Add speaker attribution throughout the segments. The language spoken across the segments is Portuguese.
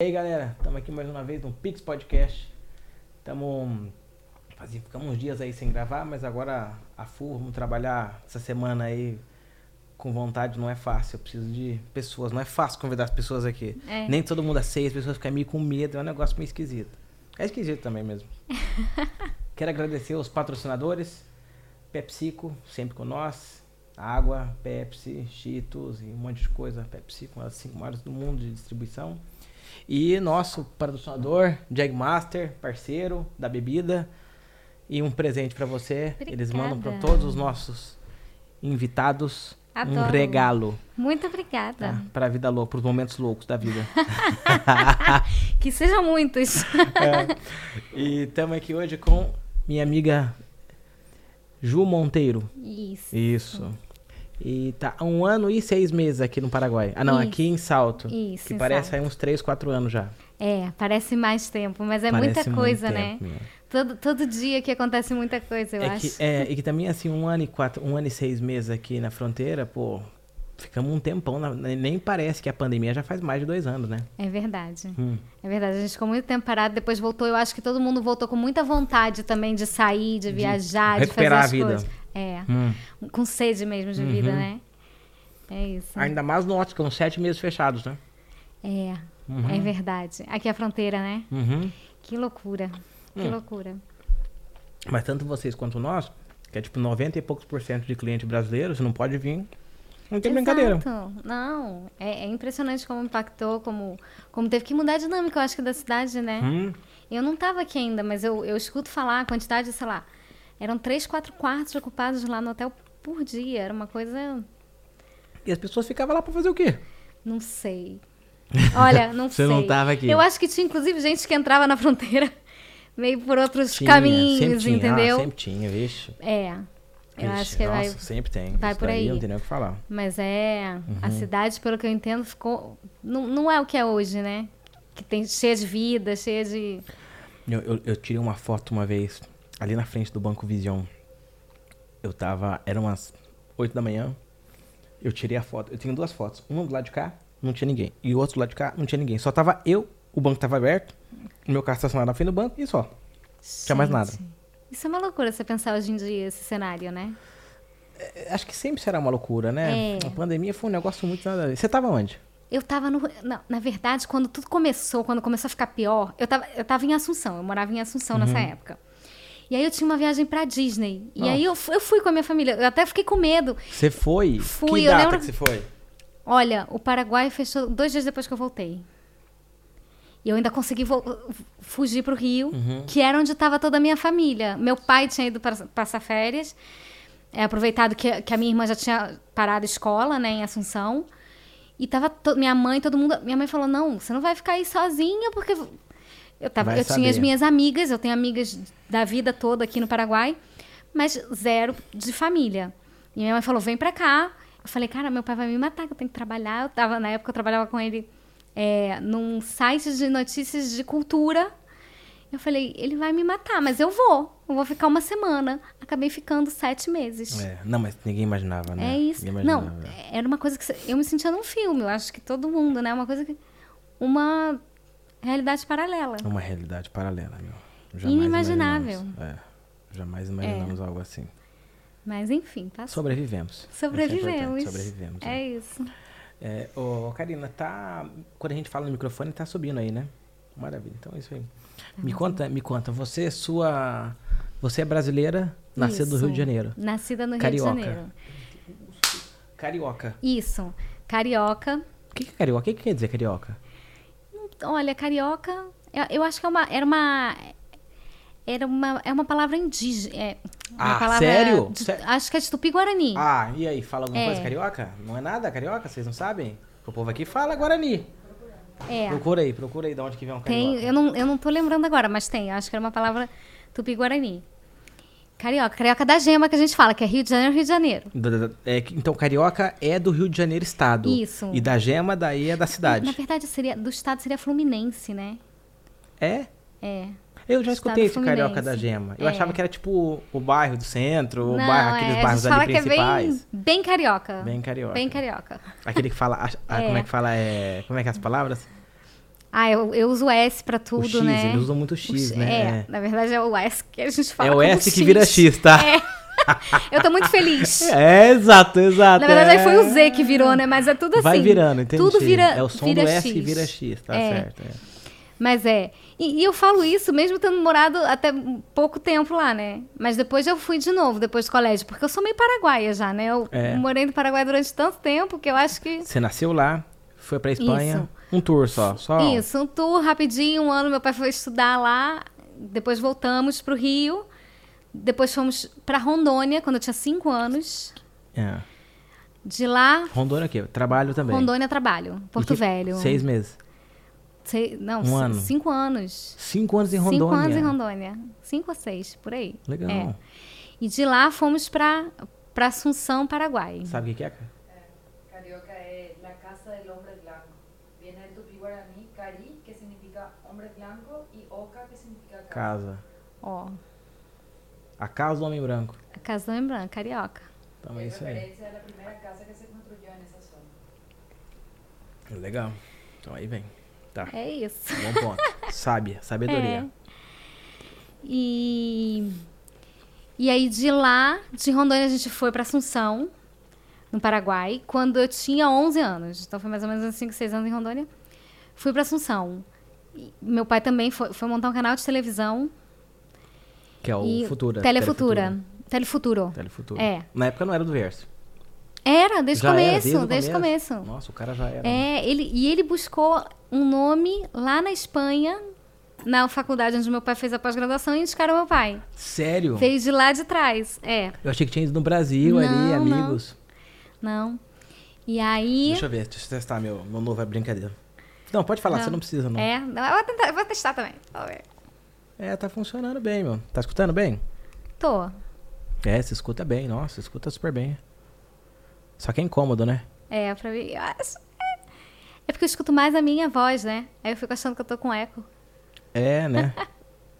Speaker 1: E aí galera, estamos aqui mais uma vez no Pix Podcast. Tamo, fazia, ficamos uns dias aí sem gravar, mas agora a full, vamos trabalhar essa semana aí com vontade, não é fácil. Eu preciso de pessoas, não é fácil convidar as pessoas aqui.
Speaker 2: É.
Speaker 1: Nem todo mundo aceita, as pessoas ficam meio com medo, é um negócio meio esquisito. É esquisito também mesmo. Quero agradecer aos patrocinadores, PepsiCo, sempre com nós, água, Pepsi, Cheetos e um monte de coisa, PepsiCo, uma das cinco maiores do mundo de distribuição. E nosso patrocinador, Jagmaster, parceiro da bebida, e um presente pra você. Eles mandam pra
Speaker 2: Obrigada.
Speaker 1: todos os nossos invitados um
Speaker 2: Adoro.
Speaker 1: regalo
Speaker 2: Muito obrigada.
Speaker 1: tá? pra vida louca, pros momentos loucos da vida.
Speaker 2: Que sejam muitos.
Speaker 1: É. E estamos aqui hoje com minha amiga Ju Monteiro.
Speaker 2: Isso.
Speaker 1: Isso. E tá há um ano e seis meses aqui no Paraguai. Ah, não,
Speaker 2: Isso.
Speaker 1: aqui em Salto.
Speaker 2: Isso,
Speaker 1: Que
Speaker 2: em
Speaker 1: parece
Speaker 2: Salto.
Speaker 1: aí uns 3, 4 anos já.
Speaker 2: É, parece mais tempo, mas é
Speaker 1: Parece
Speaker 2: muita
Speaker 1: muito
Speaker 2: coisa, né?
Speaker 1: tempo, né?
Speaker 2: Todo, todo dia que acontece muita coisa, eu
Speaker 1: é
Speaker 2: acho.
Speaker 1: que, é, e que também, assim, um ano, e quatro, um ano e seis meses aqui na fronteira, pô, ficamos um tempão. na- nem parece que a pandemia já faz mais de dois anos, né?
Speaker 2: É verdade.
Speaker 1: Hum.
Speaker 2: É verdade. A gente ficou muito tempo parado, depois voltou. Eu acho que todo mundo voltou com muita vontade também de sair, de viajar, de, fazer
Speaker 1: recuperar
Speaker 2: as
Speaker 1: a vida. Uhum.
Speaker 2: coisas. É.
Speaker 1: Hum.
Speaker 2: Com sede mesmo de vida, né? É isso.
Speaker 1: Ainda mais no ótica, uns sete meses fechados, né?
Speaker 2: É. É verdade. Aqui é a fronteira, né?
Speaker 1: Uhum.
Speaker 2: Que loucura.
Speaker 1: É.
Speaker 2: Que loucura.
Speaker 1: Mas tanto vocês quanto nós, que é tipo 90 e poucos por cento de cliente brasileiro, você não pode vir. Não tem brincadeira.
Speaker 2: Exato. Não, é, é impressionante como impactou, como, como teve que mudar a dinâmica, eu acho que da cidade, né?
Speaker 1: Hum.
Speaker 2: Eu não estava aqui ainda, mas eu, eu escuto falar a quantidade, sei lá, eram três, quatro quartos ocupados lá no hotel por dia. Era uma coisa.
Speaker 1: E as pessoas ficavam lá pra fazer o quê?
Speaker 2: Não sei. Olha, não
Speaker 1: Você
Speaker 2: sei.
Speaker 1: não tava aqui.
Speaker 2: Eu acho que tinha, inclusive, gente que entrava na fronteira meio por outros
Speaker 1: Tinha, sempre
Speaker 2: caminhos,
Speaker 1: tinha.
Speaker 2: entendeu?
Speaker 1: Ah, sempre tinha, vixe.
Speaker 2: É. Eu
Speaker 1: Vixe,
Speaker 2: acho que
Speaker 1: nossa,
Speaker 2: vai.
Speaker 1: sempre tem.
Speaker 2: vai
Speaker 1: Isso
Speaker 2: por
Speaker 1: daí
Speaker 2: aí.
Speaker 1: Não tem nem o que falar.
Speaker 2: Mas é. A
Speaker 1: Uhum.
Speaker 2: cidade, pelo que eu entendo, ficou. Não, não é o que é hoje, né? Que tem cheia de vida, cheia de.
Speaker 1: Eu, eu- eu tirei uma foto uma vez, ali na frente do Banco Vision. Eu tava. Eram umas 8 da manhã. Eu tirei a foto. Eu tenho duas fotos. Uma do lado de cá, não tinha ninguém. E o outro do lado de cá, não tinha ninguém. Só tava eu, o banco tava aberto, o meu carro estacionado na frente do banco e só. Tinha mais nada.
Speaker 2: Gente, Isso é uma loucura você pensar hoje em dia esse cenário, né?
Speaker 1: Acho que sempre será uma loucura, né?
Speaker 2: É.
Speaker 1: A pandemia foi um negócio muito nada a ver. Você tava onde?
Speaker 2: Eu tava no. não, na verdade, quando tudo começou, quando começou a ficar pior, eu tava, eu tava em Assunção, eu morava em Assunção
Speaker 1: Uhum.
Speaker 2: nessa época. E aí eu tinha uma viagem pra Disney. E aí eu, fu- eu fui com a minha família. Eu até fiquei com medo.
Speaker 1: Você foi?
Speaker 2: Fui,
Speaker 1: que
Speaker 2: eu
Speaker 1: data
Speaker 2: lembro-
Speaker 1: que você foi?
Speaker 2: Olha, o Paraguai fechou dois dias depois que eu voltei. E eu ainda consegui vol- fugir para o Rio,
Speaker 1: Uhum.
Speaker 2: que era onde estava toda a minha família. Meu pai tinha ido para passar férias, é, aproveitado que, que a minha irmã já tinha parado a escola, né, em Assunção. E tava to- minha mãe, todo mundo. Minha mãe falou: não, você não vai ficar aí sozinha, porque. Eu, tava,
Speaker 1: Vai
Speaker 2: eu tinha as
Speaker 1: saber.
Speaker 2: minhas amigas, eu tenho amigas da vida toda aqui no Paraguai, mas zero de família. E minha mãe falou: vem pra cá. Eu falei: cara, meu pai vai me matar, que eu tenho que trabalhar. Eu tava, na época eu trabalhava com ele é, num site de notícias de cultura. Eu falei: ele vai me matar, mas eu vou. Eu vou ficar uma semana. Acabei ficando sete meses.
Speaker 1: É, não, mas ninguém imaginava, né?
Speaker 2: É isso.
Speaker 1: Ninguém
Speaker 2: Não, é,
Speaker 1: imaginava.
Speaker 2: era uma coisa que se- eu me sentia num filme, eu acho que todo mundo, né? Uma coisa que. Uma realidade paralela.
Speaker 1: É uma realidade paralela, meu.
Speaker 2: Inimaginável.
Speaker 1: imaginamos. É, jamais imaginamos algo assim.
Speaker 2: Mas enfim, tá passou.
Speaker 1: Sobrevivemos. Isso é
Speaker 2: Sobrevivemos.
Speaker 1: importante, Sobrevivemos.
Speaker 2: É
Speaker 1: É.
Speaker 2: isso.
Speaker 1: É, ô, Karina, tá. Quando a gente fala no microfone, tá subindo aí, né? Maravilha. Então é isso aí.
Speaker 2: Uhum.
Speaker 1: Me conta, me conta. Você é sua. Você é brasileira, nascida no
Speaker 2: Isso.
Speaker 1: Rio de Janeiro.
Speaker 2: Nascida no
Speaker 1: Carioca.
Speaker 2: Rio de Janeiro.
Speaker 1: Carioca.
Speaker 2: Isso. Carioca.
Speaker 1: O que, que é carioca? O que, que quer dizer carioca?
Speaker 2: Olha, carioca. Eu, eu acho que é uma. Era uma. Era uma. É uma palavra indígena. É, uma
Speaker 1: Ah,
Speaker 2: palavra
Speaker 1: sério?
Speaker 2: de-
Speaker 1: Sé-
Speaker 2: acho que é de tupi-guarani.
Speaker 1: Ah, e aí, fala alguma
Speaker 2: É.
Speaker 1: coisa carioca? Não é nada carioca? Vocês não sabem? O povo aqui fala Guarani.
Speaker 2: é.
Speaker 1: Procura aí, procura aí de onde que vem um carioca.
Speaker 2: Tem, eu não, eu não tô lembrando agora, mas tem. Eu acho que era uma palavra tupi-guarani. Carioca. Carioca da gema que a gente fala, que é Rio de Janeiro, Rio de Janeiro.
Speaker 1: Da- da- da- é que- então, carioca é do Rio de Janeiro estado.
Speaker 2: Isso.
Speaker 1: E da gema, daí é da cidade.
Speaker 2: Na verdade, seria, do estado seria fluminense, né?
Speaker 1: É?
Speaker 2: É.
Speaker 1: Eu já
Speaker 2: Estado
Speaker 1: escutei esse
Speaker 2: Fluminense.
Speaker 1: carioca da gema. Eu
Speaker 2: É.
Speaker 1: achava que era tipo o bairro do centro, o
Speaker 2: Não,
Speaker 1: bairro,
Speaker 2: é,
Speaker 1: aqueles
Speaker 2: a gente
Speaker 1: bairros
Speaker 2: fala
Speaker 1: ali
Speaker 2: que é
Speaker 1: principais.
Speaker 2: bem, bem carioca.
Speaker 1: Bem carioca.
Speaker 2: Bem carioca.
Speaker 1: Aquele que fala. a- a-
Speaker 2: É.
Speaker 1: Como é que fala? É, como é que é as palavras?
Speaker 2: Ah, eu, eu uso S pra tudo,
Speaker 1: O X,
Speaker 2: né?
Speaker 1: eles usam muito o
Speaker 2: O
Speaker 1: X,
Speaker 2: X-
Speaker 1: né?
Speaker 2: É, na verdade é o S que a gente fala.
Speaker 1: É o
Speaker 2: como
Speaker 1: S que vira X, tá?
Speaker 2: É. Eu tô muito feliz.
Speaker 1: É, exato, exato.
Speaker 2: Na verdade,
Speaker 1: é.
Speaker 2: aí foi o Z que virou, né? Mas é tudo assim.
Speaker 1: Vai virando, entendi.
Speaker 2: Tudo vira
Speaker 1: É o som
Speaker 2: vira
Speaker 1: do S
Speaker 2: X.
Speaker 1: que vira X, tá
Speaker 2: É.
Speaker 1: certo. é.
Speaker 2: Mas é. E, e eu falo isso mesmo tendo morado até pouco tempo lá, né? Mas depois eu fui de novo, depois do colégio, porque eu sou meio paraguaia já, né? Eu
Speaker 1: É.
Speaker 2: morei no Paraguai durante tanto tempo que eu acho que.
Speaker 1: Você nasceu lá, foi pra Espanha,
Speaker 2: Isso.
Speaker 1: um tour só. só
Speaker 2: Isso, um tour rapidinho, um ano meu pai foi estudar lá, depois voltamos pro Rio, depois fomos pra Rondônia, quando eu tinha cinco anos.
Speaker 1: É.
Speaker 2: De lá,
Speaker 1: Rondônia aqui, trabalho também.
Speaker 2: Rondônia trabalho, Porto
Speaker 1: E que-
Speaker 2: Velho.
Speaker 1: Seis meses.
Speaker 2: Sei- não,
Speaker 1: Um
Speaker 2: ci-
Speaker 1: ano.
Speaker 2: cinco anos.
Speaker 1: Cinco anos em Rondônia.
Speaker 2: Cinco anos em Rondônia. Cinco ou seis, por aí.
Speaker 1: Legal.
Speaker 2: É. E de lá fomos pra, pra Assunção, Paraguai.
Speaker 1: Sabe o que que é? cara?
Speaker 3: Carioca es la casa del hombre blanco. Viene del tupi guaraní, cari, que significa hombre blanco, y oca, que significa casa.
Speaker 1: Casa.
Speaker 2: Ó,
Speaker 1: A casa do homem branco.
Speaker 2: a Casa do Homem Branco, carioca.
Speaker 1: Então é
Speaker 3: Es
Speaker 1: isso aí.
Speaker 3: referencia a la primera casa que se construyó en esa zona.
Speaker 1: Legal. Então aí vem. Tá.
Speaker 2: É isso.
Speaker 1: Bom ponto. Sábia, sabedoria.
Speaker 2: E, e aí de lá, de Rondônia, a gente foi pra Assunção, no Paraguai, quando eu tinha 11 anos. Então foi mais ou menos uns 5, 6 anos em Rondônia. Fui pra Assunção. E meu pai também foi, foi montar um canal de televisão.
Speaker 1: Que é o
Speaker 2: e
Speaker 1: Futura.
Speaker 2: Telefutura. Telefuturo.
Speaker 1: Telefutura.
Speaker 2: É.
Speaker 1: Na época não era do Verso.
Speaker 2: Era, desde
Speaker 1: Já
Speaker 2: o
Speaker 1: era,
Speaker 2: começo, desde o começo.
Speaker 1: Nossa, o cara já era.
Speaker 2: É, ele, e ele buscou um nome lá na Espanha, na faculdade onde meu pai fez a pós-graduação, e indicaram meu pai.
Speaker 1: Sério?
Speaker 2: Veio de lá de trás. É,
Speaker 1: Eu achei que tinha ido no Brasil ali,
Speaker 2: Não,
Speaker 1: amigos.
Speaker 2: não. E aí.
Speaker 1: Deixa eu ver, deixa eu testar meu, meu novo é brincadeira. Não, pode falar, você não precisa, não.
Speaker 2: É, não, eu vou, tentar- eu vou testar também. Vou ver.
Speaker 1: É, tá funcionando bem, meu. Tá escutando bem?
Speaker 2: Tô.
Speaker 1: É, se escuta bem, nossa, se escuta super bem. Só que é incômodo, né?
Speaker 2: É, pra mim. eu acho- É porque eu escuto mais a minha voz, né? Aí eu fico achando que eu tô com eco.
Speaker 1: É, né?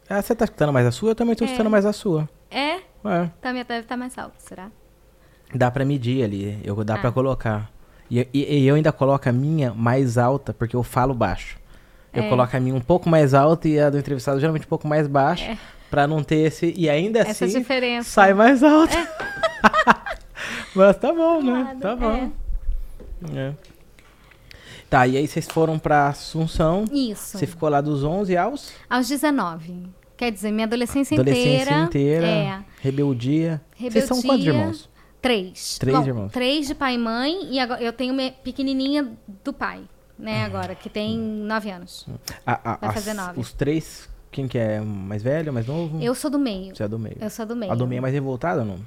Speaker 1: ah, você tá escutando mais a sua? Eu também tô
Speaker 2: É.
Speaker 1: escutando mais a sua.
Speaker 2: É,
Speaker 1: É.
Speaker 2: tá, minha deve estar mais alta, será?
Speaker 1: Dá pra medir ali, eu, dá
Speaker 2: Ah.
Speaker 1: pra colocar. E, e- e eu ainda coloco a minha mais alta, porque eu falo baixo. Eu
Speaker 2: É.
Speaker 1: coloco a minha um pouco mais alta e a do entrevistado geralmente um pouco mais baixa, pra não ter esse... E ainda
Speaker 2: É. Essa
Speaker 1: assim,
Speaker 2: diferença. É.
Speaker 1: sai mais alta. Mas tá bom, né?
Speaker 2: Lado,
Speaker 1: Tá bom. É. Tá, e aí vocês foram pra Assunção.
Speaker 2: é. Isso.
Speaker 1: Você ficou lá dos 11 aos...
Speaker 2: Aos 19. Quer dizer, minha adolescência,
Speaker 1: Adolescência inteira.
Speaker 2: É.
Speaker 1: Rebeldia. Vocês são quantos
Speaker 2: Rebeldia.
Speaker 1: irmãos?
Speaker 2: Três.
Speaker 1: Três
Speaker 2: Bom,
Speaker 1: irmãos.
Speaker 2: Três de pai e mãe, e agora eu tenho minha pequenininha do pai,
Speaker 1: Uhum.
Speaker 2: né, agora, que tem nove anos.
Speaker 1: A- a-
Speaker 2: Vai fazer nove.
Speaker 1: Os três, quem que é mais velho, mais novo?
Speaker 2: Eu sou do meio.
Speaker 1: Você é do meio.
Speaker 2: Eu sou do meio.
Speaker 1: A do meio é mais revoltada ou não?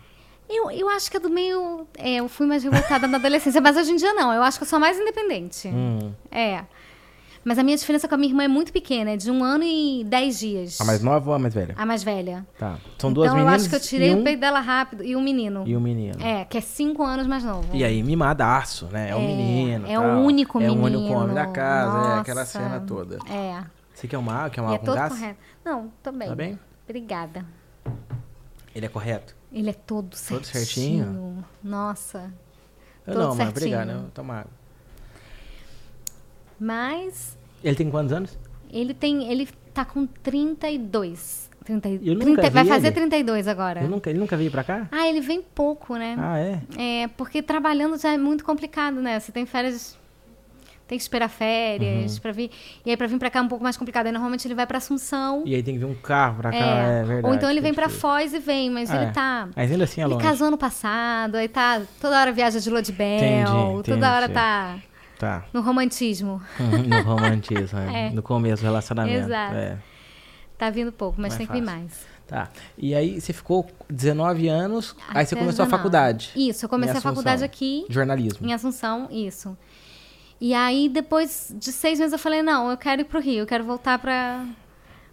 Speaker 2: Eu, eu acho que a do meio. É, eu fui mais revoltada na adolescência, mas hoje em dia não. Eu acho que eu sou a mais independente.
Speaker 1: Hum.
Speaker 2: É. Mas a minha diferença com a minha irmã é muito pequena, é de um ano e dez dias.
Speaker 1: A mais nova ou a mais velha?
Speaker 2: A mais velha.
Speaker 1: Tá. São duas
Speaker 2: então eu
Speaker 1: meninas
Speaker 2: acho que eu tirei
Speaker 1: e um,
Speaker 2: o peito dela rápido e um menino.
Speaker 1: e um menino.
Speaker 2: É, que é cinco anos mais novo.
Speaker 1: E é. aí, mimadaço, né? É o
Speaker 2: É,
Speaker 1: menino.
Speaker 2: é o
Speaker 1: tal.
Speaker 2: único
Speaker 1: É o único
Speaker 2: menino.
Speaker 1: homem da casa, é aquela
Speaker 2: Nossa.
Speaker 1: cena toda.
Speaker 2: É.
Speaker 1: Você quer uma água? Quer uma
Speaker 2: E é
Speaker 1: água com
Speaker 2: todo
Speaker 1: gás?
Speaker 2: correto. Não, tô bem.
Speaker 1: Tá bem?
Speaker 2: Obrigada.
Speaker 1: Ele é correto?
Speaker 2: Ele é todo certinho.
Speaker 1: Todo certinho?
Speaker 2: Nossa.
Speaker 1: Eu
Speaker 2: Todo
Speaker 1: não, mas
Speaker 2: certinho.
Speaker 1: obrigado, né? Toma água.
Speaker 2: Mas
Speaker 1: Ele tem quantos anos?
Speaker 2: ele tem. Ele tá com 32. 30,
Speaker 1: Eu nunca
Speaker 2: 30
Speaker 1: vi
Speaker 2: vai fazer
Speaker 1: ele.
Speaker 2: 32 agora.
Speaker 1: Eu nunca, ele nunca veio pra cá?
Speaker 2: Ah, ele vem pouco, né?
Speaker 1: Ah, é?
Speaker 2: É, porque trabalhando já é muito complicado, né? Você tem férias. Tem que esperar
Speaker 1: Uhum.
Speaker 2: férias pra vir. E aí, pra vir pra cá é um pouco mais complicado. Aí, normalmente, ele vai pra Assunção.
Speaker 1: E aí tem que vir um carro pra cá, é, verdade.
Speaker 2: Ou então ele
Speaker 1: tá
Speaker 2: vem pra
Speaker 1: difícil.
Speaker 2: Foz e vem, mas
Speaker 1: Ah,
Speaker 2: ele
Speaker 1: é.
Speaker 2: tá.
Speaker 1: Mas ainda assim é
Speaker 2: Ele
Speaker 1: longe.
Speaker 2: casou ano passado, aí tá. Toda hora viaja de lua de mel,
Speaker 1: Entendi, entendi.
Speaker 2: toda hora tá
Speaker 1: Tá.
Speaker 2: no romantismo.
Speaker 1: Uhum, no romantismo, é.
Speaker 2: É.
Speaker 1: no começo do relacionamento.
Speaker 2: Exato.
Speaker 1: é.
Speaker 2: Tá vindo pouco, mas
Speaker 1: Mais
Speaker 2: tem que vir
Speaker 1: fácil.
Speaker 2: mais.
Speaker 1: Tá. E aí você ficou 19 anos, aí você
Speaker 2: Até
Speaker 1: começou a
Speaker 2: 19.
Speaker 1: faculdade.
Speaker 2: Isso, eu comecei
Speaker 1: Em
Speaker 2: a faculdade
Speaker 1: Assunção.
Speaker 2: aqui,
Speaker 1: Jornalismo.
Speaker 2: em Assunção, isso. E aí, depois de seis meses, eu falei: não, eu quero ir pro Rio, eu quero voltar pra,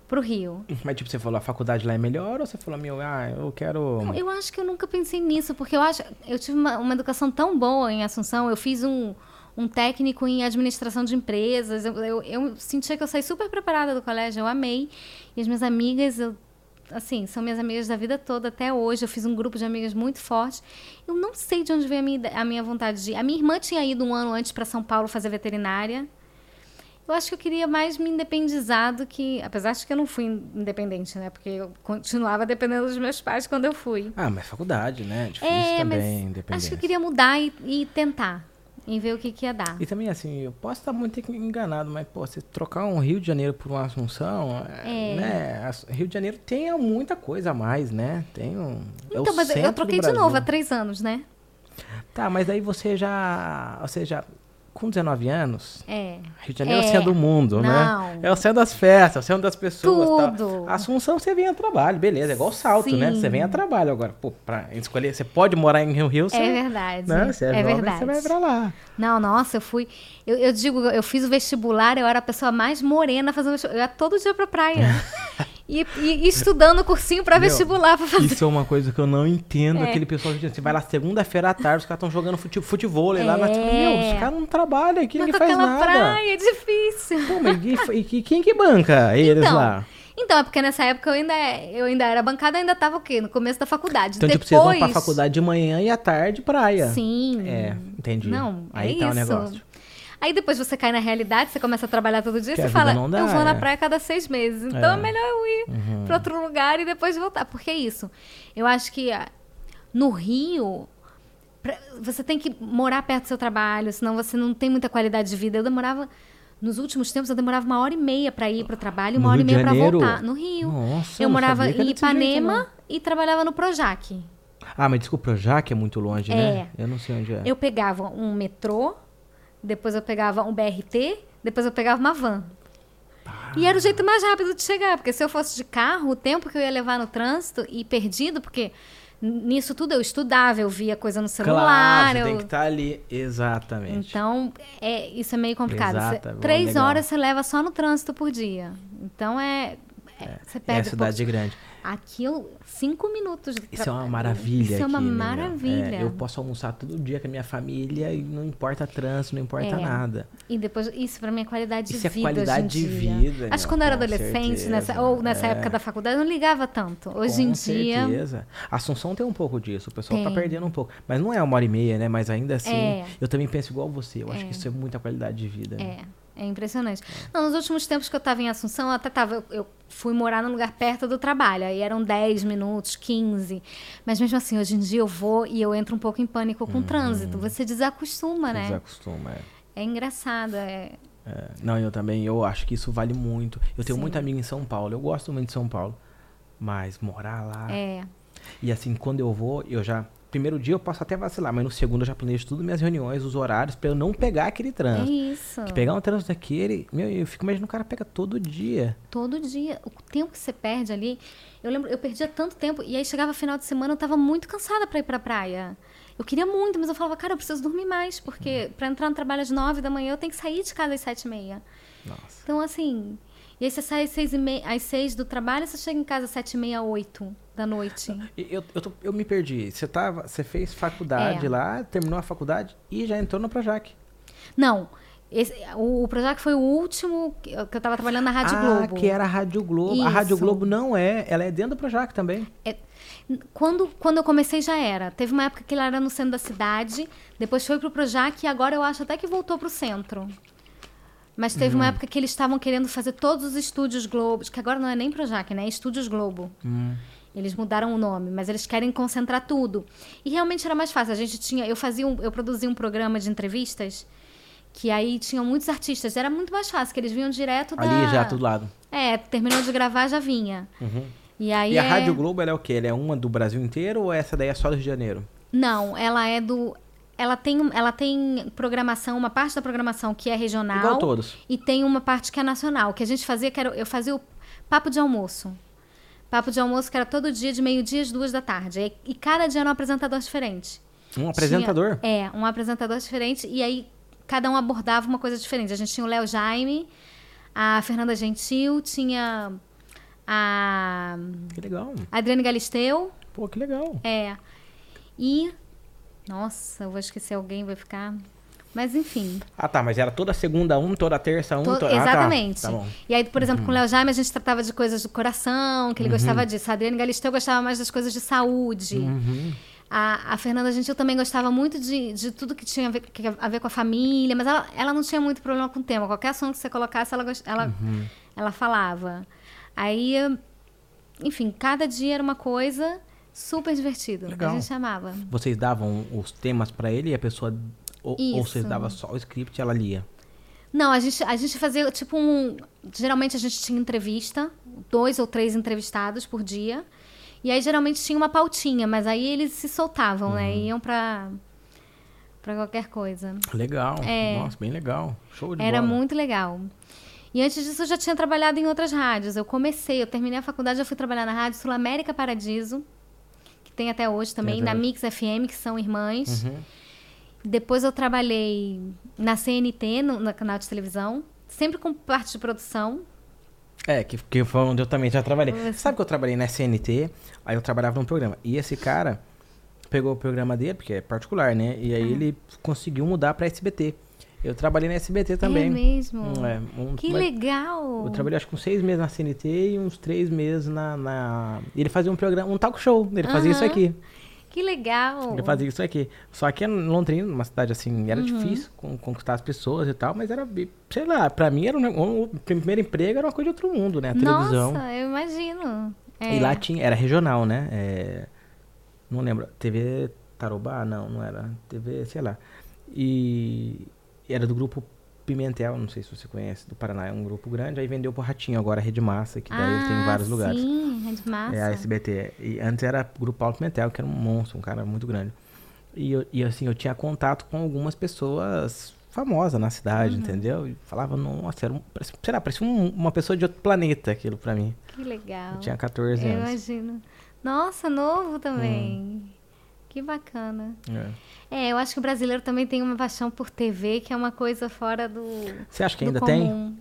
Speaker 2: pro Rio.
Speaker 1: Mas tipo, você falou, a faculdade lá é melhor ou você falou, meu, ah, eu quero...
Speaker 2: Não, Eu acho que eu nunca pensei nisso, porque eu acho. Eu tive uma, uma educação tão boa em Assunção, eu fiz um, um técnico em administração de empresas. Eu, eu, eu sentia que eu saí super preparada do colégio, eu amei. E as minhas amigas, eu, assim, são minhas amigas da vida toda até hoje. Eu fiz um grupo de amigas muito forte. Eu não sei de onde veio a minha, ide- a minha vontade de ir. A minha irmã tinha ido um ano antes para São Paulo fazer veterinária. Eu acho que eu queria mais me independizar do que. Apesar de que eu não fui independente, né? Porque eu continuava dependendo dos meus pais quando eu fui.
Speaker 1: Ah, mas faculdade, né? Difícil também, independente.
Speaker 2: É, acho que eu queria mudar e, e tentar. E ver o que, que ia dar.
Speaker 1: E também, assim, eu posso estar muito enganado, mas, pô, você trocar um Rio de Janeiro por uma Assunção, é.
Speaker 2: É.
Speaker 1: né? As- Rio de Janeiro tem muita coisa a mais, né? Tem um. é o
Speaker 2: Então, mas
Speaker 1: centro
Speaker 2: eu
Speaker 1: do
Speaker 2: troquei de
Speaker 1: Brasil.
Speaker 2: novo há três anos, né?
Speaker 1: Tá, mas aí você já. Ou seja, com 19 anos.
Speaker 2: É.
Speaker 1: Rio de Janeiro é,
Speaker 2: É.
Speaker 1: o céu do mundo, né?
Speaker 2: Não.
Speaker 1: É o céu das festas, é o céu das pessoas.
Speaker 2: Tudo.
Speaker 1: Tal. Assunção, você vem a trabalho, beleza. É igual salto, né?
Speaker 2: Sim.
Speaker 1: Você vem a trabalho agora. Pô, pra escolher, você pode morar em Rio Rio, você.
Speaker 2: É verdade.
Speaker 1: né? Você é,
Speaker 2: é
Speaker 1: jovem,
Speaker 2: verdade.
Speaker 1: Você vai pra lá.
Speaker 2: Não, nossa, eu fui. Eu, eu digo, eu fiz o vestibular, eu era a pessoa mais morena fazendo vestibular. Eu ia todo dia pra praia. e, e- e estudando cursinho pra
Speaker 1: Meu,
Speaker 2: vestibular. Pra fazer. É.
Speaker 1: Isso é uma coisa que eu não entendo. Aquele pessoal que diz, você vai lá segunda-feira à tarde, os caras estão jogando fute futebol lá. Mas, tipo,
Speaker 2: É.
Speaker 1: meu, os caras não trabalham aqui,
Speaker 2: Mas
Speaker 1: ninguém
Speaker 2: com
Speaker 1: faz
Speaker 2: aquela
Speaker 1: nada.
Speaker 2: praia, é difícil.
Speaker 1: Pô, mas e, e- e quem que banca eles
Speaker 2: então,
Speaker 1: lá?
Speaker 2: então, é porque nessa época eu ainda, eu ainda era bancada, eu ainda tava o quê? No começo da faculdade.
Speaker 1: Então,
Speaker 2: Depois,
Speaker 1: tipo, vocês vão pra faculdade de manhã e à tarde praia.
Speaker 2: Sim.
Speaker 1: É, entendi.
Speaker 2: Não,
Speaker 1: Aí
Speaker 2: é
Speaker 1: tá o
Speaker 2: isso.
Speaker 1: negócio.
Speaker 2: Aí depois você cai na realidade, você começa a trabalhar todo dia,
Speaker 1: Que a
Speaker 2: você
Speaker 1: vida
Speaker 2: fala,
Speaker 1: não dá,
Speaker 2: eu vou
Speaker 1: é.
Speaker 2: na praia cada seis meses. Então
Speaker 1: É. Uhum.
Speaker 2: é, melhor eu ir pra outro lugar e depois voltar. Porque é isso. Eu acho que ah, no Rio, pra- você tem que morar perto do seu trabalho, senão você não tem muita qualidade de vida. Eu demorava. Nos últimos tempos, eu demorava uma hora e meia pra ir pro trabalho e uma
Speaker 1: No
Speaker 2: hora
Speaker 1: Rio
Speaker 2: e meia
Speaker 1: de
Speaker 2: pra
Speaker 1: Janeiro?
Speaker 2: voltar. No Rio.
Speaker 1: Nossa, eu
Speaker 2: eu
Speaker 1: não
Speaker 2: morava
Speaker 1: sabia que era
Speaker 2: em
Speaker 1: desse jeito,
Speaker 2: Ipanema
Speaker 1: não.
Speaker 2: e trabalhava no Projac.
Speaker 1: Ah, mas desculpa, o Projac é muito longe, né? Eu não sei onde é.
Speaker 2: Eu pegava um metrô, depois eu pegava um BRT, depois eu pegava uma van.
Speaker 1: Ah.
Speaker 2: E era o jeito mais rápido de chegar, porque se eu fosse de carro, o tempo que eu ia levar no trânsito e perdido, porque n- nisso tudo eu estudava, eu via coisa no celular.
Speaker 1: claro, você
Speaker 2: eu-
Speaker 1: tem que estar ali. Exatamente.
Speaker 2: Então, é, isso é meio complicado. Você-
Speaker 1: Exata, bom,
Speaker 2: três
Speaker 1: legal.
Speaker 2: horas você leva só no trânsito por dia. Então é. é, você
Speaker 1: é a
Speaker 2: perde um pouco de-
Speaker 1: cidade grande.
Speaker 2: Aqui eu. Cinco minutos. do
Speaker 1: Isso é
Speaker 2: tra-
Speaker 1: uma maravilha.
Speaker 2: Isso é uma
Speaker 1: aqui, né, meu?
Speaker 2: maravilha.
Speaker 1: É, eu posso almoçar todo dia com a minha família e não importa trânsito, não importa
Speaker 2: É.
Speaker 1: nada.
Speaker 2: E depois, isso pra mim é qualidade de
Speaker 1: Isso é
Speaker 2: vida. hoje em
Speaker 1: qualidade de
Speaker 2: dia.
Speaker 1: vida,
Speaker 2: Acho
Speaker 1: meu,
Speaker 2: que quando eu era
Speaker 1: com
Speaker 2: adolescente, nessa,
Speaker 1: certeza,
Speaker 2: ou nessa
Speaker 1: é.
Speaker 2: época da faculdade, eu não ligava tanto. Hoje
Speaker 1: Com
Speaker 2: em dia.
Speaker 1: certeza. Assunção tem um pouco disso, o pessoal tá
Speaker 2: Tem.
Speaker 1: perdendo um pouco. Mas não é uma hora e meia, né? Mas ainda assim,
Speaker 2: É.
Speaker 1: eu também penso igual você. Eu acho que isso é muita qualidade de vida. né?
Speaker 2: É, é impressionante. Não, nos últimos tempos que eu tava em Assunção, eu até tava. Eu, eu fui morar num lugar perto do trabalho. Aí eram 10 minutos, 15. Mas mesmo assim, hoje em dia eu vou e eu entro um pouco em pânico com o trânsito.
Speaker 1: Uhum.
Speaker 2: Você desacostuma, né?
Speaker 1: Desacostuma, é.
Speaker 2: É engraçado. É...
Speaker 1: É, Não, eu também, eu acho que isso vale muito. Eu tenho muita amiga em São Paulo, eu gosto muito de São Paulo. Mas morar lá.
Speaker 2: é.
Speaker 1: E assim, quando eu vou, eu já. Primeiro dia eu posso até vacilar, mas no segundo eu já planejo tudo minhas reuniões, os horários, pra eu não pegar aquele
Speaker 2: É
Speaker 1: trânsito.
Speaker 2: isso.
Speaker 1: Que pegar um trânsito daquele, meu, eu fico imaginando o cara pega todo dia.
Speaker 2: Todo dia, o tempo que você perde ali. Eu lembro, eu perdia tanto tempo. E aí chegava final de semana, eu tava muito cansada pra ir pra praia. Eu queria muito, mas eu falava, cara, eu preciso dormir mais, porque
Speaker 1: Uhum.
Speaker 2: pra entrar no trabalho às nove da manhã, eu tenho que sair de casa às sete e meia.
Speaker 1: Nossa.
Speaker 2: Então, assim. E aí você sai às seis, e meia, às seis do trabalho, você chega em casa às sete e meia, oito da noite.
Speaker 1: E Eu, eu, tô- eu me perdi. Você tava. Você fez faculdade
Speaker 2: É.
Speaker 1: lá, terminou a faculdade e já entrou no Projac.
Speaker 2: Não. esse- o, o Projac foi o último que eu que eu tava trabalhando na Rádio
Speaker 1: ah,
Speaker 2: Globo.
Speaker 1: que era a Rádio Globo. A Rádio
Speaker 2: Isso.
Speaker 1: Globo não é, ela é dentro do Projac também.
Speaker 2: É, n- Quando, quando eu comecei já era. Teve uma época que ele era no centro da cidade, depois foi pro Projac e agora eu acho até que voltou pro centro. Mas teve
Speaker 1: Uhum.
Speaker 2: uma época que eles estavam querendo fazer todos os estúdios Globo, que agora não é nem Projac, né? É Estúdios Globo.
Speaker 1: Hum.
Speaker 2: Eles mudaram o nome, mas eles querem concentrar tudo. E realmente era mais fácil. A gente tinha, eu fazia, um, eu produzia um programa de entrevistas que aí tinham muitos artistas. Era muito mais fácil, que eles vinham direto da
Speaker 1: Ali já, do lado.
Speaker 2: É, terminou de gravar já vinha. E aí
Speaker 1: E a
Speaker 2: é-
Speaker 1: Rádio Globo, ela é o quê? Ela é uma do Brasil inteiro ou essa daí é só do Rio de Janeiro?
Speaker 2: Não, ela é do. Ela tem, ela tem programação, uma parte da programação que é regional.
Speaker 1: Igual todos.
Speaker 2: E tem uma parte que é nacional. O que a gente fazia, que era, eu fazia o papo de almoço. Papo de almoço que era todo dia, de meio-dia às duas da tarde. E, e cada dia era um apresentador diferente.
Speaker 1: Um apresentador?
Speaker 2: Tinha- é, um apresentador diferente. E aí cada um abordava uma coisa diferente. A gente tinha o Léo Jaime, a Fernanda Gentil, tinha a
Speaker 1: Que legal.
Speaker 2: Adriane Galisteu.
Speaker 1: Pô, que legal.
Speaker 2: É. E. Nossa, eu vou esquecer alguém, vai ficar. Mas enfim.
Speaker 1: Ah, tá, mas era toda segunda um, toda terça um,
Speaker 2: to-
Speaker 1: toda...
Speaker 2: Exatamente.
Speaker 1: Ah, tá. tá bom.
Speaker 2: E aí, por exemplo, com o Léo Jaime, a gente tratava de
Speaker 1: Uhum. Uhum.
Speaker 2: coisas do coração, que ele gostava disso. A Adriane Galisteu gostava mais das coisas de saúde. A, a Fernanda Gentil também gostava muito de, de tudo que tinha a ver, que- a ver com a família, mas ela, ela não tinha muito problema com o tema. Qualquer assunto que você colocasse, ela, gos- ela,
Speaker 1: Uhum.
Speaker 2: ela falava. Aí, enfim, cada dia era uma coisa super divertido.
Speaker 1: Legal.
Speaker 2: A gente amava.
Speaker 1: Vocês davam os temas pra ele e a pessoa. Ou, ou vocês
Speaker 2: Isso.
Speaker 1: davam só o script e ela lia.
Speaker 2: Não, a gente, a gente fazia tipo um. Geralmente a gente tinha entrevista, dois ou três entrevistados por dia. E aí geralmente tinha uma pautinha, mas aí eles se soltavam, né? Iam pra, pra qualquer coisa.
Speaker 1: Legal.
Speaker 2: É.
Speaker 1: Nossa, bem legal. Show de
Speaker 2: Era
Speaker 1: bola.
Speaker 2: muito legal. E antes disso eu já tinha trabalhado em outras rádios. Eu comecei, eu terminei a faculdade, eu fui trabalhar na rádio Sul América Paradiso, que tem até hoje também,
Speaker 1: até
Speaker 2: na
Speaker 1: hoje.
Speaker 2: Mix FM, que são irmãs.
Speaker 1: Uhum.
Speaker 2: Depois eu trabalhei na CNT, no, no canal de televisão, sempre com parte de produção.
Speaker 1: É, que, que foi onde eu também já trabalhei.
Speaker 2: Você-
Speaker 1: Sabe que eu trabalhei na SNT, aí eu trabalhava num programa. E esse cara pegou o programa dele, porque é particular, né? E
Speaker 2: Ah.
Speaker 1: aí ele conseguiu mudar pra SBT. Eu trabalhei na SBT também.
Speaker 2: É mesmo?
Speaker 1: Hum, é, um-
Speaker 2: Que
Speaker 1: mas
Speaker 2: legal!
Speaker 1: Eu trabalhei acho que uns seis meses na CNT e uns três meses na. na- Ele fazia um programa, um talk show. Ele fazia isso
Speaker 2: Aham.
Speaker 1: aqui.
Speaker 2: Que legal!
Speaker 1: Ele fazia isso aqui. Só que em Londrina, uma cidade assim,
Speaker 2: Uhum.
Speaker 1: era difícil con- conquistar as pessoas e tal, mas era, bi- sei lá, pra mim era um, ne- um- o primeiro emprego era uma coisa de outro mundo, né? A televisão.
Speaker 2: Nossa, eu imagino. É.
Speaker 1: E lá tinha, era regional, né? É, não lembro, TV Tarobá? Não, não era. TV, sei lá. E era do grupo Pimentel, não sei se você conhece, do Paraná, é um grupo grande, aí vendeu pro Ratinho, agora é Rede Massa, que daí eles têm em
Speaker 2: Ah,
Speaker 1: vários lugares.
Speaker 2: Sim, é de massa.
Speaker 1: É a SBT. E antes era o Grupo Paulo Pimentel, que era um monstro, um cara muito grande. E, eu- e assim, eu tinha contato com algumas pessoas famosas na
Speaker 2: Uhum.
Speaker 1: cidade, entendeu? E falava, nossa, era um, parecia- sei lá, parecia um- uma pessoa de outro planeta aquilo pra mim.
Speaker 2: Que legal.
Speaker 1: Eu tinha 14
Speaker 2: Ah. eu
Speaker 1: anos.
Speaker 2: imagino. Nossa, novo também. Que bacana.
Speaker 1: É.
Speaker 2: É, eu acho que o brasileiro também tem uma paixão por TV, que é uma coisa fora do.
Speaker 1: Você acha que
Speaker 2: do
Speaker 1: ainda tem?
Speaker 2: comum.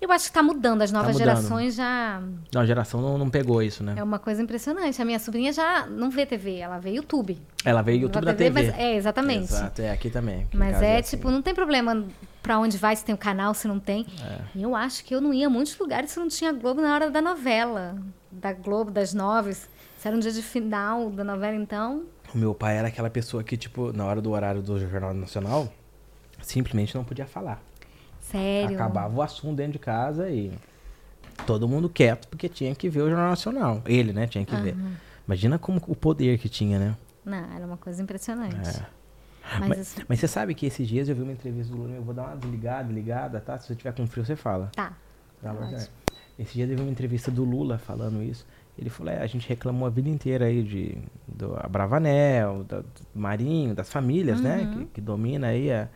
Speaker 2: Eu acho que tá mudando, as novas
Speaker 1: mudando.
Speaker 2: gerações já.
Speaker 1: Não, a geração não, não pegou isso, né?
Speaker 2: É uma coisa impressionante. A minha sobrinha já não vê TV, ela vê YouTube.
Speaker 1: Ela veio YouTube da TV.
Speaker 2: mas- é, exatamente.
Speaker 1: Exato, é aqui também. aqui em
Speaker 2: Mas
Speaker 1: casa
Speaker 2: é,
Speaker 1: assim.
Speaker 2: tipo, não tem problema pra onde vai, se tem o canal, se não tem.
Speaker 1: É.
Speaker 2: Eu acho que eu não ia a muitos lugares se não tinha Globo na hora da novela. Da Globo, das nove. Se era um dia de final da novela, então.
Speaker 1: O meu pai era aquela pessoa que, tipo, na hora do horário do Jornal Nacional, simplesmente não podia falar.
Speaker 2: Sério.
Speaker 1: Acabava o assunto dentro de casa e todo mundo quieto, porque tinha que ver o Jornal Nacional. Ele, né, tinha que ver. Imagina como o poder que tinha, né?
Speaker 2: Não, era uma coisa impressionante. Mas,
Speaker 1: É.
Speaker 2: assim,
Speaker 1: Mas,
Speaker 2: isso-
Speaker 1: mas você sabe que esses dias eu vi uma entrevista do Lula, eu vou dar uma desligada, ligada, tá? Se você tiver com frio, você fala.
Speaker 2: Tá.
Speaker 1: Tá bom,
Speaker 2: Ótimo.
Speaker 1: né? Esse dia teve uma entrevista do Lula falando isso. Ele falou, é, a gente reclamou a vida inteira aí de do Abravanel, da- do Marinho, das famílias, né?
Speaker 2: Uhum.
Speaker 1: Que, que domina aí. a-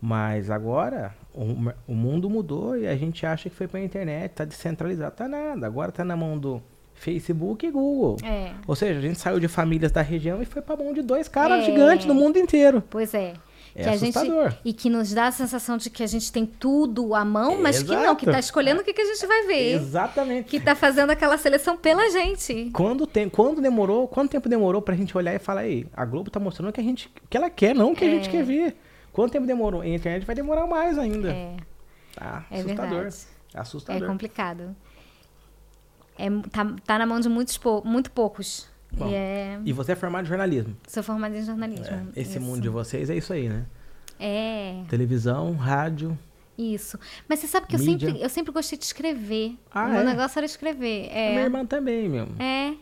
Speaker 1: Mas agora o, mer- o mundo mudou e a gente acha que foi pra internet, tá descentralizado, tá nada. Agora tá na mão do Facebook e Google.
Speaker 2: É.
Speaker 1: Ou seja, a gente saiu de famílias da região e foi pra mão de dois caras
Speaker 2: É.
Speaker 1: gigantes do mundo inteiro.
Speaker 2: Pois é.
Speaker 1: É
Speaker 2: a gente,
Speaker 1: assustador.
Speaker 2: e que nos dá a sensação de que a gente tem tudo à mão, mas que não, que
Speaker 1: Exato.
Speaker 2: tá escolhendo o que, que a gente vai ver.
Speaker 1: Exatamente.
Speaker 2: É. Que tá fazendo aquela seleção pela gente. É
Speaker 1: Quando, tem, quando demorou, quanto tempo demorou pra gente olhar e falar, aí, a Globo tá mostrando o que a gente, o que ela quer, não o que a
Speaker 2: É.
Speaker 1: gente quer ver. Quanto tempo demorou? E a internet vai demorar mais ainda.
Speaker 2: É.
Speaker 1: Tá,
Speaker 2: É
Speaker 1: assustador.
Speaker 2: verdade. É
Speaker 1: Assustador.
Speaker 2: complicado. É, mu- tá, tá na mão de muitos pou- muito poucos.
Speaker 1: Bom.
Speaker 2: e é.
Speaker 1: E você é formado em jornalismo.
Speaker 2: Sou formada em jornalismo.
Speaker 1: Esse
Speaker 2: Isso.
Speaker 1: mundo de vocês é isso aí, né?
Speaker 2: É,
Speaker 1: Televisão, rádio.
Speaker 2: isso. Mas você sabe que eu
Speaker 1: Mídia.
Speaker 2: sempre, eu sempre gostei de escrever.
Speaker 1: Ah,
Speaker 2: o meu
Speaker 1: é?
Speaker 2: negócio era escrever.
Speaker 1: A Minha
Speaker 2: É.
Speaker 1: irmã também, meu.
Speaker 2: É.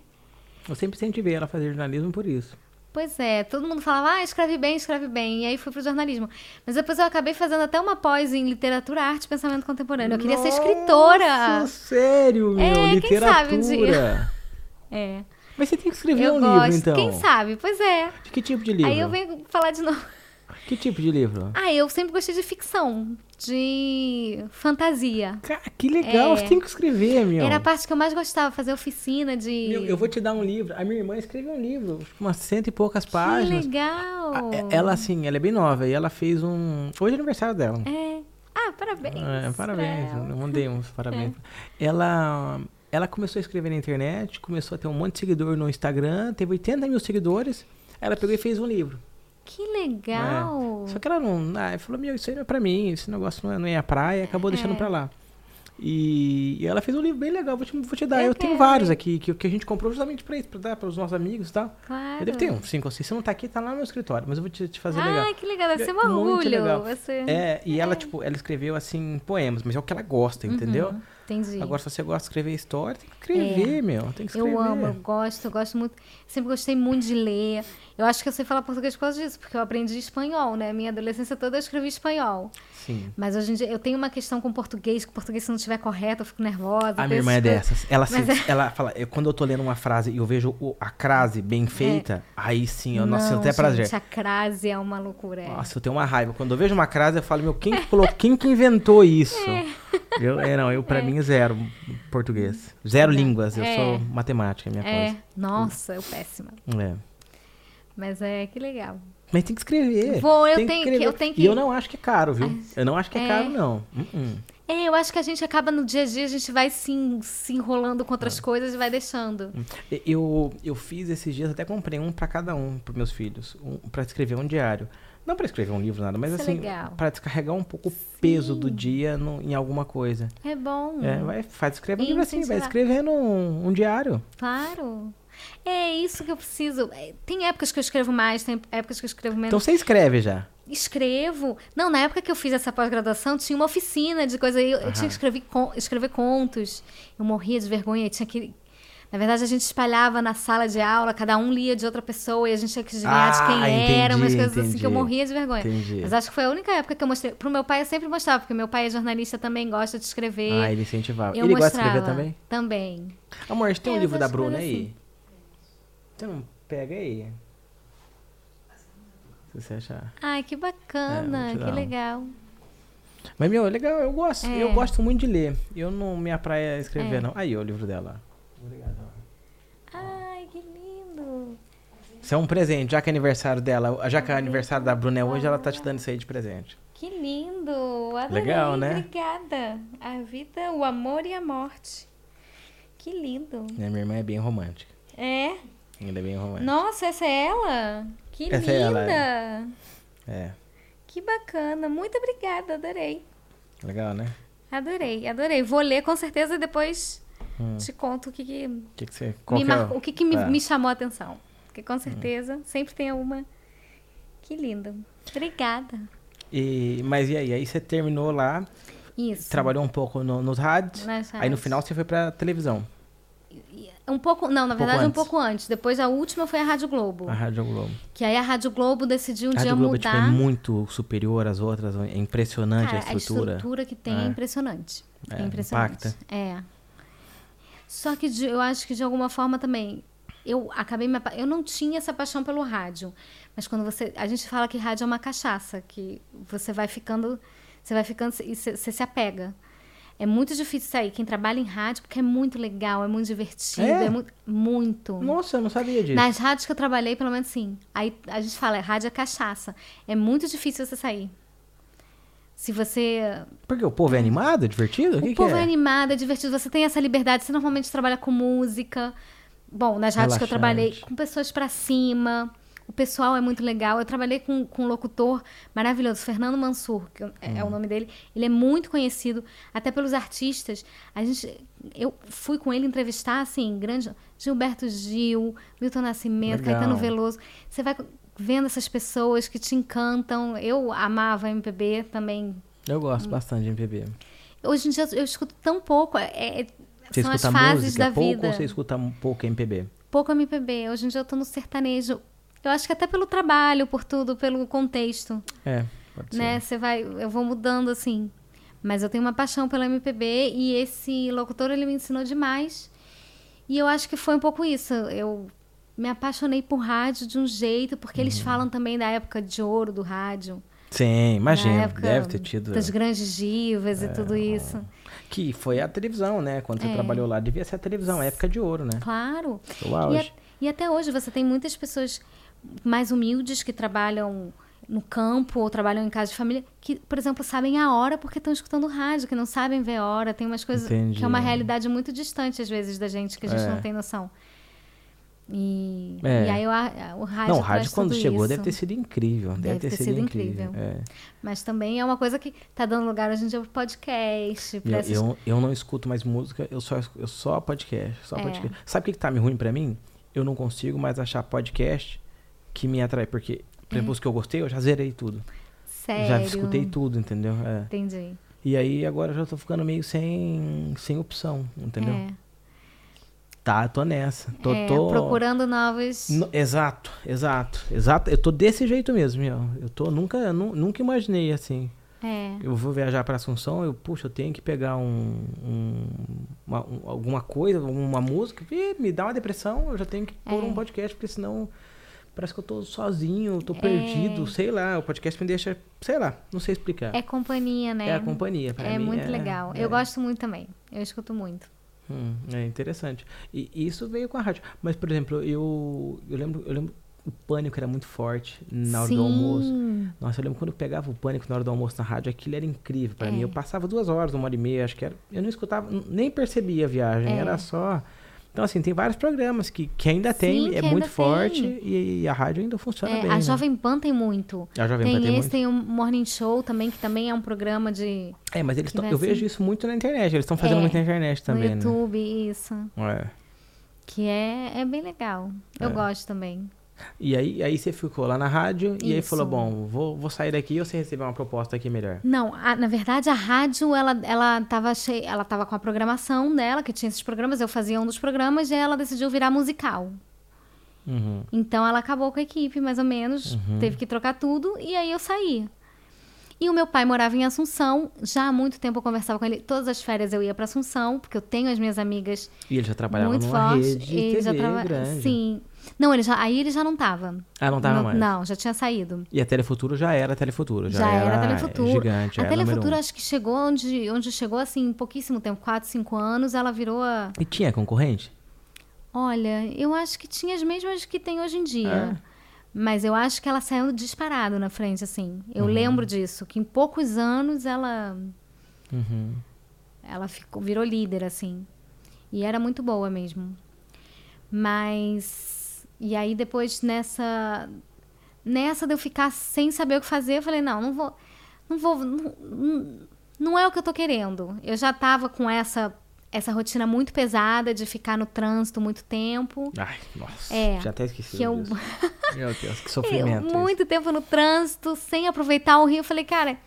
Speaker 1: Eu sempre incentivei ela a fazer jornalismo por isso.
Speaker 2: Pois é, todo mundo falava, ah, escreve bem, escreve bem. E aí fui pro jornalismo. Mas depois eu acabei fazendo até uma pós em literatura, arte e pensamento contemporâneo. Eu queria ser escritora.
Speaker 1: Nossa, sério, meu.
Speaker 2: Ah. É, quem
Speaker 1: Literatura.
Speaker 2: sabe um dia. É.
Speaker 1: Mas você tem que escrever
Speaker 2: Eu
Speaker 1: um
Speaker 2: gosto.
Speaker 1: livro, então.
Speaker 2: Quem sabe? Pois é.
Speaker 1: De Que tipo de livro?
Speaker 2: Aí eu venho falar de novo.
Speaker 1: Que tipo de livro?
Speaker 2: Ah, eu sempre gostei de ficção, de fantasia.
Speaker 1: Cara, que legal,
Speaker 2: É.
Speaker 1: você tem que escrever, meu.
Speaker 2: Era a parte que eu mais gostava, fazer oficina de.
Speaker 1: Meu, eu vou te dar um livro. A minha irmã escreveu um livro, acho que umas cento e poucas
Speaker 2: Que
Speaker 1: páginas.
Speaker 2: legal!
Speaker 1: A- Ela, assim, ela é bem nova e ela fez um. Hoje é aniversário dela.
Speaker 2: É. Ah, parabéns!
Speaker 1: É, parabéns,
Speaker 2: pra ela.
Speaker 1: eu mandei uns parabéns.
Speaker 2: É.
Speaker 1: Ela, ela começou a escrever na internet, começou a ter um monte de seguidor no Instagram, teve 80 mil seguidores. Ela pegou e fez um livro.
Speaker 2: Que legal!
Speaker 1: é
Speaker 2: É,
Speaker 1: Só que ela não. Ah, ela falou, meu, isso aí não é pra mim, esse negócio não é, não é a praia, acabou deixando pra lá. E, e ela fez um livro bem legal, vou te, vou te dar. Eu,
Speaker 2: Eu
Speaker 1: tenho
Speaker 2: quero,
Speaker 1: vários
Speaker 2: hein?
Speaker 1: aqui que, que a gente comprou justamente pra isso, pra dar pros nossos amigos e tal.
Speaker 2: Claro.
Speaker 1: Eu devo ter uns 5 ou 6. Se não tá aqui, tá lá no meu escritório, mas eu vou te, te fazer legal. É
Speaker 2: Ai, que legal, deve ser um
Speaker 1: Muito
Speaker 2: orgulho.
Speaker 1: legal.
Speaker 2: Você...
Speaker 1: É, e ela, tipo, ela escreveu assim poemas, mas é o que ela
Speaker 2: Uhum.
Speaker 1: gosta, entendeu?
Speaker 2: Entendi.
Speaker 1: Agora, se você gosta de escrever história, tem que escrever, meu. Tem que escrever.
Speaker 2: É. Eu amo, eu gosto, eu gosto muito. Sempre gostei muito de ler. Eu acho que eu sei falar português por causa disso, porque eu aprendi espanhol, né? Minha adolescência toda eu escrevi espanhol.
Speaker 1: Sim.
Speaker 2: Mas hoje em dia eu tenho uma questão com português, que o português se não estiver correto eu fico nervosa.
Speaker 1: A
Speaker 2: eu
Speaker 1: minha irmã é
Speaker 2: penso-
Speaker 1: dessas. Ela, se,
Speaker 2: Mas é.
Speaker 1: ela fala, eu- quando eu tô lendo uma frase e eu vejo o- a crase bem feita, aí sim, eu, nossa, eu
Speaker 2: É. Não,
Speaker 1: até prazer.
Speaker 2: gente, a crase é uma loucura. é.
Speaker 1: Nossa, eu tenho uma raiva. Quando eu vejo uma crase, eu falo, meu, quem que, colocou, quem que inventou isso? Eu, é, não, eu pra mim zero português. Zero línguas, eu
Speaker 2: É.
Speaker 1: sou matemática, é minha
Speaker 2: É, nossa, eu péssima.
Speaker 1: coisa. É.
Speaker 2: Mas é que legal.
Speaker 1: Mas tem que escrever.
Speaker 2: Vou, eu
Speaker 1: tem
Speaker 2: tenho que-
Speaker 1: escrever.
Speaker 2: eu tenho que-
Speaker 1: E eu não acho que é caro, viu? Eu não acho que é,
Speaker 2: É.
Speaker 1: caro, não. Uh-uh.
Speaker 2: É, eu acho que a gente acaba no dia a dia, a gente vai se, en- se enrolando com
Speaker 1: É.
Speaker 2: outras coisas e vai deixando.
Speaker 1: E- Eu, eu fiz esses dias, até comprei um pra cada um, pros meus filhos, um, para escrever um diário. Não pra escrever um livro, nada, mas
Speaker 2: Isso é
Speaker 1: assim,
Speaker 2: legal.
Speaker 1: pra descarregar um pouco o peso do dia no- em alguma coisa.
Speaker 2: É bom.
Speaker 1: É, vai, faz escrever um
Speaker 2: E
Speaker 1: livro assim, vai
Speaker 2: incentivar.
Speaker 1: escrevendo um, um diário.
Speaker 2: Claro. É isso que eu preciso. É, Tem épocas que eu escrevo mais, tem épocas que eu escrevo menos.
Speaker 1: Então você escreve já.
Speaker 2: Escrevo. Não, na época que eu fiz essa pós-graduação, tinha uma oficina de coisa. Eu, eu tinha que escrever, con- escrever contos. Eu morria de vergonha. eu Tinha que. Na verdade, a gente espalhava na sala de aula, cada um lia de outra pessoa e a gente tinha que adivinhar de
Speaker 1: Ah,
Speaker 2: quem era, umas
Speaker 1: entendi,
Speaker 2: coisas assim que eu
Speaker 1: entendi.
Speaker 2: morria de vergonha.
Speaker 1: Entendi.
Speaker 2: Mas acho que foi a única época que eu mostrei. Pro meu pai eu sempre mostrava, porque meu pai é jornalista também, gosta de escrever.
Speaker 1: Ah, ele incentivava.
Speaker 2: Eu
Speaker 1: ele gosta de
Speaker 2: mostrava
Speaker 1: escrever também?
Speaker 2: Também.
Speaker 1: Amor, tem um
Speaker 2: É, eu
Speaker 1: livro da
Speaker 2: gosto de
Speaker 1: Bruna
Speaker 2: coisa
Speaker 1: aí? Então, pega aí. Se você achar.
Speaker 2: Ai, que
Speaker 1: É,
Speaker 2: bacana,
Speaker 1: muito
Speaker 2: que
Speaker 1: legal.
Speaker 2: legal.
Speaker 1: Mas, meu, é legal, eu gosto.
Speaker 2: É.
Speaker 1: Eu gosto muito de ler. Eu não me apraia a escrever,
Speaker 2: É.
Speaker 1: não. Aí, ó, o livro dela. Obrigado.
Speaker 2: Ai, que lindo.
Speaker 1: Isso é um presente, já que é aniversário dela, já que é aniversário da Bruna é hoje, ela tá te dando isso aí de presente.
Speaker 2: Que lindo. Adorei.
Speaker 1: Legal, né?
Speaker 2: Obrigada. A vida, o amor e a morte. Que lindo.
Speaker 1: Né, Minha irmã é bem romântica.
Speaker 2: É.
Speaker 1: Ainda é bem romântica.
Speaker 2: Nossa, essa é ela? Que
Speaker 1: Essa é ela,
Speaker 2: linda.
Speaker 1: é. É,
Speaker 2: Que bacana. Muito obrigada. Adorei.
Speaker 1: legal, né?
Speaker 2: Adorei, adorei. Vou ler com certeza e depois te conto o que, que
Speaker 1: O que, que você. Hum. qual
Speaker 2: me
Speaker 1: que é
Speaker 2: marcou, o que, que me,
Speaker 1: É. Hum.
Speaker 2: me chamou a atenção. Porque com certeza sempre tem alguma. Que lindo. Obrigada.
Speaker 1: E, mas e aí? Aí você terminou lá,
Speaker 2: Isso.
Speaker 1: trabalhou um pouco no- nos rádios. Aí
Speaker 2: Nas
Speaker 1: no
Speaker 2: rádios.
Speaker 1: final você foi pra televisão,
Speaker 2: Um pouco, não, na
Speaker 1: Pouco
Speaker 2: verdade, um
Speaker 1: antes.
Speaker 2: pouco antes. Depois a última foi a Rádio Globo.
Speaker 1: a Rádio Globo.
Speaker 2: Que aí a Rádio Globo decidiu um
Speaker 1: a Rádio
Speaker 2: dia
Speaker 1: Globo
Speaker 2: mudar.
Speaker 1: tipo, é muito superior às outras, é impressionante
Speaker 2: Cara,
Speaker 1: a estrutura.
Speaker 2: a estrutura que tem é,
Speaker 1: É.
Speaker 2: impressionante.
Speaker 1: É,
Speaker 2: É, impressionante.
Speaker 1: impacta.
Speaker 2: É. Só que de- eu acho que de alguma forma também eu acabei me apa- eu não tinha essa paixão pelo rádio, mas quando você a gente fala que rádio é uma cachaça, que você vai ficando você vai ficando e você você se apega. É muito difícil sair quem trabalha em rádio porque é muito legal, é muito divertido,
Speaker 1: É?
Speaker 2: é, muito muito.
Speaker 1: Nossa, eu não sabia disso.
Speaker 2: Nas rádios que eu trabalhei, pelo menos sim. Aí a gente fala, rádio é cachaça. É muito difícil você sair. Se você.
Speaker 1: Porque o povo é animado, é divertido? O, que
Speaker 2: o povo
Speaker 1: que
Speaker 2: é?
Speaker 1: é?
Speaker 2: animado, é divertido, você tem essa liberdade. Você normalmente trabalha com música. Bom, nas rádios que eu trabalhei
Speaker 1: Relaxante.
Speaker 2: com pessoas pra cima. O pessoal é muito legal. Eu trabalhei com, com um locutor maravilhoso, Fernando Mansur, que é- é
Speaker 1: Hum.
Speaker 2: o nome dele. Ele é muito conhecido, até pelos artistas. A gente, eu fui com ele entrevistar, assim, grande Gilberto Gil, Milton Nascimento,
Speaker 1: Legal.
Speaker 2: Caetano Veloso. Você vai vendo essas pessoas que te encantam. Eu amava MPB também.
Speaker 1: Eu gosto bastante de MPB.
Speaker 2: Hoje em dia eu escuto tão pouco. é- é-
Speaker 1: Você
Speaker 2: são as
Speaker 1: escuta
Speaker 2: fases
Speaker 1: música
Speaker 2: da
Speaker 1: pouco
Speaker 2: vida.
Speaker 1: ou você escuta um pouco MPB?
Speaker 2: Pouco MPB. Hoje em dia eu tô no sertanejo. Eu acho que até pelo trabalho, por tudo, pelo contexto,
Speaker 1: É, pode ser.
Speaker 2: né? Você vai, eu vou mudando assim. Mas eu tenho uma paixão pela MPB e esse locutor ele me ensinou demais. E eu acho que foi um pouco isso. Eu me apaixonei por rádio de um jeito, porque
Speaker 1: Uhum.
Speaker 2: eles falam também da época de ouro do rádio.
Speaker 1: Sim,
Speaker 2: da
Speaker 1: imagina.
Speaker 2: época
Speaker 1: Deve ter tido. é.
Speaker 2: Das grandes divas e tudo isso.
Speaker 1: Que foi a televisão, né? Quando você
Speaker 2: É.
Speaker 1: trabalhou lá, devia ser a televisão, época de ouro, né?
Speaker 2: Claro.
Speaker 1: O auge.
Speaker 2: E, a- e até hoje você tem muitas pessoas mais humildes que trabalham no campo ou trabalham em casa de família que, por exemplo, sabem a hora porque estão escutando rádio, que não sabem ver a hora, tem umas coisas
Speaker 1: Entendi.
Speaker 2: que é uma realidade muito distante às vezes da gente que a gente
Speaker 1: É.
Speaker 2: não tem noção. E,
Speaker 1: É.
Speaker 2: e aí o, a- o rádio.
Speaker 1: Não, o
Speaker 2: traz
Speaker 1: rádio quando
Speaker 2: tudo
Speaker 1: chegou
Speaker 2: isso.
Speaker 1: deve ter sido incrível. Deve, ter, sido, incrível. É.
Speaker 2: Mas também é uma coisa que tá dando lugar hoje em dia pro podcast. pra
Speaker 1: Eu,
Speaker 2: essas-
Speaker 1: eu, eu não escuto mais música, eu só, eu só podcast. Só
Speaker 2: É.
Speaker 1: podcast. Sabe o que, que tá me ruim pra mim? Eu não consigo mais achar podcast que me atrai. Porque, por exemplo, os que eu gostei, eu já zerei tudo.
Speaker 2: Hum. Sério.
Speaker 1: Já escutei tudo, entendeu? É.
Speaker 2: Entendi.
Speaker 1: E aí agora eu já tô ficando meio sem, sem opção, entendeu?
Speaker 2: É.
Speaker 1: Tá, tô nessa. Tô,
Speaker 2: É,
Speaker 1: tô...
Speaker 2: procurando novos.
Speaker 1: No- exato, exato, exato. Eu tô desse jeito mesmo, ó. eu tô nunca, eu nu- nunca imaginei assim.
Speaker 2: É.
Speaker 1: Eu vou viajar pra Assunção, eu puxa, eu tenho que pegar um, um- uma- um- alguma coisa, uma música, e me dá uma depressão, eu já tenho que pôr
Speaker 2: É.
Speaker 1: um podcast porque senão parece que eu tô sozinho, eu tô
Speaker 2: É.
Speaker 1: perdido, sei lá. O podcast me deixa, sei lá, não sei explicar.
Speaker 2: É companhia, né?
Speaker 1: É a companhia, pra
Speaker 2: É
Speaker 1: mim.
Speaker 2: muito legal.
Speaker 1: é.
Speaker 2: Eu gosto muito também. Eu escuto muito.
Speaker 1: Hum, é interessante. E isso veio com a rádio. Mas, por exemplo, eu, eu lembro, eu lembro o pânico era muito forte na hora
Speaker 2: Sim.
Speaker 1: do almoço. Nossa, eu lembro quando eu pegava o pânico na hora do almoço na rádio, aquilo era incrível
Speaker 2: É.
Speaker 1: pra mim. Eu passava duas horas, uma hora e meia, acho que era. Eu não escutava, n- nem percebia a viagem, era só. Então, assim, tem vários programas que, que ainda tem,
Speaker 2: É. Sim, que
Speaker 1: é
Speaker 2: ainda
Speaker 1: muito
Speaker 2: tem.
Speaker 1: forte e, e a rádio ainda funciona
Speaker 2: É,
Speaker 1: bem.
Speaker 2: a
Speaker 1: né?
Speaker 2: Jovem Pan tem muito.
Speaker 1: A Jovem Pan
Speaker 2: tem
Speaker 1: tem
Speaker 2: esse,
Speaker 1: muito.
Speaker 2: tem o Morning Show também, que também é um programa de
Speaker 1: É, mas eles
Speaker 2: que
Speaker 1: tão-
Speaker 2: vai
Speaker 1: eu
Speaker 2: assim.
Speaker 1: vejo isso muito na internet, eles estão fazendo
Speaker 2: É,
Speaker 1: muito na internet também,
Speaker 2: no YouTube, isso.
Speaker 1: né? É.
Speaker 2: Que é, é bem legal. Eu
Speaker 1: É.
Speaker 2: gosto também.
Speaker 1: E aí, aí você ficou lá na rádio e aí
Speaker 2: Isso.
Speaker 1: falou, bom, vou, vou sair daqui ou você receber uma proposta aqui melhor?
Speaker 2: Não, a- na verdade a rádio ela ela tava cheia, ela tava com a programação dela, que tinha esses programas, eu fazia um dos programas e ela decidiu virar musical.
Speaker 1: Uhum.
Speaker 2: Então ela acabou com a equipe, mais ou menos, teve que trocar tudo e aí eu saí. E o meu pai morava em Assunção, já há muito tempo eu conversava com ele, todas as férias eu ia para Assunção, porque eu tenho as minhas amigas
Speaker 1: E ele já trabalhava
Speaker 2: muito
Speaker 1: numa
Speaker 2: fortes.
Speaker 1: rede de
Speaker 2: ele
Speaker 1: TV
Speaker 2: já traba-
Speaker 1: grande.
Speaker 2: Sim. Não, ele já, aí ele já não tava.
Speaker 1: Ah, não tava
Speaker 2: não,
Speaker 1: mais.
Speaker 2: Não, já tinha saído.
Speaker 1: E a Telefuturo já era Telefuturo. Já,
Speaker 2: Já, era a Telefuturo.
Speaker 1: Gigante,
Speaker 2: a
Speaker 1: era número
Speaker 2: Telefuturo
Speaker 1: um.
Speaker 2: acho que chegou onde, onde chegou assim, em pouquíssimo tempo, 4, 5 anos, ela virou a...
Speaker 1: E tinha concorrente?
Speaker 2: Olha, eu acho que tinha as mesmas que tem hoje em dia. Mas eu acho que ela saiu disparado na frente, assim. Eu lembro disso, que em poucos anos ela
Speaker 1: Uhum.
Speaker 2: ela ficou, virou líder, assim. E era muito boa mesmo. Mas. E aí depois nessa. Nessa de eu ficar sem saber o que fazer, eu falei, não, não vou. Não vou. Não, não- não é o que eu tô querendo. Eu já tava com essa, essa rotina muito pesada de ficar no trânsito muito tempo.
Speaker 1: Ai, nossa.
Speaker 2: É,
Speaker 1: Já até esqueci
Speaker 2: que eu-
Speaker 1: disso. Meu Deus, que
Speaker 2: Eu,
Speaker 1: sofrimento. isso.
Speaker 2: muito tempo no trânsito, sem aproveitar o Rio. Eu falei, cara.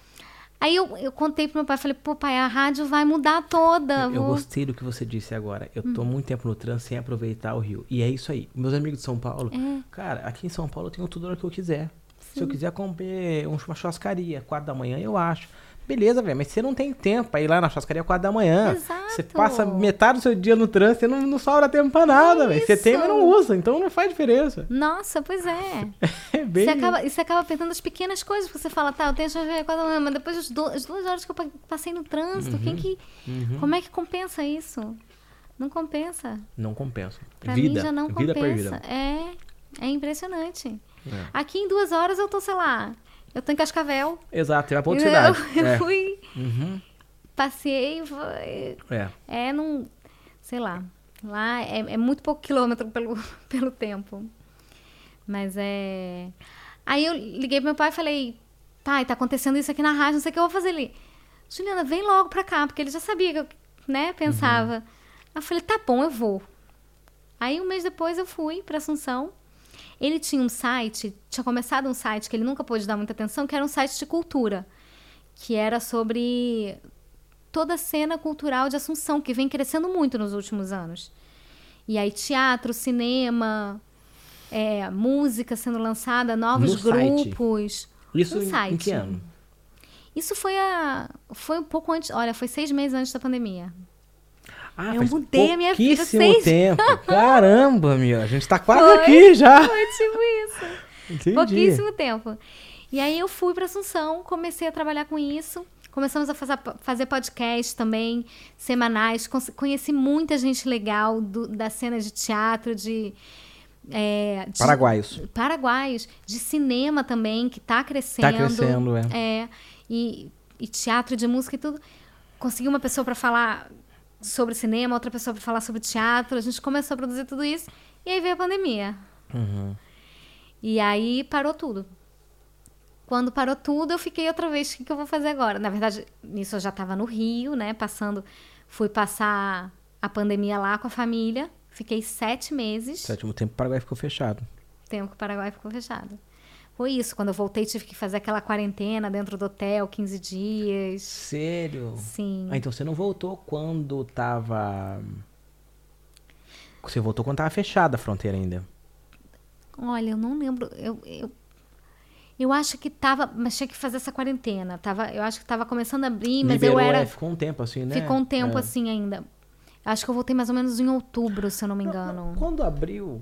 Speaker 2: Aí eu, eu contei pro meu pai, falei, pô, pai, a rádio vai mudar toda.
Speaker 1: Eu- Eu
Speaker 2: vou-
Speaker 1: gostei do que você disse agora. Eu
Speaker 2: Uhum.
Speaker 1: tô muito tempo no trânsito sem aproveitar o Rio. E é isso aí. Meus amigos de São Paulo,
Speaker 2: É.
Speaker 1: cara, aqui em São Paulo eu tenho tudo a hora que eu quiser. Se eu quiser comer um- uma churrascaria, 4 da manhã, eu acho. Beleza, velho, mas você não tem tempo pra ir lá na churrascaria 4 da manhã.
Speaker 2: Exato.
Speaker 1: Você passa metade do seu dia no trânsito, você não, não sobra tempo pra nada, velho. Você tem, mas não
Speaker 2: isso.
Speaker 1: usa, então não faz diferença.
Speaker 2: Nossa, pois é.
Speaker 1: É bem.
Speaker 2: Você acaba, e você acaba perdendo as pequenas coisas, porque você fala, tá, eu tenho a chave quatro da manhã, mas depois das duas, as duas horas que eu pa- passei no trânsito, quem
Speaker 1: Uhum,
Speaker 2: que. Como é que compensa isso? Não compensa.
Speaker 1: Não compensa.
Speaker 2: Pra
Speaker 1: vida,
Speaker 2: mim já não
Speaker 1: vida
Speaker 2: compensa.
Speaker 1: perdida.
Speaker 2: É. É impressionante.
Speaker 1: É.
Speaker 2: Aqui em duas horas eu tô, sei lá, eu tô em Cascavel.
Speaker 1: Exato, é uma
Speaker 2: eu,
Speaker 1: outra cidade.
Speaker 2: eu
Speaker 1: É,
Speaker 2: fui. Passei, foi-
Speaker 1: é.
Speaker 2: é, não. Sei lá. Lá é, é muito pouco quilômetro pelo, pelo tempo. Mas é. Aí eu liguei pro meu pai e falei: pai, tá acontecendo isso aqui na rádio, não sei o que eu vou fazer. Ele: Juliana, vem logo pra cá, porque ele já sabia que eu, né, pensava. Aí eu falei: tá bom, eu vou. Aí um mês depois eu fui pra Assunção. Ele tinha um site, tinha começado um site que ele nunca pôde dar muita atenção, que era um site de cultura, que era sobre toda a cena cultural de Assunção, que vem crescendo muito nos últimos anos. E aí, teatro, cinema, é, música sendo lançada, novos
Speaker 1: No site?
Speaker 2: grupos.
Speaker 1: Isso
Speaker 2: um
Speaker 1: em-
Speaker 2: site.
Speaker 1: em que ano?
Speaker 2: Isso foi a. Foi um pouco antes. Olha, foi seis meses antes da pandemia.
Speaker 1: Ah,
Speaker 2: Eu
Speaker 1: faz
Speaker 2: mudei a minha vida
Speaker 1: pouquíssimo
Speaker 2: seis-
Speaker 1: tempo. Caramba, meu. A gente tá quase
Speaker 2: Foi.
Speaker 1: aqui já.
Speaker 2: Foi tipo isso.
Speaker 1: Entendi.
Speaker 2: Pouquíssimo tempo. E aí eu fui para Assunção, comecei a trabalhar com isso. Começamos a fazer, fazer podcast também, semanais. Cons- Conheci muita gente legal do- da cena de teatro, de, é, de-
Speaker 1: Paraguaios.
Speaker 2: paraguaios, de cinema também, que está crescendo.
Speaker 1: crescendo, é.
Speaker 2: e, e teatro de música e tudo. Consegui uma pessoa para falar sobre cinema, outra pessoa para falar sobre teatro. A gente começou a produzir tudo isso. E aí veio a pandemia.
Speaker 1: Uhum.
Speaker 2: E aí parou tudo. Quando parou tudo, eu fiquei outra vez, o que, que eu vou fazer agora? Na verdade, nisso eu já estava no Rio, né? Passando, fui passar a pandemia lá com a família. Fiquei sete meses.
Speaker 1: Sétimo tempo, o Paraguai ficou fechado.
Speaker 2: Tempo que o Paraguai ficou fechado. Foi isso. Quando eu voltei, tive que fazer aquela quarentena dentro do hotel, 15 dias.
Speaker 1: Sério?
Speaker 2: Sim.
Speaker 1: Ah, então você não voltou quando tava. Você voltou quando tava fechada a fronteira ainda.
Speaker 2: Olha, eu não lembro. Eu, eu, eu acho que tava. Mas tinha que fazer essa quarentena. Tava, eu acho que tava começando a abrir, mas
Speaker 1: Liberou,
Speaker 2: eu era.
Speaker 1: é, ficou um tempo assim, né?
Speaker 2: Ficou um tempo
Speaker 1: É.
Speaker 2: assim ainda. Acho que eu voltei mais ou menos em outubro, se eu não me engano.
Speaker 1: Quando abriu.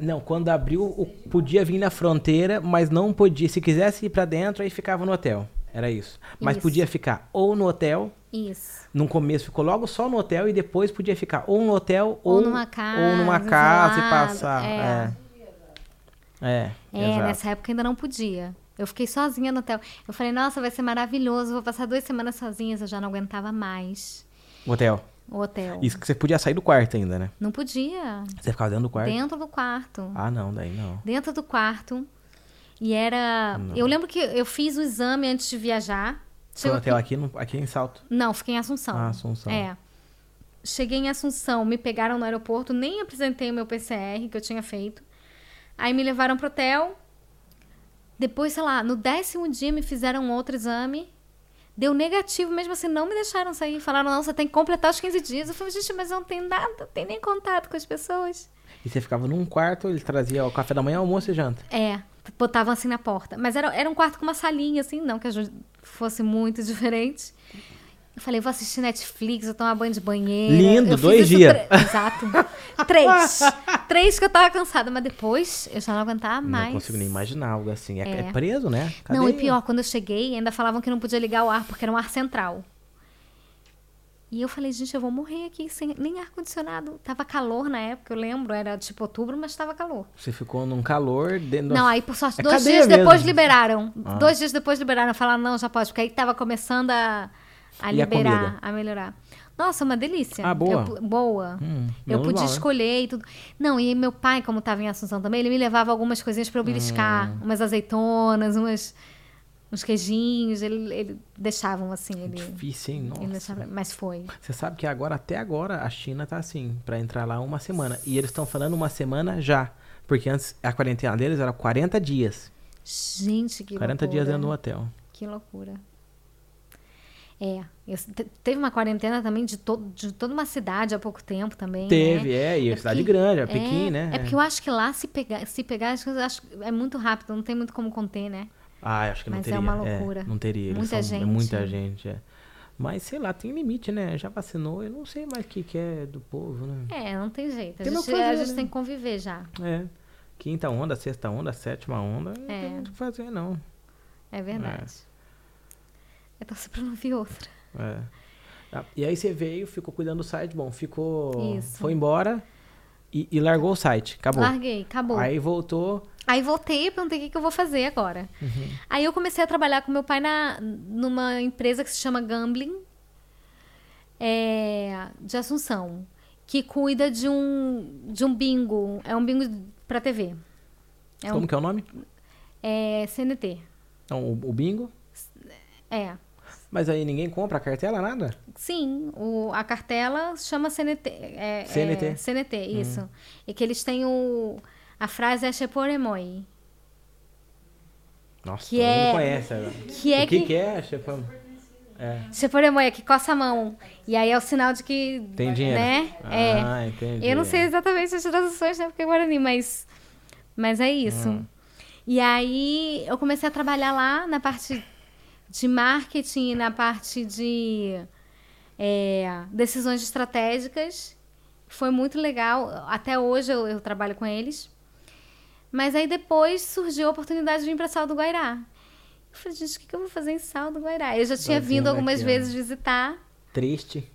Speaker 1: Não, quando abriu, o- podia vir na fronteira, mas não podia. Se quisesse ir pra dentro, aí ficava no hotel. Era isso. Mas
Speaker 2: Isso.
Speaker 1: podia ficar ou no hotel,
Speaker 2: Isso.
Speaker 1: no começo ficou logo só no hotel, e depois podia ficar ou no hotel
Speaker 2: Ou
Speaker 1: ou,
Speaker 2: numa casa,
Speaker 1: ou numa casa e
Speaker 2: isolado,
Speaker 1: passar.
Speaker 2: é.
Speaker 1: É, é,
Speaker 2: É,
Speaker 1: exato.
Speaker 2: nessa época ainda não podia. Eu fiquei sozinha no hotel. Eu falei, nossa, vai ser maravilhoso, vou passar duas semanas sozinha. Eu já não aguentava mais
Speaker 1: Hotel.
Speaker 2: o hotel.
Speaker 1: Isso que você podia sair do quarto ainda, né?
Speaker 2: Não podia.
Speaker 1: Você ficava dentro do quarto?
Speaker 2: Dentro do quarto.
Speaker 1: Ah, não, daí não.
Speaker 2: Dentro do quarto. E era. Eu lembro que eu fiz o exame antes de viajar.
Speaker 1: Foi
Speaker 2: Chegou
Speaker 1: no
Speaker 2: aqui-
Speaker 1: hotel aqui, no- aqui em Salto.
Speaker 2: Não, fiquei em Assunção.
Speaker 1: Ah, Assunção.
Speaker 2: É. Cheguei em Assunção, me pegaram no aeroporto, nem apresentei o meu PCR que eu tinha feito. Aí me levaram pro hotel. Depois, sei lá, no décimo dia me fizeram um outro exame. Deu negativo, mesmo assim, não me deixaram sair. Falaram, não, você tem que completar os 15 dias. Eu falei, gente, mas eu não tenho nada, não tenho nem contato com as pessoas.
Speaker 1: E você ficava num quarto, ele trazia o café da manhã, almoço e janta.
Speaker 2: É, botavam assim na porta. Mas era, era um quarto com uma salinha, assim, não que a gente fosse muito diferente. Eu falei, vou assistir Netflix, vou tomar banho de banheiro.
Speaker 1: Lindo,
Speaker 2: eu fiz
Speaker 1: dois
Speaker 2: isso
Speaker 1: dias.
Speaker 2: tre- Exato. Três. Três que eu tava cansada, mas depois eu já não aguentava mais.
Speaker 1: Não consigo nem imaginar algo assim. É,
Speaker 2: É.
Speaker 1: é preso, né?
Speaker 2: Não, e
Speaker 1: Cadeia.
Speaker 2: pior, quando eu cheguei, ainda falavam que não podia ligar o ar, porque era um ar central. E eu falei, gente, eu vou morrer aqui sem nem ar-condicionado. Tava calor na época, eu lembro, era tipo outubro, mas tava calor.
Speaker 1: Você ficou num calor dentro
Speaker 2: Não,
Speaker 1: da-
Speaker 2: aí por sorte,
Speaker 1: É
Speaker 2: dois
Speaker 1: cadeia
Speaker 2: dias
Speaker 1: mesmo. Ah.
Speaker 2: depois liberaram. Dois dias depois liberaram. Falaram, não, já pode, porque aí tava começando a, a
Speaker 1: E a
Speaker 2: liberar,
Speaker 1: comida?
Speaker 2: a, melhorar. Nossa, uma delícia.
Speaker 1: Ah, boa.
Speaker 2: Eu pu- boa.
Speaker 1: Hum,
Speaker 2: eu
Speaker 1: menos
Speaker 2: podia
Speaker 1: mal, né?
Speaker 2: escolher e tudo. Não, e meu pai, como tava em Assunção também, ele me levava algumas coisinhas pra eu beliscar.
Speaker 1: É.
Speaker 2: Umas azeitonas, umas, uns queijinhos. Ele, ele deixavam assim. Ele,
Speaker 1: É Difícil, hein?
Speaker 2: ele
Speaker 1: Nossa.
Speaker 2: deixava, mas foi.
Speaker 1: Você sabe que agora, até agora, a China tá assim, pra entrar lá uma semana. E eles estão falando uma semana já. Porque antes, a quarentena deles era 40 dias.
Speaker 2: Gente, que
Speaker 1: 40
Speaker 2: loucura.
Speaker 1: dias dentro do hotel.
Speaker 2: Que loucura. É, eu- te- teve uma quarentena também de, to, de toda uma cidade há pouco tempo também.
Speaker 1: Teve,
Speaker 2: né?
Speaker 1: é, e a cidade
Speaker 2: porque-
Speaker 1: grande, é Pequim, né?
Speaker 2: É porque eu acho que lá se pegar, se pegar as coisas, acho que é muito rápido, não tem muito como conter, né?
Speaker 1: Ah, eu acho que não
Speaker 2: Mas é
Speaker 1: teria.
Speaker 2: uma loucura.
Speaker 1: não teria. Eles
Speaker 2: Muita
Speaker 1: são- é
Speaker 2: gente.
Speaker 1: muita gente, é. Mas, sei lá, tem limite, né? Já vacinou, eu não sei mais o que, que é do povo, né?
Speaker 2: É, não tem jeito. A
Speaker 1: Tem
Speaker 2: gente,
Speaker 1: uma coisa,
Speaker 2: a gente
Speaker 1: né?
Speaker 2: tem que conviver já.
Speaker 1: É. Quinta onda, sexta onda, sétima onda, não
Speaker 2: É.
Speaker 1: tem muito o que fazer, não.
Speaker 2: É verdade. Eu torço pra não vir outra.
Speaker 1: É. Ah, E aí você veio, ficou cuidando do site, bom, ficou.
Speaker 2: Isso.
Speaker 1: Foi embora e, e largou o site. Acabou.
Speaker 2: Larguei, acabou.
Speaker 1: Aí voltou.
Speaker 2: Aí voltei e perguntei o que, que eu vou fazer agora.
Speaker 1: Uhum.
Speaker 2: Aí eu comecei a trabalhar com meu pai na, numa empresa que se chama Gambling é, de Assunção, que cuida de um, de um bingo. É um bingo pra TV. É
Speaker 1: como
Speaker 2: um
Speaker 1: que é o nome?
Speaker 2: é, CNT.
Speaker 1: Não, o, o bingo.
Speaker 2: É.
Speaker 1: Mas aí ninguém compra a cartela, nada?
Speaker 2: Sim, o, a cartela chama CNT. é- é-
Speaker 1: CNT.
Speaker 2: CNT,
Speaker 1: Hum.
Speaker 2: isso. E que eles têm o. A frase é Sheporemoi.
Speaker 1: Nossa,
Speaker 2: Que
Speaker 1: todo
Speaker 2: é-
Speaker 1: mundo conhece. agora.
Speaker 2: Que é
Speaker 1: o que,
Speaker 2: que-
Speaker 1: que é, Chefão? É,
Speaker 2: Sheporemoi é que coça a mão. E aí é o sinal de que.
Speaker 1: tem dinheiro.
Speaker 2: Né? é.
Speaker 1: Ah, entendi.
Speaker 2: Eu não sei exatamente as traduções, né? Porque é Guarani, mas, mas é isso.
Speaker 1: Hum.
Speaker 2: E aí eu comecei a trabalhar lá na parte de marketing, na parte de é, decisões estratégicas. Foi muito legal. Até hoje eu, eu trabalho com eles. Mas aí depois surgiu a oportunidade de vir para Sal do Guairá. Eu falei, gente, o que que eu vou fazer em Sal do Guairá? Eu já tinha
Speaker 1: Vai vindo
Speaker 2: vindo algumas
Speaker 1: aqui, ó.
Speaker 2: vezes visitar.
Speaker 1: Triste.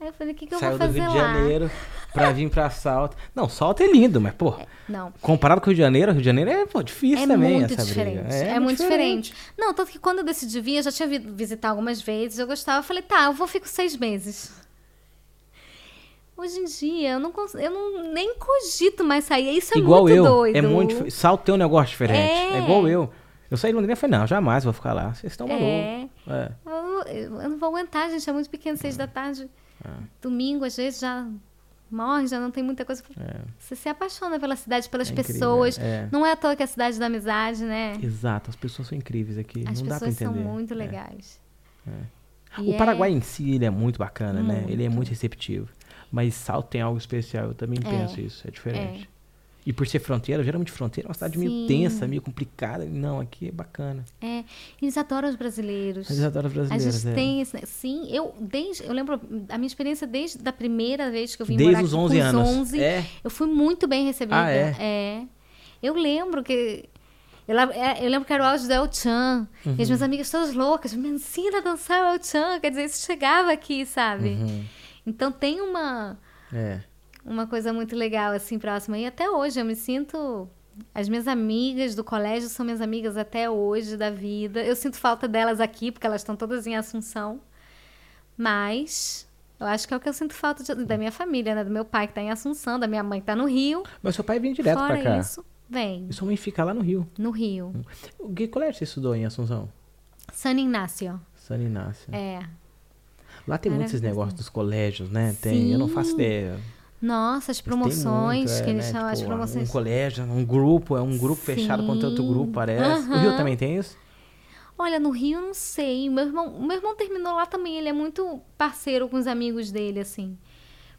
Speaker 2: Aí eu falei, o que, que eu
Speaker 1: Saiu
Speaker 2: vou
Speaker 1: do
Speaker 2: fazer
Speaker 1: Rio de
Speaker 2: lá?
Speaker 1: Janeiro pra vir pra Salto. Não, Salto é lindo, mas, pô,
Speaker 2: Não.
Speaker 1: comparado com o Rio de Janeiro, o Rio de Janeiro é pô, difícil
Speaker 2: é
Speaker 1: também
Speaker 2: muito
Speaker 1: essa
Speaker 2: diferente.
Speaker 1: briga.
Speaker 2: É, muito diferente. Não, tanto que quando eu decidi vir, eu já tinha vindo visitar algumas vezes, eu gostava. Eu falei, tá, eu vou fico seis meses. Hoje em dia, eu não, cons- eu não nem cogito mais sair. Isso é
Speaker 1: igual
Speaker 2: muito
Speaker 1: eu.
Speaker 2: doido.
Speaker 1: É muito. dif- Salto tem um negócio diferente.
Speaker 2: É.
Speaker 1: É igual eu. Eu saí de Londrina e falei, não, jamais vou ficar lá. Vocês estão malucos.
Speaker 2: É.
Speaker 1: É.
Speaker 2: Eu, eu não vou aguentar, gente. É muito pequeno, seis da tarde.
Speaker 1: É.
Speaker 2: Domingo, às vezes, já morre, já não tem muita coisa. pra- Você se apaixona pela cidade, pelas
Speaker 1: É incrível,
Speaker 2: pessoas.
Speaker 1: é.
Speaker 2: Não é à toa que é a cidade da amizade, né?
Speaker 1: Exato, as pessoas são incríveis aqui.
Speaker 2: As
Speaker 1: não dá pra
Speaker 2: pessoas são
Speaker 1: entender.
Speaker 2: muito
Speaker 1: É.
Speaker 2: legais. E
Speaker 1: O
Speaker 2: é-
Speaker 1: Paraguai em si, ele é muito bacana, né? Ele é muito receptivo. Mas Salto tem algo especial, eu também penso isso, é diferente. E por ser fronteira, geralmente fronteira é uma cidade meio
Speaker 2: Sim.
Speaker 1: tensa, meio complicada. Não, aqui é bacana.
Speaker 2: É, eles adoram os brasileiros.
Speaker 1: Eles adoram os brasileiros,
Speaker 2: A gente
Speaker 1: é.
Speaker 2: tem esse, né, sim, eu desde, eu lembro a minha experiência desde da primeira vez que eu vim
Speaker 1: Desde
Speaker 2: morar
Speaker 1: os
Speaker 2: aqui, com
Speaker 1: 11 anos.
Speaker 2: 11,
Speaker 1: É.
Speaker 2: Eu fui muito bem recebida.
Speaker 1: Ah, é?
Speaker 2: Eu lembro que eu, la- é, eu lembro que era o áudio do El Chan.
Speaker 1: Uhum.
Speaker 2: E as minhas amigas todas loucas, me ensina a dançar o El Chan. Quer dizer, isso chegava aqui, sabe?
Speaker 1: Uhum.
Speaker 2: Então tem uma,
Speaker 1: É.
Speaker 2: uma coisa muito legal assim próxima. E até hoje eu me sinto. As minhas amigas do colégio são minhas amigas até hoje da vida. Eu sinto falta delas aqui, porque elas estão todas em Assunção. Mas eu acho que é o que eu sinto falta de- da minha família, né? Do meu pai que está em Assunção, da minha mãe que está no Rio.
Speaker 1: Mas seu pai vem direto
Speaker 2: Fora
Speaker 1: pra cá.
Speaker 2: isso, vem
Speaker 1: E sua mãe fica lá no Rio.
Speaker 2: no Rio.
Speaker 1: O que colégio você estudou em Assunção?
Speaker 2: San Ignacio.
Speaker 1: San Inácio.
Speaker 2: É.
Speaker 1: Lá tem muitos esses
Speaker 2: Maravilhoso.
Speaker 1: negócios dos colégios, né? Tem, eu não faço
Speaker 2: Sim.
Speaker 1: ideia. Mas
Speaker 2: Nossa, as
Speaker 1: tem
Speaker 2: promoções,
Speaker 1: muito, é,
Speaker 2: que eles
Speaker 1: né?
Speaker 2: chamam as
Speaker 1: Tipo,
Speaker 2: promoções.
Speaker 1: Um colégio, um grupo, é um grupo fechado contra outro
Speaker 2: Sim.
Speaker 1: grupo, parece. O
Speaker 2: Aham.
Speaker 1: Rio também tem isso?
Speaker 2: Olha, no Rio eu não sei. O Meu irmão, o meu irmão terminou lá também. Ele é muito parceiro com os amigos dele, assim.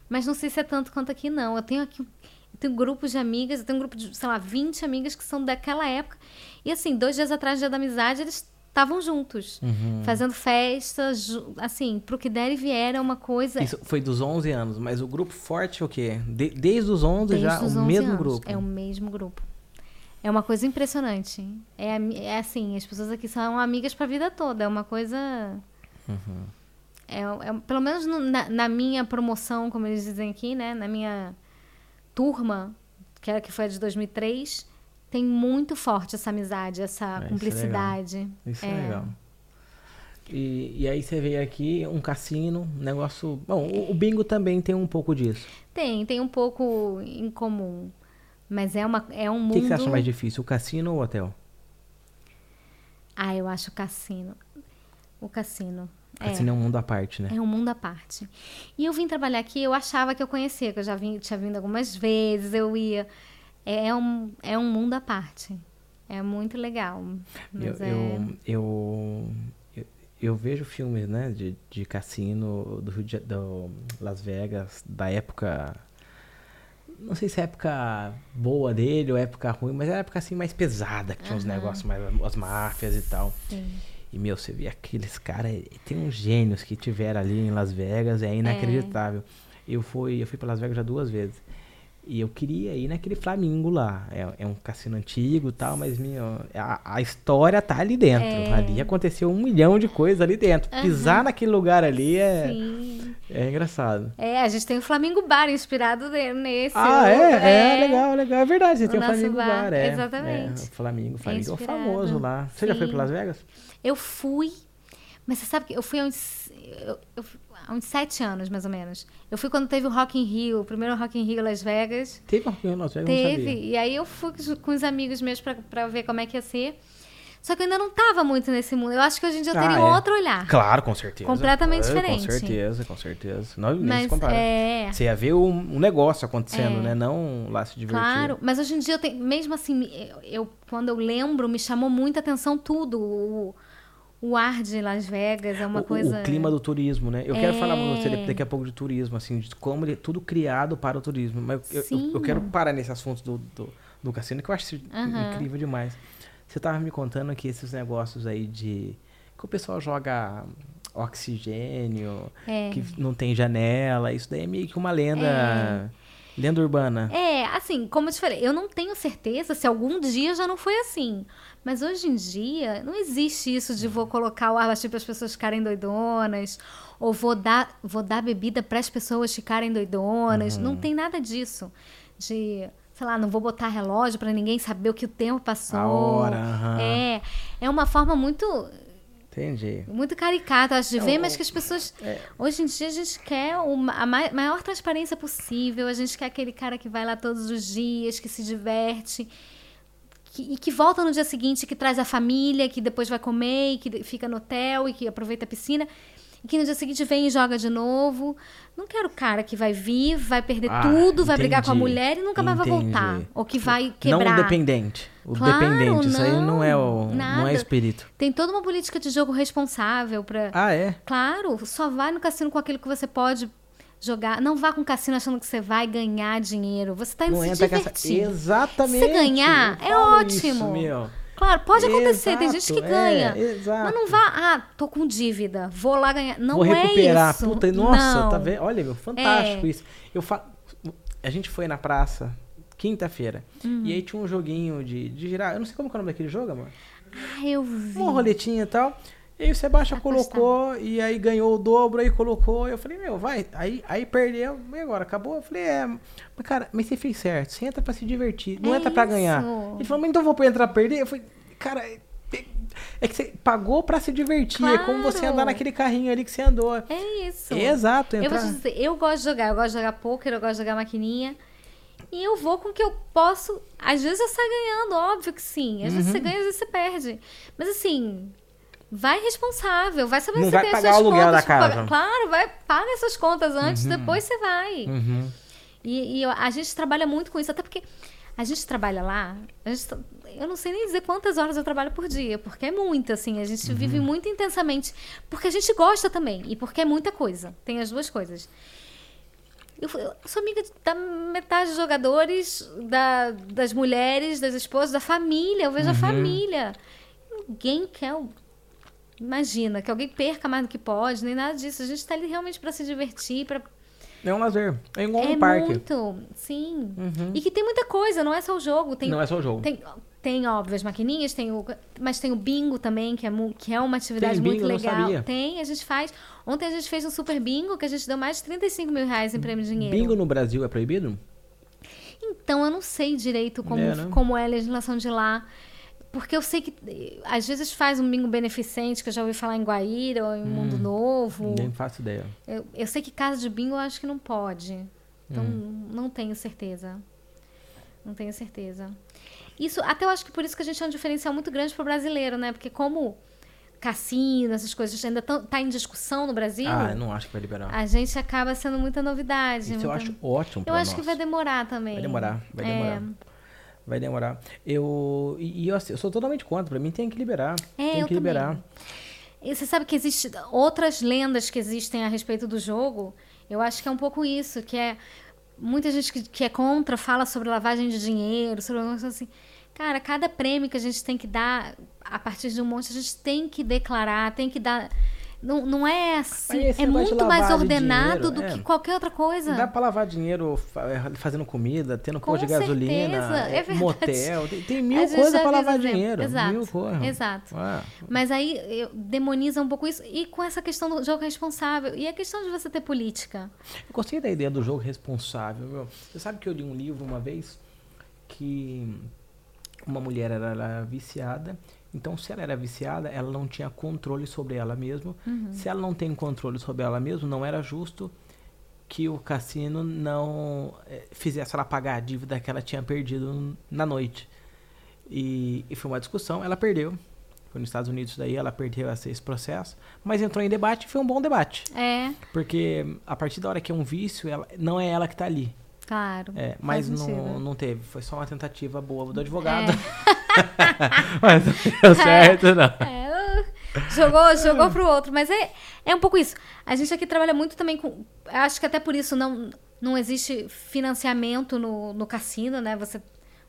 Speaker 2: Mas não sei se é tanto quanto aqui, não. Eu tenho aqui. um, Eu tenho grupos de amigas, eu tenho um grupo de, sei lá, 20 amigas que são daquela época. E assim, dois dias atrás, dia da amizade, eles estavam juntos, fazendo festa, ju- assim, pro que der e vier é uma coisa.
Speaker 1: Isso foi dos 11 anos, mas o grupo forte é o quê? De- desde os 11
Speaker 2: Desde
Speaker 1: já
Speaker 2: os
Speaker 1: o
Speaker 2: 11
Speaker 1: mesmo
Speaker 2: anos.
Speaker 1: grupo.
Speaker 2: É o mesmo grupo. É uma coisa impressionante. É, a mi- é assim, as pessoas aqui são amigas pra vida toda. É uma coisa.
Speaker 1: Uhum.
Speaker 2: É, é- pelo menos no- na, na minha promoção, como eles dizem aqui, né? Na minha turma, que era que foi a de 2003, tem muito forte essa amizade,
Speaker 1: É,
Speaker 2: essa
Speaker 1: isso é
Speaker 2: cumplicidade.
Speaker 1: Isso é, legal. E, e aí você vê aqui um cassino, um negócio. Bom, o, o bingo também tem um pouco disso.
Speaker 2: Tem, tem um pouco em comum. Mas é, uma, é um
Speaker 1: O
Speaker 2: mundo.
Speaker 1: que, que você acha mais difícil, o cassino ou o hotel?
Speaker 2: Ah, eu acho o cassino. O cassino.
Speaker 1: O Cassino é, um mundo à parte, né?
Speaker 2: É um mundo à parte. E eu vim trabalhar aqui, eu achava que eu conhecia, que eu já vim, tinha vindo algumas vezes, eu ia. É, é um, é um mundo à parte. É muito legal.
Speaker 1: Eu,
Speaker 2: Mas é...
Speaker 1: eu, eu, eu, eu vejo filmes, né, de, de cassino do Rio de, Ja- do Las Vegas, da época. Não sei se é a época boa dele ou época ruim, mas era a época assim mais pesada, que tinha uns negócios mais. as máfias e tal. E, meu, você vê aqueles caras. Tem uns gênios que tiveram ali em Las Vegas, é inacreditável. Eu fui, eu fui pra Las Vegas já duas vezes. E eu queria ir naquele Flamingo lá. É, é um cassino antigo e tal, mas meu, a, a história tá ali dentro.
Speaker 2: É.
Speaker 1: Ali aconteceu um milhão de coisas ali dentro. Pisar naquele lugar ali é,
Speaker 2: Sim.
Speaker 1: é engraçado.
Speaker 2: É, a gente tem o Flamingo Bar inspirado ne- nesse.
Speaker 1: Ah,
Speaker 2: Eu-
Speaker 1: é, é? legal, legal. É verdade, você
Speaker 2: O
Speaker 1: tem o
Speaker 2: nosso
Speaker 1: Flamingo Bar.
Speaker 2: bar,
Speaker 1: é,
Speaker 2: exatamente.
Speaker 1: É, o Flamingo, o Flamingo é, o
Speaker 2: inspirado.
Speaker 1: famoso lá. Você já foi
Speaker 2: Sim.
Speaker 1: para Las Vegas?
Speaker 2: Eu fui, mas você sabe que eu fui há uns, eu, eu fui há uns sete anos, mais ou menos. Eu fui quando teve o Rock in Rio, o primeiro Rock in Rio Las Vegas.
Speaker 1: Teve um Rock in Las Vegas, eu não
Speaker 2: Teve.
Speaker 1: sabia.
Speaker 2: E aí eu fui com os- com os amigos meus pra, pra ver como é que ia ser. Só que eu ainda não tava muito nesse mundo. Eu acho que hoje em dia eu
Speaker 1: Ah,
Speaker 2: teria um
Speaker 1: é.
Speaker 2: outro olhar.
Speaker 1: Claro, com certeza.
Speaker 2: Completamente
Speaker 1: Ah,
Speaker 2: diferente.
Speaker 1: Com certeza, com certeza. Não, nem se
Speaker 2: Mas
Speaker 1: compara.
Speaker 2: é.
Speaker 1: Você ia ver um, um negócio acontecendo,
Speaker 2: É.
Speaker 1: né? Não lá se divertir.
Speaker 2: Claro, mas hoje em dia eu tenho, mesmo assim, me- eu, eu- quando eu lembro, me chamou muita atenção tudo. O, o ar de Las Vegas é uma
Speaker 1: o, o-
Speaker 2: coisa.
Speaker 1: o clima do turismo, né? Eu quero falar pra você
Speaker 2: É.
Speaker 1: daqui a pouco de turismo, assim, de como ele é tudo criado para o turismo. Mas eu, eu- eu,
Speaker 2: Sim.
Speaker 1: quero parar nesse assunto do, do, do cassino, que eu acho
Speaker 2: Aham.
Speaker 1: incrível demais. Você tava me contando que esses negócios aí de. que o pessoal joga oxigênio,
Speaker 2: É.
Speaker 1: que não tem janela, isso daí é meio que uma lenda. lenda urbana.
Speaker 2: É, assim, como eu te falei, eu não tenho certeza se algum dia já não foi assim. Mas hoje em dia, não existe isso de vou colocar o ar baixinho para as pessoas ficarem doidonas, ou vou dar, vou dar bebida para as pessoas ficarem doidonas. Não tem nada disso. De, sei lá, não vou botar relógio para ninguém saber o que o tempo passou.
Speaker 1: A hora, aham.
Speaker 2: É, é uma forma muito
Speaker 1: Entendi.
Speaker 2: Muito caricato, acho, de
Speaker 1: É,
Speaker 2: ver,
Speaker 1: o-
Speaker 2: mas que as pessoas.
Speaker 1: é.
Speaker 2: Hoje em dia a gente quer uma- a mai- maior transparência possível, a gente quer aquele cara que vai lá todos os dias, que se diverte, que- e que volta no dia seguinte, que traz a família, que depois vai comer, e que de- fica no hotel e que aproveita a piscina. E que no dia seguinte vem e joga de novo. Não quero o cara que vai vir, vai perder
Speaker 1: Ah,
Speaker 2: tudo, vai brigar com a
Speaker 1: entendi.
Speaker 2: mulher e nunca mais vai
Speaker 1: Entendi.
Speaker 2: voltar. Ou que vai
Speaker 1: Não
Speaker 2: quebrar.
Speaker 1: o dependente. O
Speaker 2: Claro,
Speaker 1: dependente. Isso aí não é o. Não
Speaker 2: nada.
Speaker 1: é espírito.
Speaker 2: Tem toda uma política de jogo responsável pra.
Speaker 1: Ah, é?
Speaker 2: Claro, só vai no cassino com aquilo que você pode jogar. Não vá com o cassino achando que você vai ganhar dinheiro. Você tá indo
Speaker 1: não
Speaker 2: se
Speaker 1: entra com
Speaker 2: divertir.
Speaker 1: essa. Exatamente.
Speaker 2: Se ganhar,
Speaker 1: Eu
Speaker 2: é
Speaker 1: falo isso,
Speaker 2: ótimo.
Speaker 1: meu.
Speaker 2: Claro, pode acontecer, tem gente
Speaker 1: Exato,
Speaker 2: que
Speaker 1: é,
Speaker 2: ganha.
Speaker 1: exato.
Speaker 2: Mas não vá, ah, tô com dívida, vou lá ganhar. Não
Speaker 1: Vou
Speaker 2: é
Speaker 1: recuperar.
Speaker 2: isso.
Speaker 1: Puta, nossa,
Speaker 2: não. É.
Speaker 1: tá vendo? Olha, meu, fantástico isso. Eu fa... A gente foi na praça quinta-feira.
Speaker 2: Uhum.
Speaker 1: E aí tinha um joguinho de, de girar. Eu não sei como que é o nome daquele jogo, amor.
Speaker 2: Ah, eu vi.
Speaker 1: uma roletinha e tal. E aí o Sebastião
Speaker 2: Apostar.
Speaker 1: colocou, e aí ganhou o dobro, aí colocou. Eu falei, meu, vai. Aí, aí perdeu, e agora? Acabou? Eu falei, é. Mas, cara, mas você fez certo. Você entra pra se divertir, não
Speaker 2: É
Speaker 1: entra pra ganhar.
Speaker 2: isso.
Speaker 1: Ele falou, mas então eu vou entrar pra perder? Eu falei, cara. é- É que você pagou pra se divertir. É como você
Speaker 2: Claro.
Speaker 1: andar naquele carrinho ali que você andou.
Speaker 2: É isso.
Speaker 1: Exato,
Speaker 2: Eu vou
Speaker 1: entrar.
Speaker 2: te dizer, eu gosto de jogar, eu gosto de jogar pôquer, eu gosto de jogar maquininha. E eu vou com o que eu posso. Às vezes eu saio ganhando, óbvio que sim. Às
Speaker 1: Uhum.
Speaker 2: vezes você ganha, às vezes você perde. Mas assim, vai responsável, vai saber
Speaker 1: Não
Speaker 2: se
Speaker 1: vai
Speaker 2: tem as
Speaker 1: pagar
Speaker 2: suas
Speaker 1: o aluguel
Speaker 2: contas.
Speaker 1: da casa.
Speaker 2: paga- Claro, vai, paga essas contas antes, depois você vai.
Speaker 1: Uhum.
Speaker 2: E, e eu- a gente trabalha muito com isso, até porque a gente trabalha lá. a gente tra- eu não sei nem dizer quantas horas eu trabalho por dia, porque é muito, assim. A gente vive muito intensamente, porque a gente gosta também e porque é muita coisa. Tem as duas coisas. Eu, fui- eu sou amiga de- da metade dos jogadores, da- das mulheres, das esposas, da família. Eu vejo a família. Ninguém quer. o- Imagina, que alguém perca mais do que pode, nem nada disso. A gente tá ali realmente para se divertir, para
Speaker 1: É um lazer. É igual
Speaker 2: é
Speaker 1: um parque.
Speaker 2: muito, sim. E que tem muita coisa, não é só o jogo. Tem,
Speaker 1: Uhum. Não é só o jogo.
Speaker 2: tem, tem óbvio, as maquininhas, tem o, mas tem o bingo também, que é, mu- que é uma atividade
Speaker 1: Tem
Speaker 2: muito
Speaker 1: bingo, eu não
Speaker 2: legal.
Speaker 1: sabia.
Speaker 2: Tem, a gente faz. Ontem a gente fez um super bingo que a gente deu mais de 35 mil reais em prêmio de dinheiro.
Speaker 1: Bingo no Brasil é proibido?
Speaker 2: Então eu não sei direito como
Speaker 1: É,
Speaker 2: é,
Speaker 1: né?
Speaker 2: como é a legislação de lá. Porque eu sei que eh, às vezes faz um bingo beneficente, que eu já ouvi falar em Guaíra ou em Mundo
Speaker 1: Hum,
Speaker 2: Novo.
Speaker 1: Nem faço ideia.
Speaker 2: Eu, eu sei que casa de bingo eu acho que não pode. Então,
Speaker 1: Hum.
Speaker 2: não tenho certeza. Não tenho certeza. Isso, até eu acho que por isso que a gente é um diferencial muito grande pro brasileiro, né? Porque como cassino, essas coisas ainda tão, tá em discussão no Brasil,
Speaker 1: Ah, eu não acho que vai liberar.
Speaker 2: a gente acaba sendo muita novidade.
Speaker 1: Isso eu
Speaker 2: muita-
Speaker 1: acho ótimo
Speaker 2: Eu
Speaker 1: pra
Speaker 2: acho que
Speaker 1: nós.
Speaker 2: vai demorar também.
Speaker 1: Vai demorar, vai
Speaker 2: É.
Speaker 1: demorar. Vai demorar. Eu. E e eu, assim, eu sou totalmente contra. Pra mim tem que liberar.
Speaker 2: É,
Speaker 1: tem
Speaker 2: eu
Speaker 1: que liberar.
Speaker 2: também. E você sabe que existem outras lendas que existem a respeito do jogo? Eu acho que é um pouco isso, que é muita gente que, que é contra fala sobre lavagem de dinheiro, sobre alguma coisa assim. Cara, cada prêmio que a gente tem que dar a partir de um monte, a gente tem que declarar, tem que dar. Não, não é assim.
Speaker 1: Aí esse
Speaker 2: É
Speaker 1: negócio de
Speaker 2: muito mais
Speaker 1: lavagem de
Speaker 2: ordenado
Speaker 1: dinheiro,
Speaker 2: do
Speaker 1: é.
Speaker 2: que qualquer outra coisa.
Speaker 1: Dá pra lavar dinheiro fa- fazendo comida, tendo
Speaker 2: Ah. Com
Speaker 1: posto de gasolina,
Speaker 2: certeza, é verdade.
Speaker 1: motel. Tem, tem
Speaker 2: A
Speaker 1: mil
Speaker 2: gente
Speaker 1: coisas
Speaker 2: já
Speaker 1: pra
Speaker 2: viu
Speaker 1: lavar
Speaker 2: esse exemplo.
Speaker 1: dinheiro.
Speaker 2: é Exato,
Speaker 1: Mil coisas.
Speaker 2: exato.
Speaker 1: Ah,
Speaker 2: Mas aí eu- demoniza um pouco isso. E com essa questão do jogo responsável. E a questão de você ter política.
Speaker 1: eu gostei da ideia do jogo responsável. Viu? Você sabe que eu li um livro uma vez que uma mulher era, era viciada. Então, se ela era viciada, ela não tinha controle sobre ela mesma. Se ela não tem controle sobre ela mesma, não era justo que o cassino não eh, fizesse ela pagar a dívida que ela tinha perdido na noite. E, e foi uma discussão, ela perdeu. Foi nos Estados Unidos daí, ela perdeu esse esse processo, mas entrou em debate e foi um bom debate.
Speaker 2: É,
Speaker 1: Porque a partir da hora que é um vício, ela, não é ela que tá ali.
Speaker 2: claro.
Speaker 1: É, mas
Speaker 2: Faz sentido.
Speaker 1: não, não teve. Foi só uma tentativa boa do advogado. mas não deu Tá certo, não.
Speaker 2: É, uh, jogou, jogou pro outro. Mas é, é um pouco isso. A gente aqui trabalha muito também com. Acho que até por isso não, não existe financiamento no, no cassino, né? Você,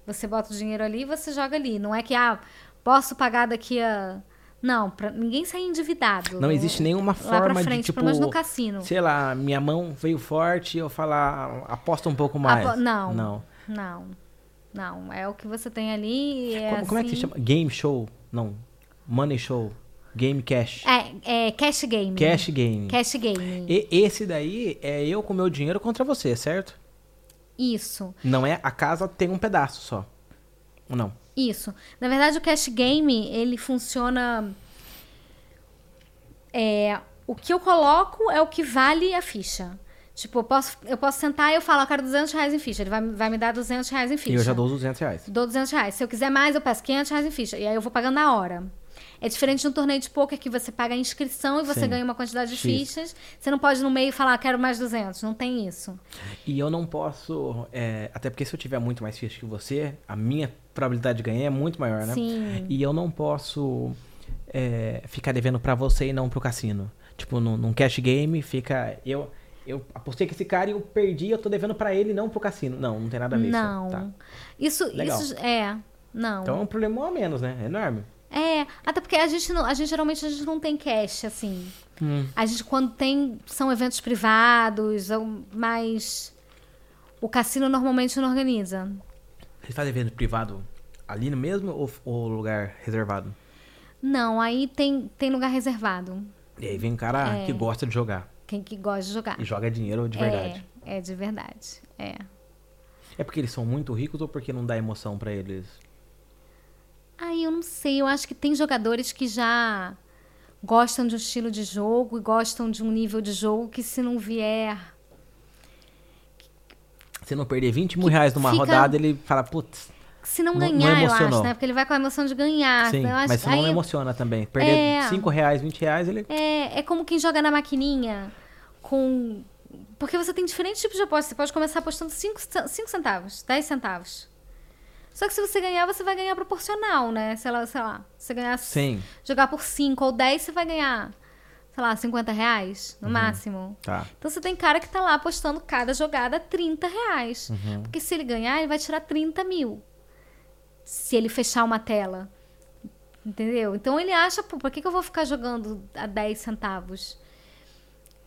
Speaker 2: você bota o dinheiro ali e você joga ali. Não é que, ah, posso pagar daqui a. Não, pra ninguém sair endividado.
Speaker 1: Não existe nenhuma
Speaker 2: É. Lá pra
Speaker 1: forma
Speaker 2: frente,
Speaker 1: de, tipo,
Speaker 2: pelo menos no cassino.
Speaker 1: sei lá, minha mão veio forte eu falar, aposta um pouco mais.
Speaker 2: Apo- não.
Speaker 1: Não.
Speaker 2: Não. Não. É o que você tem ali. É
Speaker 1: como, como é que se
Speaker 2: assim.
Speaker 1: chama? Game show? Não. Money show. Game cash.
Speaker 2: É, é cash game.
Speaker 1: Cash game.
Speaker 2: Cash game.
Speaker 1: E- esse daí é eu com meu dinheiro contra você, certo?
Speaker 2: Isso.
Speaker 1: Não é? A casa tem um pedaço só. Ou não?
Speaker 2: Isso. Na verdade, o cash game, ele funciona é, o que eu coloco é o que vale a ficha. Tipo, eu posso, eu posso sentar e eu falo, eu quero 200 reais em ficha. Ele vai, vai me dar 200 reais em ficha.
Speaker 1: E eu já dou os 200 reais.
Speaker 2: Dou 200 reais. Se eu quiser mais, eu peço 500 reais em ficha. E aí eu vou pagando na hora. É diferente de um torneio de pôquer que você paga a inscrição e você
Speaker 1: Sim.
Speaker 2: ganha uma quantidade de
Speaker 1: X.
Speaker 2: fichas. Você não pode no meio falar, "Ah, quero mais 200. Não tem isso.
Speaker 1: E eu não posso. é, até porque se eu tiver muito mais fichas que você, a minha probabilidade de ganhar é muito maior, né?
Speaker 2: Sim.
Speaker 1: E eu não posso é, ficar devendo pra você e não pro cassino. Tipo, num, num cash game, fica. Eu, eu apostei com esse cara e eu perdi, eu tô devendo pra ele e não pro cassino. Não, não tem nada a ver
Speaker 2: não.
Speaker 1: isso. Tá.
Speaker 2: Isso,
Speaker 1: Legal.
Speaker 2: isso é. Não.
Speaker 1: Então é um problema a menos, né? Enorme.
Speaker 2: É, até porque a gente não, a gente geralmente a gente não tem cash assim. A gente quando tem são eventos privados, ou- mas o cassino normalmente não organiza.
Speaker 1: Vocês fazem evento tá privado ali no mesmo ou, ou lugar reservado?
Speaker 2: Não, aí tem, tem lugar reservado.
Speaker 1: E aí vem um cara
Speaker 2: É.
Speaker 1: que gosta de jogar.
Speaker 2: Quem que gosta de jogar.
Speaker 1: E joga dinheiro de verdade.
Speaker 2: É, é de verdade. É.
Speaker 1: É. porque eles são muito ricos ou porque não dá emoção pra eles?
Speaker 2: Aí eu não sei, eu acho que tem jogadores que já gostam de um estilo de jogo e gostam de um nível de jogo que se não vier
Speaker 1: Se não perder 20 mil reais numa
Speaker 2: fica-
Speaker 1: rodada, ele fala, putz,
Speaker 2: Se não
Speaker 1: Não- não
Speaker 2: ganhar, eu acho,
Speaker 1: emocionou.
Speaker 2: né? Porque ele vai com a emoção de ganhar. então
Speaker 1: sim,
Speaker 2: Ah, eu acho,
Speaker 1: mas senão
Speaker 2: aí,
Speaker 1: não emociona também. Perder
Speaker 2: É.
Speaker 1: 5 reais, 20 reais, ele...
Speaker 2: é, é como quem joga na maquininha com. Porque você tem diferentes tipos de apostas. Você pode começar apostando 5 centavos, 10 centavos. Só que se você ganhar, você vai ganhar proporcional, né? Sei lá, sei lá. Se você ganhar,
Speaker 1: Sim,
Speaker 2: jogar por 5 ou 10, você vai ganhar, sei lá, 50 reais no máximo.
Speaker 1: tá.
Speaker 2: Então você tem cara que tá lá apostando cada jogada 30 reais.
Speaker 1: Uhum.
Speaker 2: Porque se ele ganhar, ele vai tirar 30 mil. Se ele fechar uma tela. Entendeu? Então ele acha, pô, por que, que eu vou ficar jogando a 10 centavos?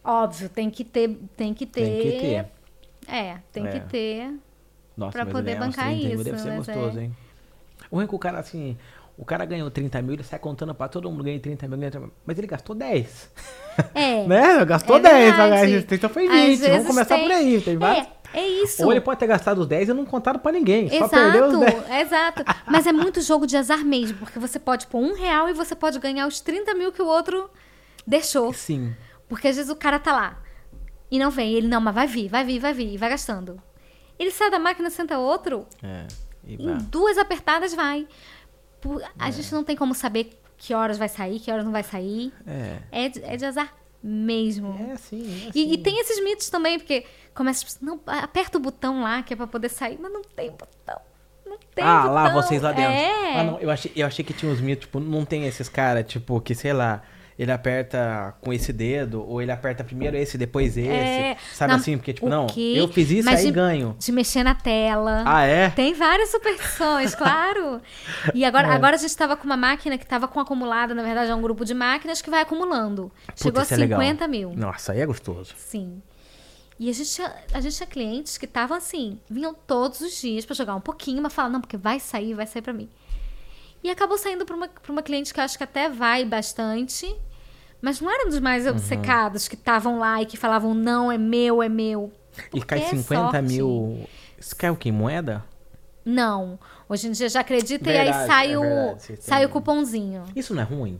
Speaker 2: Óbvio, tem que ter. Tem que ter.
Speaker 1: Tem que ter.
Speaker 2: É, tem
Speaker 1: É.
Speaker 2: que ter.
Speaker 1: Nossa,
Speaker 2: Pra
Speaker 1: mas é um
Speaker 2: poder
Speaker 1: ganhar uns
Speaker 2: bancar
Speaker 1: 30 mil deve
Speaker 2: isso,
Speaker 1: ser
Speaker 2: mas é.
Speaker 1: gostoso, hein? O rico, o cara, assim... O cara ganhou 30 mil, ele sai contando pra todo mundo, ganhei 30 mil, ganhei 30 mil. Mas ele gastou 10.
Speaker 2: É.
Speaker 1: Né? Gastou
Speaker 2: É
Speaker 1: 10 pra
Speaker 2: verdade.
Speaker 1: ganhar esses 30, então foi
Speaker 2: Às
Speaker 1: 20. Vamos
Speaker 2: vezes
Speaker 1: começar
Speaker 2: tem-
Speaker 1: por aí. Tem vários...
Speaker 2: É, é isso.
Speaker 1: Ou ele pode ter gastado os 10 e não contado pra ninguém. Só perdeu os 10.
Speaker 2: Exato, exato. Mas é muito jogo de azar mesmo, porque você pode pôr um real e você pode ganhar os 30 mil que o outro deixou.
Speaker 1: Sim.
Speaker 2: Porque às vezes o cara tá lá e não vem. Ele, não, mas vai vir, vai vir, vai vir, e vai gastando. Ele sai da máquina, senta outro,
Speaker 1: É. E
Speaker 2: em
Speaker 1: vá.
Speaker 2: duas apertadas vai. Por-
Speaker 1: É.
Speaker 2: A gente não tem como saber que horas vai sair, que horas não vai sair.
Speaker 1: É.
Speaker 2: É de, é de azar mesmo.
Speaker 1: É assim, é assim.
Speaker 2: E, e tem esses mitos também, porque começa as pessoas, não, aperta o botão lá que é pra poder sair, mas não tem botão. Não tem
Speaker 1: ah,
Speaker 2: botão.
Speaker 1: lá vocês lá dentro.
Speaker 2: É.
Speaker 1: Ah, não, eu achei, eu achei que tinha uns mitos, tipo, não tem esses caras, tipo, que, sei lá, ele aperta com esse dedo, ou ele aperta primeiro esse, depois esse.
Speaker 2: É.
Speaker 1: Sabe
Speaker 2: Não,
Speaker 1: assim? Porque, tipo,
Speaker 2: o
Speaker 1: não,
Speaker 2: quê?
Speaker 1: eu fiz isso,
Speaker 2: Mas
Speaker 1: aí
Speaker 2: de-
Speaker 1: ganho.
Speaker 2: De mexer na tela.
Speaker 1: Ah, é?
Speaker 2: Tem várias superstições, claro. E agora, agora a gente estava com uma máquina que estava com acumulada, na verdade, é um grupo de máquinas que vai acumulando. Chegou a
Speaker 1: isso é legal.
Speaker 2: 50 mil.
Speaker 1: Nossa, aí é gostoso.
Speaker 2: Sim. E a gente, tinha, a gente tinha clientes que estavam assim, vinham todos os dias pra jogar um pouquinho, mas falavam, não, porque vai sair, vai sair pra mim. E acabou saindo pra uma, pra uma cliente que eu acho que até vai bastante, mas não eram dos
Speaker 1: Uhum.
Speaker 2: mais obcecados que estavam lá e que falavam, não, é meu, é meu.
Speaker 1: E
Speaker 2: Porque
Speaker 1: cai
Speaker 2: é
Speaker 1: 50
Speaker 2: sorte.
Speaker 1: mil. Isso cai o que? Moeda?
Speaker 2: Não. Hoje em dia já acredita e
Speaker 1: Verdade,
Speaker 2: aí sai,
Speaker 1: é
Speaker 2: o,
Speaker 1: verdade, você
Speaker 2: sai o
Speaker 1: tem-
Speaker 2: cupomzinho.
Speaker 1: Isso não é ruim?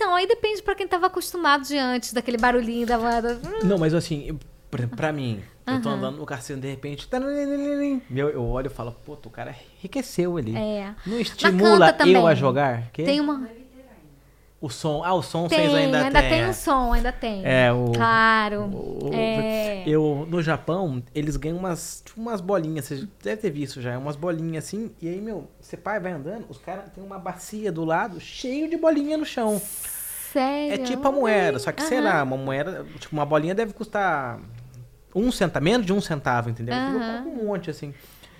Speaker 2: Então, aí depende pra quem tava acostumado de antes, daquele barulhinho da moeda.
Speaker 1: Não, mas assim, eu- por exemplo, pra mim, eu tô andando no cassino de repente. tarararararim, Eu, eu olho e falo, pô, o cara enriqueceu ali.
Speaker 2: É.
Speaker 1: Não estimula
Speaker 2: canta
Speaker 1: eu
Speaker 2: também.
Speaker 1: a jogar? Que?
Speaker 2: Tem uma.
Speaker 1: O som. Ah, o som vocês
Speaker 2: Tem,
Speaker 1: ainda,
Speaker 2: ainda,
Speaker 1: têm,
Speaker 2: tem
Speaker 1: é.
Speaker 2: um som, ainda tem.
Speaker 1: É, o-
Speaker 2: Claro.
Speaker 1: O-
Speaker 2: é.
Speaker 1: Eu, no Japão, eles ganham umas, tipo, umas bolinhas, você deve ter visto já, é umas bolinhas assim, e aí, meu, você pai vai andando, os caras tem uma bacia do lado cheio de bolinha no chão.
Speaker 2: Sério?
Speaker 1: É tipo a moeda, só que, sei
Speaker 2: Aham.
Speaker 1: lá, uma moeda, tipo, uma bolinha deve custar um centavo, menos de um centavo, entendeu? Aqui eu
Speaker 2: Aham.
Speaker 1: pago um monte, assim.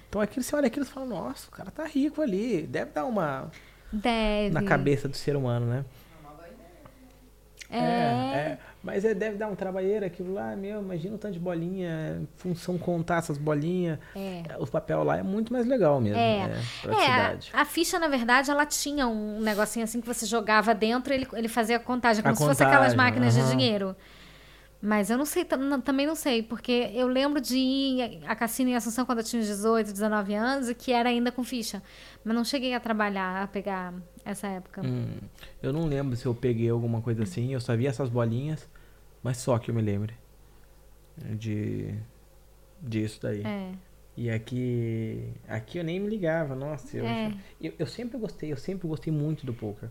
Speaker 1: Então aqui você olha aquilo e fala, nossa, o cara tá rico ali, deve dar uma
Speaker 2: Deve.
Speaker 1: na cabeça do ser humano, né?
Speaker 2: É.
Speaker 1: É, é. Mas é, deve dar um trabalheiro aquilo lá, meu, imagina o tanto de bolinha, função contar essas bolinhas.
Speaker 2: É.
Speaker 1: O papel lá é muito mais legal mesmo,
Speaker 2: É.
Speaker 1: né? Praticidade.
Speaker 2: É, a, a ficha, na verdade, ela tinha um negocinho assim que você jogava dentro, ele, ele fazia a contagem,
Speaker 1: A
Speaker 2: como se fosse
Speaker 1: contagem,
Speaker 2: aquelas máquinas
Speaker 1: aham.
Speaker 2: de dinheiro. Mas eu não sei, tam- não- também não sei, porque eu lembro de ir a cassino em Assunção quando eu tinha uns 18, 19 anos, e que era ainda com ficha. Mas não cheguei a trabalhar, a pegar essa época.
Speaker 1: Hum, eu não lembro se eu peguei alguma coisa assim, eu só vi essas bolinhas, mas só que eu me lembro de disso daí.
Speaker 2: É.
Speaker 1: E aqui, aqui eu nem me ligava, nossa, eu,
Speaker 2: É.
Speaker 1: eu, eu sempre gostei, eu sempre gostei muito do poker.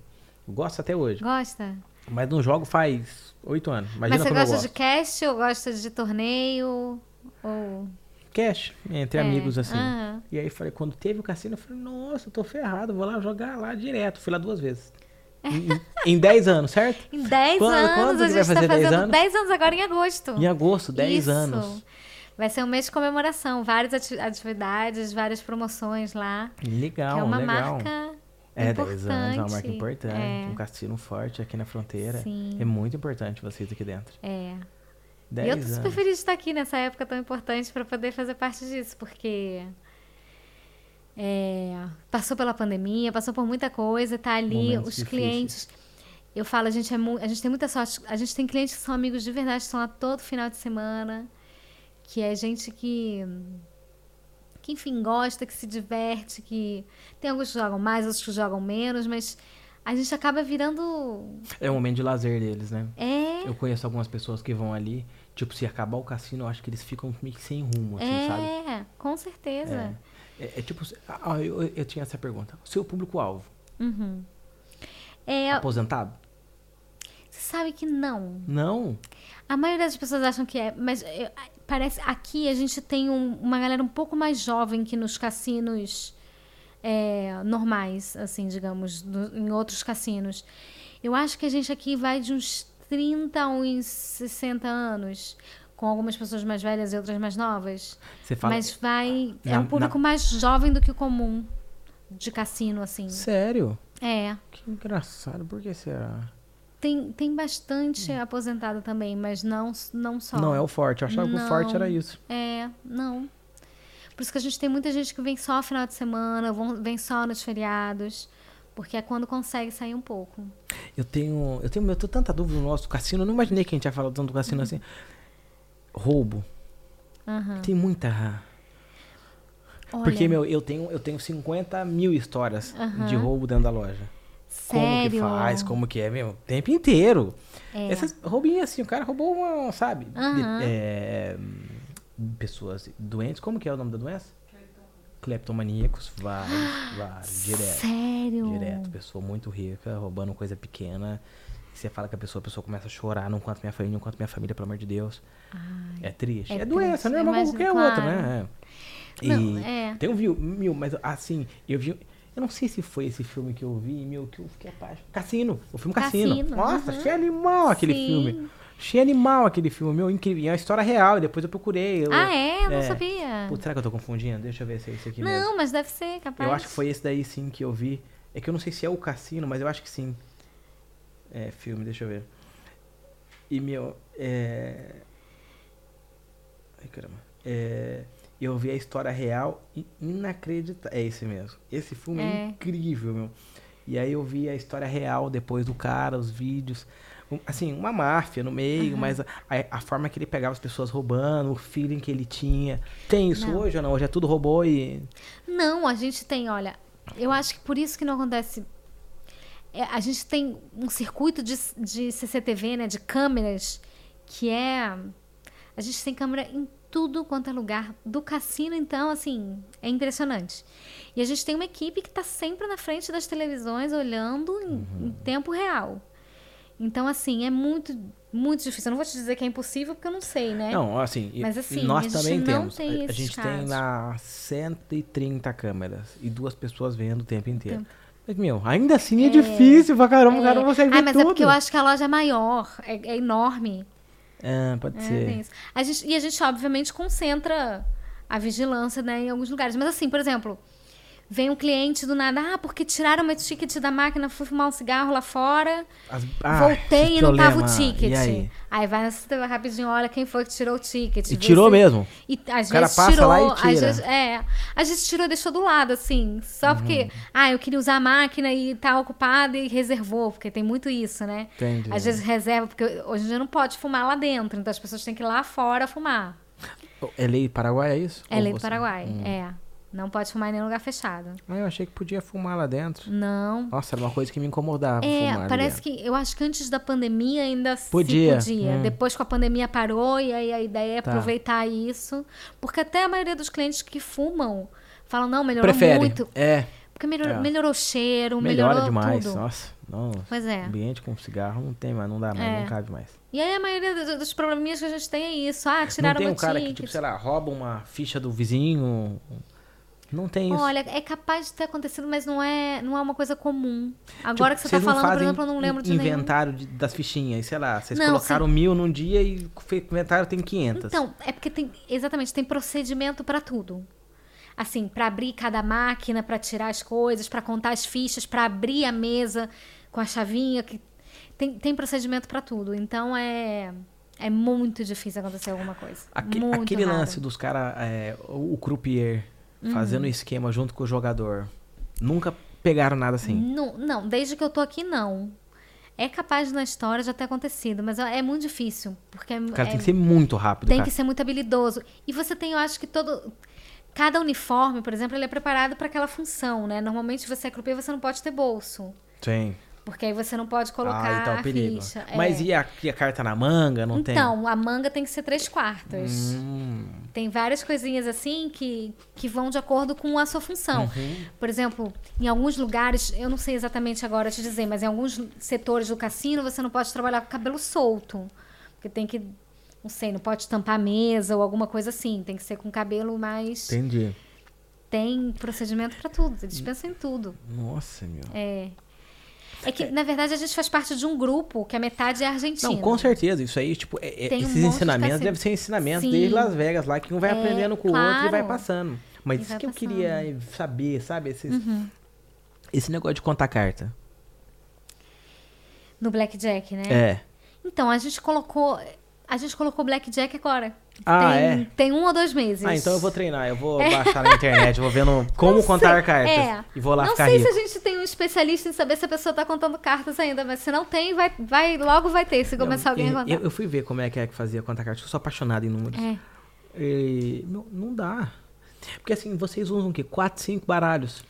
Speaker 1: Eu Gosto até hoje,
Speaker 2: Gosta?
Speaker 1: mas não jogo faz oito anos. Imagina
Speaker 2: Mas você
Speaker 1: como eu
Speaker 2: gosta
Speaker 1: gosto.
Speaker 2: de cast ou gosta de torneio? Ou...
Speaker 1: Cash, entre
Speaker 2: É,
Speaker 1: amigos assim.
Speaker 2: aham.
Speaker 1: E aí falei, quando teve o cassino, eu falei, nossa, eu tô ferrado, vou lá jogar lá direto. Fui lá duas vezes. Em- em 10 anos, certo?
Speaker 2: Em 10
Speaker 1: Quando-
Speaker 2: anos,
Speaker 1: quando
Speaker 2: a
Speaker 1: que vai
Speaker 2: gente tá
Speaker 1: fazer 10
Speaker 2: fazendo
Speaker 1: anos?
Speaker 2: 10 anos agora em agosto.
Speaker 1: Em agosto, 10
Speaker 2: Oh, Isso.
Speaker 1: anos.
Speaker 2: Vai ser um mês de comemoração, várias ati- atividades, várias promoções lá.
Speaker 1: Legal,
Speaker 2: que é uma
Speaker 1: legal.
Speaker 2: marca
Speaker 1: é,
Speaker 2: importante.
Speaker 1: 10 anos, é uma marca importante.
Speaker 2: É.
Speaker 1: Um cassino forte aqui na fronteira.
Speaker 2: Sim.
Speaker 1: É muito importante vocês aqui dentro.
Speaker 2: É.
Speaker 1: 10
Speaker 2: e eu tô
Speaker 1: anos.
Speaker 2: super feliz de estar aqui nessa época tão importante para poder fazer parte disso, porque é, passou pela pandemia, passou por muita coisa, tá ali
Speaker 1: Momentos
Speaker 2: os
Speaker 1: difíceis.
Speaker 2: clientes. Eu falo, a gente, é mu- a gente tem muita sorte, a gente tem clientes que são amigos de verdade, que estão lá todo final de semana, que é gente que, que enfim, gosta, que se diverte, que tem alguns que jogam mais, outros que jogam menos, mas a gente acaba virando...
Speaker 1: É o momento de lazer deles, né?
Speaker 2: É,
Speaker 1: Eu conheço algumas pessoas que vão ali, tipo, se acabar o cassino, eu acho que eles ficam meio que sem rumo, assim,
Speaker 2: é,
Speaker 1: sabe?
Speaker 2: com certeza.
Speaker 1: É, é tipo, ah, eu, eu tinha essa pergunta. Seu público-alvo,
Speaker 2: Uhum. É,
Speaker 1: aposentado?
Speaker 2: você sabe que não.
Speaker 1: Não.
Speaker 2: A maioria das pessoas acham que é, mas eu- a- parece aqui a gente tem um- uma galera um pouco mais jovem que nos cassinos é, normais, assim, digamos, do- em outros cassinos. Eu acho que a gente aqui vai de uns 30 a uns 60 anos, com algumas pessoas mais velhas e outras mais novas.
Speaker 1: Você fala.
Speaker 2: Mas vai. é
Speaker 1: Na-
Speaker 2: um público mais jovem do que o comum de cassino, assim.
Speaker 1: Sério?
Speaker 2: É.
Speaker 1: Que engraçado, por que será?
Speaker 2: Tem, tem bastante aposentada também, mas não, não só.
Speaker 1: Hum. Não é o forte, eu achava que o
Speaker 2: Não.
Speaker 1: forte era isso.
Speaker 2: É, não. Por isso que a gente tem muita gente que vem só final de semana, vão- vem só nos feriados, porque é quando consegue sair um pouco.
Speaker 1: Eu tenho. Eu tenho. Eu tô tanta dúvida no nosso cassino. Eu não imaginei que a gente ia falar tanto do cassino assim. Roubo.
Speaker 2: Uhum. Aham.
Speaker 1: Tem muita.
Speaker 2: Olha,
Speaker 1: Porque, meu, eu tenho, eu tenho 50 mil histórias de
Speaker 2: Aham.
Speaker 1: roubo dentro da loja. Como que
Speaker 2: sério?
Speaker 1: faz, como que é, meu, o tempo inteiro.
Speaker 2: É.
Speaker 1: Essas roubinhas assim, o cara roubou uma, sabe? de-
Speaker 2: Aham.
Speaker 1: é, hum, pessoas doentes, como que é o nome da doença? Cleptomaníacos, vários, vários, direto.
Speaker 2: Sério?
Speaker 1: Direto, pessoa muito rica, roubando coisa pequena. Você fala com a pessoa, a pessoa começa a chorar, não quanto minha família, não quanto minha família, pelo amor de Deus.
Speaker 2: Ai.
Speaker 1: É triste.
Speaker 2: É
Speaker 1: É, doença,
Speaker 2: triste,
Speaker 1: né?
Speaker 2: eu
Speaker 1: Mas
Speaker 2: imagino,
Speaker 1: qualquer outra, né? É. E
Speaker 2: Não, é.
Speaker 1: Tem um mil, mil, mas assim, eu vi. Eu não sei se foi esse filme que eu vi, meu, que eu fiquei apaixonado. Cassino, o filme Cassino.
Speaker 2: Cassino,
Speaker 1: Nossa,
Speaker 2: aham.
Speaker 1: achei animal aquele
Speaker 2: Sim.
Speaker 1: filme. Achei animal aquele filme, meu, incrível. E É uma história real, e depois eu procurei. eu-
Speaker 2: Ah, é? Eu não
Speaker 1: é.
Speaker 2: sabia.
Speaker 1: Putz, será que eu tô confundindo? Deixa eu ver se é esse aqui mesmo.
Speaker 2: não, mas deve ser, capaz.
Speaker 1: Eu acho que foi esse daí sim que eu vi. É que eu não sei se é o cassino, mas eu acho que sim. É, filme, deixa eu ver. E meu. É. Ai, caramba. É, Eu vi a história real e inacreditável. É esse mesmo. Esse filme é,
Speaker 2: É.
Speaker 1: incrível, meu. E aí eu vi a história real depois do cara, os vídeos. Um- Assim, uma máfia no meio, mas a, a- a forma que ele pegava as pessoas roubando, o feeling que ele tinha. Tem isso
Speaker 2: Não.
Speaker 1: hoje ou não? Hoje é tudo robô e.
Speaker 2: Não, a gente tem, olha, eu acho que por isso que não acontece. É, a gente tem um circuito de, de CCTV, né, de câmeras, que é. A gente tem câmera em tudo quanto é lugar. Do cassino, então, assim, é impressionante. E a gente tem uma equipe que está sempre na frente das televisões, olhando em, em tempo real. Então, assim, é muito, muito difícil. Eu não vou te dizer que é impossível, porque eu não sei, né?
Speaker 1: Não, assim, e-
Speaker 2: Mas, assim,
Speaker 1: nós
Speaker 2: a gente
Speaker 1: também
Speaker 2: não
Speaker 1: temos.
Speaker 2: tem
Speaker 1: a, a
Speaker 2: esses
Speaker 1: gente tem
Speaker 2: casos.
Speaker 1: lá 130 câmeras e duas pessoas vendo o tempo inteiro. Mas, meu, ainda assim é, difícil pra caramba, o cara não consegue ver
Speaker 2: Ah, mas
Speaker 1: tudo.
Speaker 2: é porque eu acho que a loja é maior, é- é enorme.
Speaker 1: Ah, pode
Speaker 2: É, tem
Speaker 1: ser.
Speaker 2: isso. A gente- e a gente, obviamente, concentra a vigilância né, em alguns lugares. Mas, assim, por exemplo, Vem um cliente do nada, ah, porque tiraram meu ticket da máquina, fui fumar um cigarro lá fora,
Speaker 1: As- ah,
Speaker 2: voltei
Speaker 1: que
Speaker 2: e não tava o
Speaker 1: problema.
Speaker 2: ticket.
Speaker 1: E aí?
Speaker 2: vai no sistema rapidinho, olha quem foi que tirou o ticket.
Speaker 1: E
Speaker 2: vê
Speaker 1: tirou
Speaker 2: se-
Speaker 1: mesmo?
Speaker 2: E às
Speaker 1: O cara
Speaker 2: vezes
Speaker 1: passa
Speaker 2: tirou,
Speaker 1: lá e tira.
Speaker 2: às vezes, é, às vezes tirou e deixou do lado, assim, só
Speaker 1: Uhum.
Speaker 2: porque, ah, eu queria usar a máquina e tá ocupada e reservou, porque tem muito isso, né?
Speaker 1: Entendi.
Speaker 2: Às vezes reserva, porque hoje em dia não pode fumar lá dentro, então as pessoas têm que ir lá fora fumar.
Speaker 1: É lei do Paraguai, é isso?
Speaker 2: É
Speaker 1: Ou
Speaker 2: lei do
Speaker 1: você- hum.
Speaker 2: Paraguai, é. Não pode fumar em nenhum lugar fechado.
Speaker 1: Ah, eu achei que podia fumar lá dentro.
Speaker 2: Não.
Speaker 1: Nossa, era uma coisa que me incomodava
Speaker 2: É,
Speaker 1: fumar ali
Speaker 2: parece
Speaker 1: dentro.
Speaker 2: que eu acho que antes da pandemia ainda se
Speaker 1: Podia,
Speaker 2: podia.
Speaker 1: hum.
Speaker 2: Depois que a pandemia parou e aí a ideia é
Speaker 1: Tá.
Speaker 2: aproveitar isso, porque até a maioria dos clientes que fumam falam não melhorou
Speaker 1: Prefere.
Speaker 2: muito,
Speaker 1: É,
Speaker 2: porque melhorou,
Speaker 1: É.
Speaker 2: melhorou o cheiro,
Speaker 1: melhora
Speaker 2: melhorou
Speaker 1: demais.
Speaker 2: tudo.
Speaker 1: Nossa, nossa.
Speaker 2: Pois é.
Speaker 1: Ambiente com cigarro não tem mais, não dá mais,
Speaker 2: É.
Speaker 1: não cabe mais.
Speaker 2: E aí a maioria do- dos probleminhas que a gente tem é isso, ah,
Speaker 1: Não
Speaker 2: tiraram
Speaker 1: tem
Speaker 2: meu
Speaker 1: um cara que,
Speaker 2: ticket.
Speaker 1: tipo, sei lá, rouba uma ficha do vizinho. Não tem isso.
Speaker 2: Olha, é capaz de ter acontecido, mas não é, não é uma coisa comum. Agora
Speaker 1: Tipo,
Speaker 2: que você tá
Speaker 1: vocês não
Speaker 2: falando, por
Speaker 1: fazem
Speaker 2: exemplo, eu não lembro de nenhum.
Speaker 1: inventário de- das fichinhas, sei lá. Vocês
Speaker 2: Não,
Speaker 1: colocaram mil num dia e fe- inventaram tem 500.
Speaker 2: Então, é porque tem. Exatamente, tem procedimento pra tudo. Assim, pra abrir cada máquina, pra tirar as coisas, pra contar as fichas, pra abrir a mesa com a chavinha. Que tem, tem procedimento pra tudo. Então é. É muito difícil acontecer alguma coisa.
Speaker 1: Aque-
Speaker 2: muito
Speaker 1: aquele
Speaker 2: raro.
Speaker 1: lance dos caras, o o croupier,
Speaker 2: Uhum.
Speaker 1: fazendo esquema junto com o jogador. Nunca pegaram nada assim.
Speaker 2: Não, não, desde que eu tô aqui, não. É capaz na história já ter acontecido, mas é muito difícil. Porque é,
Speaker 1: O cara tem
Speaker 2: é-
Speaker 1: que ser muito rápido,
Speaker 2: Tem
Speaker 1: cara.
Speaker 2: que ser muito habilidoso. E você tem, eu acho que todo. Cada uniforme, por exemplo, ele é preparado para aquela função, né? Normalmente você é croupier, você não pode ter bolso.
Speaker 1: Tem.
Speaker 2: Porque aí você não pode colocar
Speaker 1: ah, então,
Speaker 2: a
Speaker 1: perigo.
Speaker 2: ficha.
Speaker 1: Mas
Speaker 2: é.
Speaker 1: e a, e a carta na manga? Não tem?
Speaker 2: Então, a manga tem que ser três quartos.
Speaker 1: Hum,
Speaker 2: Tem várias coisinhas assim que, que vão de acordo com a sua função.
Speaker 1: Uhum.
Speaker 2: Por exemplo, em alguns lugares, eu não sei exatamente agora te dizer, mas em alguns setores do cassino você não pode trabalhar com cabelo solto. Porque tem que, não sei, não pode tampar a mesa ou alguma coisa assim. Tem que ser com cabelo mais. Tem,
Speaker 1: entendi.
Speaker 2: procedimento pra tudo. Eles pensam em tudo.
Speaker 1: Nossa, meu.
Speaker 2: É. É que, na verdade, a gente faz parte de um grupo que a metade é argentina.
Speaker 1: Não, com certeza. Isso aí, tipo, é- é-
Speaker 2: Tem um
Speaker 1: esses
Speaker 2: monte de
Speaker 1: ensinamentos
Speaker 2: cacete.
Speaker 1: devem ser ensinamentos
Speaker 2: Sim.
Speaker 1: desde Las Vegas, lá que um vai
Speaker 2: É,
Speaker 1: aprendendo com o outro e vai
Speaker 2: claro.
Speaker 1: passando. Mas
Speaker 2: E
Speaker 1: isso
Speaker 2: vai
Speaker 1: que eu
Speaker 2: passando. Uhum.
Speaker 1: queria eh, saber, sabe? Esses, Esse negócio de contar carta.
Speaker 2: No Blackjack, né?
Speaker 1: É.
Speaker 2: Então, a gente colocou. A gente colocou Blackjack agora.
Speaker 1: Ah,
Speaker 2: tem,
Speaker 1: é?
Speaker 2: tem um ou dois meses.
Speaker 1: Ah, então eu vou treinar, eu vou baixar na internet, vou vendo como
Speaker 2: É. Não sei,
Speaker 1: contar cartas.
Speaker 2: é.
Speaker 1: E vou lá
Speaker 2: não
Speaker 1: ficar
Speaker 2: sei
Speaker 1: rico.
Speaker 2: se a gente tem um especialista em saber se a pessoa tá contando cartas ainda, mas se não tem, vai, vai logo vai ter, se começar alguém a
Speaker 1: eu,
Speaker 2: contar.
Speaker 1: eu, eu fui ver como é que é que fazia contar cartas, eu sou apaixonado em números.
Speaker 2: É.
Speaker 1: E, meu, não dá. Porque assim, vocês usam o quê? Quatro, cinco baralhos.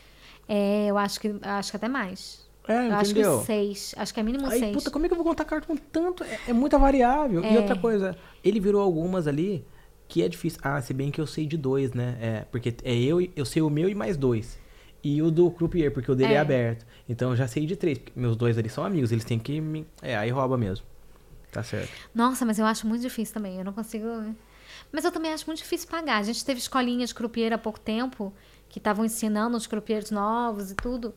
Speaker 2: É, eu acho que, eu acho que até mais.
Speaker 1: É,
Speaker 2: eu acho
Speaker 1: entendeu?
Speaker 2: que seis. Acho que é mínimo
Speaker 1: Aí,
Speaker 2: seis.
Speaker 1: puta, como é que eu vou contar carta com tanto? É, é muita variável. E
Speaker 2: É.
Speaker 1: outra coisa, ele virou algumas ali que é difícil. Ah, se bem que eu sei de dois, né? É, porque é eu, e- eu sei o meu e mais dois. E o do croupier, porque o dele é,
Speaker 2: É.
Speaker 1: aberto. Então eu já sei de três. porque Meus dois ali são amigos, eles têm que me... É, aí rouba mesmo. Tá certo.
Speaker 2: Nossa, mas eu acho muito difícil também. Eu não consigo. né? Mas eu também acho muito difícil pagar. A gente teve escolinhas de croupier há pouco tempo, que estavam ensinando os croupiers novos e tudo.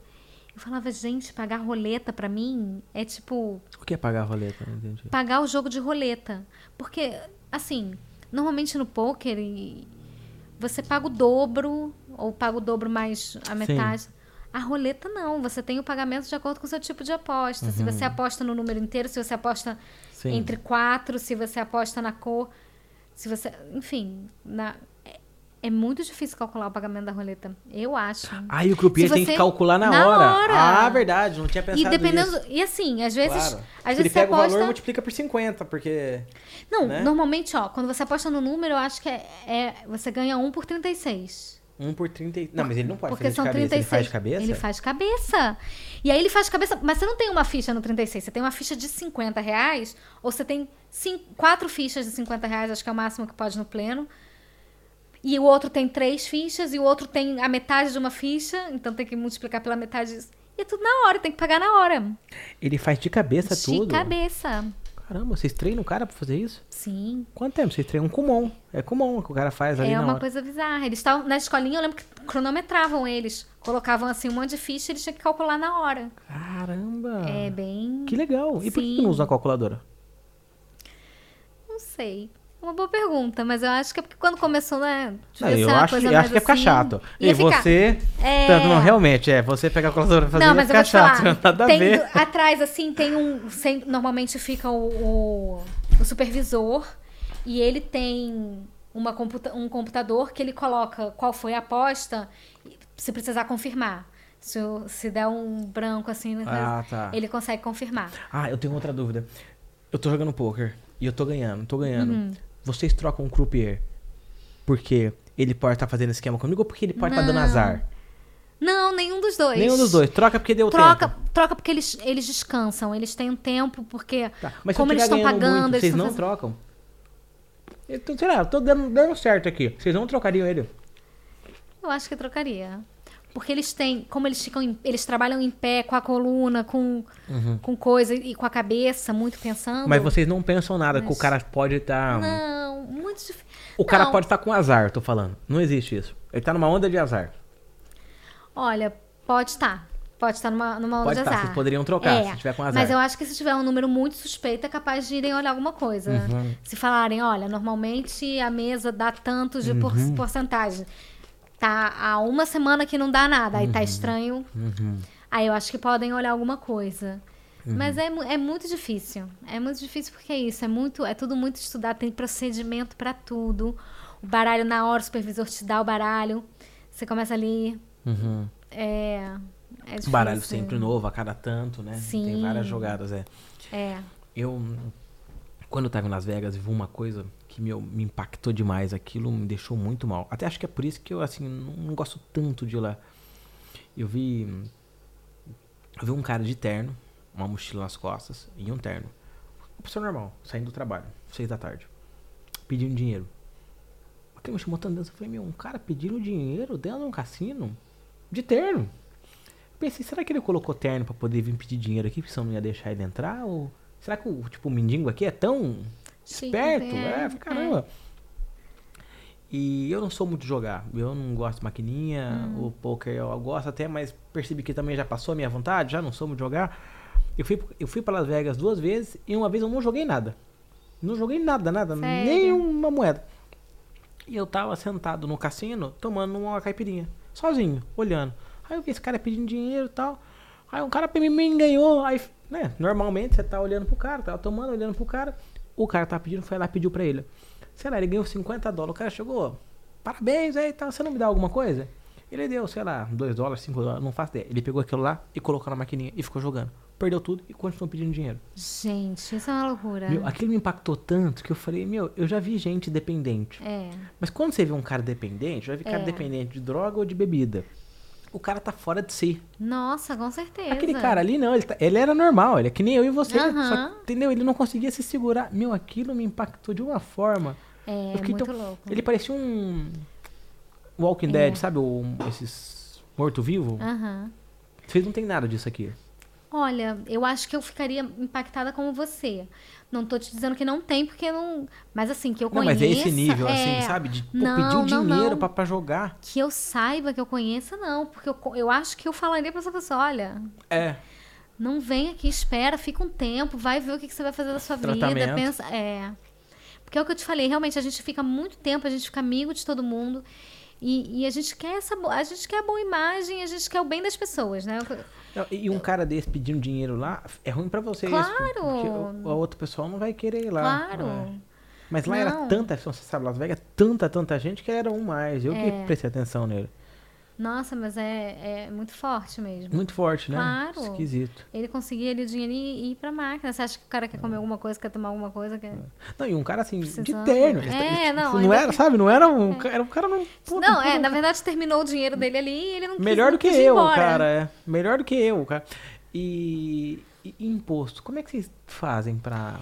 Speaker 2: Eu falava, gente, pagar roleta pra mim é tipo
Speaker 1: O que é pagar a roleta? Não entendi.
Speaker 2: pagar o jogo de roleta. Porque, assim, normalmente no pôquer e- você paga o dobro, ou paga o dobro mais a metade. A roleta não, você tem o pagamento de acordo com o seu tipo de aposta. Se você aposta no número inteiro, se você aposta
Speaker 1: Sim.
Speaker 2: entre quatro, se você aposta na cor, se você. Enfim, na- é- é muito difícil calcular o pagamento da roleta. Eu acho.
Speaker 1: Ah, e o croupier
Speaker 2: Se
Speaker 1: tem
Speaker 2: você-
Speaker 1: que calcular na,
Speaker 2: na
Speaker 1: hora.
Speaker 2: hora.
Speaker 1: Ah, verdade, não tinha
Speaker 2: E
Speaker 1: pensado
Speaker 2: dependendo.
Speaker 1: nisso.
Speaker 2: E assim, às vezes.
Speaker 1: Claro.
Speaker 2: Às
Speaker 1: ele
Speaker 2: vezes você
Speaker 1: pega o
Speaker 2: aposta.
Speaker 1: valor e multiplica por 50, porque...
Speaker 2: Não,
Speaker 1: né?
Speaker 2: normalmente, ó, quando você aposta no número, eu acho que é, é- você ganha 1 por 36.
Speaker 1: 1 por 30... e- Não, mas ele não pode
Speaker 2: Porque
Speaker 1: fazer de
Speaker 2: são
Speaker 1: cabeça.
Speaker 2: 36.
Speaker 1: Ele faz de cabeça?
Speaker 2: Ele faz de cabeça. E aí ele faz de cabeça. Mas você não tem uma ficha no 36, você tem uma ficha de 50 reais, ou você tem cin- quatro fichas de 50 reais, acho que é o máximo que pode no pleno. E o outro tem três fichas, e o outro tem a metade de uma ficha, então tem que multiplicar pela metade. disso. E é tudo na hora, tem que pagar na hora.
Speaker 1: Ele faz de cabeça
Speaker 2: de
Speaker 1: é tudo?
Speaker 2: cabeça.
Speaker 1: Caramba, vocês treinam o cara pra fazer isso?
Speaker 2: Sim.
Speaker 1: Quanto tempo? Vocês treinam um Kumon. É Kumon que o cara faz ali
Speaker 2: É
Speaker 1: na
Speaker 2: uma
Speaker 1: hora.
Speaker 2: coisa bizarra. Eles estavam na escolinha, eu lembro que cronometravam eles. Colocavam assim um monte de ficha e eles tinham que calcular na hora.
Speaker 1: Caramba.
Speaker 2: É bem.
Speaker 1: Que legal. E por que que
Speaker 2: Sim.
Speaker 1: não usa uma calculadora?
Speaker 2: Não sei. Uma boa pergunta, mas eu acho que é porque quando começou, né?
Speaker 1: Não,
Speaker 2: devia
Speaker 1: eu
Speaker 2: ser uma
Speaker 1: acho,
Speaker 2: coisa
Speaker 1: eu acho
Speaker 2: mais
Speaker 1: que ia ficar
Speaker 2: assim,
Speaker 1: chato.
Speaker 2: ia
Speaker 1: e
Speaker 2: ficar.
Speaker 1: você. tá
Speaker 2: É.
Speaker 1: Tanto, não, realmente, é. Você pegar a calculadora pra fazer
Speaker 2: Não,
Speaker 1: ia
Speaker 2: mas eu
Speaker 1: ficar
Speaker 2: vou te falar.
Speaker 1: chato. Nada a
Speaker 2: tem
Speaker 1: ver.
Speaker 2: do- atrás, assim, tem um. sem- normalmente fica o, o- o supervisor e ele tem uma computa- um computador que ele coloca qual foi a aposta, se precisar confirmar. Se, o- se der um branco assim, né,
Speaker 1: Ah, tá.
Speaker 2: ele consegue confirmar.
Speaker 1: Ah, eu tenho outra dúvida. Eu tô jogando poker e eu tô ganhando, tô ganhando.
Speaker 2: Uhum.
Speaker 1: Vocês trocam um croupier porque ele pode estar fazendo esquema comigo ou porque ele pode estar dando
Speaker 2: Não.
Speaker 1: azar?
Speaker 2: Não, nenhum dos dois.
Speaker 1: Nenhum dos dois. Troca porque deu
Speaker 2: Troca,
Speaker 1: tempo.
Speaker 2: troca porque eles, eles descansam, eles têm um tempo, porque
Speaker 1: Tá, Mas
Speaker 2: como
Speaker 1: se eu
Speaker 2: eles
Speaker 1: tiver
Speaker 2: estão
Speaker 1: ganhando
Speaker 2: pagando,
Speaker 1: muito,
Speaker 2: eles
Speaker 1: vocês
Speaker 2: estão
Speaker 1: não
Speaker 2: fazendo-
Speaker 1: trocam? Eu tô, sei lá, eu tô dando, dando certo aqui. Vocês não trocariam ele?
Speaker 2: Eu acho que eu trocaria. Porque eles têm, como eles ficam, em- eles trabalham em pé com a coluna, com,
Speaker 1: Uhum.
Speaker 2: com coisa e com a cabeça, muito pensando.
Speaker 1: Mas vocês não pensam nada que
Speaker 2: Mas-
Speaker 1: o cara pode estar...
Speaker 2: Não, muito difícil.
Speaker 1: O cara
Speaker 2: Não.
Speaker 1: pode estar com azar, eu tô falando. Não existe isso. Ele tá numa onda de azar.
Speaker 2: Olha, pode estar. Pode estar numa, numa onda
Speaker 1: Pode
Speaker 2: de
Speaker 1: estar,
Speaker 2: azar. É,
Speaker 1: vocês poderiam trocar, se tiver com azar.
Speaker 2: Mas eu acho que se tiver um número muito suspeito, é capaz de irem olhar alguma coisa. né?
Speaker 1: Uhum.
Speaker 2: Se falarem, olha, normalmente a mesa dá tanto de por-
Speaker 1: Uhum.
Speaker 2: porcentagem. Tá há uma semana que não dá nada, aí
Speaker 1: Uhum.
Speaker 2: tá estranho. Aí eu acho que podem olhar alguma coisa.
Speaker 1: Uhum.
Speaker 2: Mas é, mu- é muito difícil. É muito difícil porque é isso. É, muito, é tudo muito estudado, tem procedimento pra tudo. O baralho na hora, o supervisor te dá o baralho. Você começa ali. É. é difícil.
Speaker 1: Uhum. Um Baralho sempre novo, a cada tanto, né? Tem
Speaker 2: Sim.
Speaker 1: várias jogadas, é.
Speaker 2: É.
Speaker 1: Eu, quando eu tava em Las Vegas, vi uma coisa que meu, me impactou demais. Aquilo me deixou muito mal. Até acho que é por isso que eu, assim, não gosto tanto de ir lá. Eu vi. Eu vi um cara de terno, uma mochila nas costas e um terno. Uma pessoa normal, saindo do trabalho, seis da tarde, pedindo dinheiro. Aquilo me chamou tanta atenção. Eu falei, meu, um cara pedindo dinheiro dentro de um cassino? De terno. Pensei, será que ele colocou terno pra poder vir pedir dinheiro aqui, porque senão não ia deixar ele entrar? Ou será que o, tipo, o mendigo aqui é tão
Speaker 2: Chique,
Speaker 1: esperto?
Speaker 2: é,
Speaker 1: É, caramba. E eu não sou muito de jogar. Eu não gosto de maquininha, o poker eu gosto até, mas percebi que também já passou a minha vontade, já não sou muito de jogar. Eu fui, eu fui para Las Vegas duas vezes e uma vez eu não joguei nada. Não joguei nada, nada,
Speaker 2: Sério?
Speaker 1: nenhuma moeda. E eu tava sentado no cassino tomando uma caipirinha, sozinho, olhando. Aí eu vi esse cara pedindo dinheiro e tal. Aí um cara me me enganhou. Aí, né, normalmente você tá olhando pro cara, tava tomando, olhando pro cara. O cara tava pedindo, foi lá e pediu pra ele. Sei lá, ele ganhou 50 dólares. O cara chegou, parabéns aí, tá, você não me dá alguma coisa? Ele deu, sei lá, 2 dólares, 5 dólares, não faço ideia. Ele pegou aquilo lá e colocou na maquininha e ficou jogando. Perdeu tudo e continuou pedindo dinheiro.
Speaker 2: Gente, isso é uma loucura.
Speaker 1: Meu, aquilo me impactou tanto que eu falei, meu, eu já vi gente dependente.
Speaker 2: É.
Speaker 1: Mas quando você vê um cara dependente, já vi cara
Speaker 2: É.
Speaker 1: dependente de droga ou de bebida. O cara tá fora de si.
Speaker 2: Nossa, com certeza.
Speaker 1: Aquele cara ali, não, ele, tá- ele era normal, ele é que nem eu e você.
Speaker 2: Aham.
Speaker 1: só que, entendeu? Ele não conseguia se segurar. Meu, aquilo me impactou de uma forma.
Speaker 2: É,
Speaker 1: Eu fiquei
Speaker 2: muito
Speaker 1: tão-
Speaker 2: louco.
Speaker 1: Ele parecia um Walking
Speaker 2: É. Ah.
Speaker 1: Dead, sabe? Um, esses morto-vivo.
Speaker 2: Aham.
Speaker 1: Vocês não tem nada disso aqui.
Speaker 2: Olha, eu acho que eu ficaria impactada como você. Não tô te dizendo que não tem, porque não. Mas assim, que eu
Speaker 1: Não,
Speaker 2: conheça.
Speaker 1: mas é esse nível,
Speaker 2: é,
Speaker 1: assim, sabe? De pô,
Speaker 2: Não,
Speaker 1: pedir o
Speaker 2: não,
Speaker 1: dinheiro
Speaker 2: não.
Speaker 1: Pra, pra jogar.
Speaker 2: Que eu saiba, que eu conheça, não. Porque eu, co- eu acho que eu falaria pra essa pessoa: olha,
Speaker 1: É.
Speaker 2: não vem aqui, espera, fica um tempo, vai ver o que, que você vai fazer da sua vida,
Speaker 1: Tratamento.
Speaker 2: pensa, é. Porque é o que eu te falei, realmente a gente fica muito tempo, a gente fica amigo de todo mundo e, e a gente quer essa, bo- a gente quer a boa imagem, a gente quer o bem das pessoas, né?
Speaker 1: Não, E e um cara desse pedindo dinheiro lá, é ruim pra vocês.
Speaker 2: Claro!
Speaker 1: Porque o, o outro pessoal não vai querer ir lá.
Speaker 2: Claro.
Speaker 1: É. Mas lá era
Speaker 2: Não.
Speaker 1: tanta, você sabe, Las Vegas, tanta, tanta gente que era um mais. Eu que
Speaker 2: É.
Speaker 1: prestei atenção nele.
Speaker 2: Nossa, mas é, é muito forte mesmo.
Speaker 1: Muito forte, né?
Speaker 2: Claro.
Speaker 1: Esquisito.
Speaker 2: Ele conseguia ali o dinheiro e e ir pra máquina. Você acha que o cara quer comer alguma coisa, quer tomar alguma coisa? Quer...
Speaker 1: Não, e um cara assim,
Speaker 2: Precisando.
Speaker 1: de terno. Ele-
Speaker 2: É,
Speaker 1: ele-
Speaker 2: não,
Speaker 1: não
Speaker 2: ainda- É.
Speaker 1: era, sabe? Não era um. ca- Era um cara não. pô,
Speaker 2: não,
Speaker 1: não
Speaker 2: é, na verdade terminou o dinheiro dele ali e ele não quis-
Speaker 1: Melhor
Speaker 2: não
Speaker 1: do que
Speaker 2: quis ir
Speaker 1: eu,
Speaker 2: embora.
Speaker 1: cara. É. Melhor do que eu, cara. E, e imposto, como é que vocês fazem pra.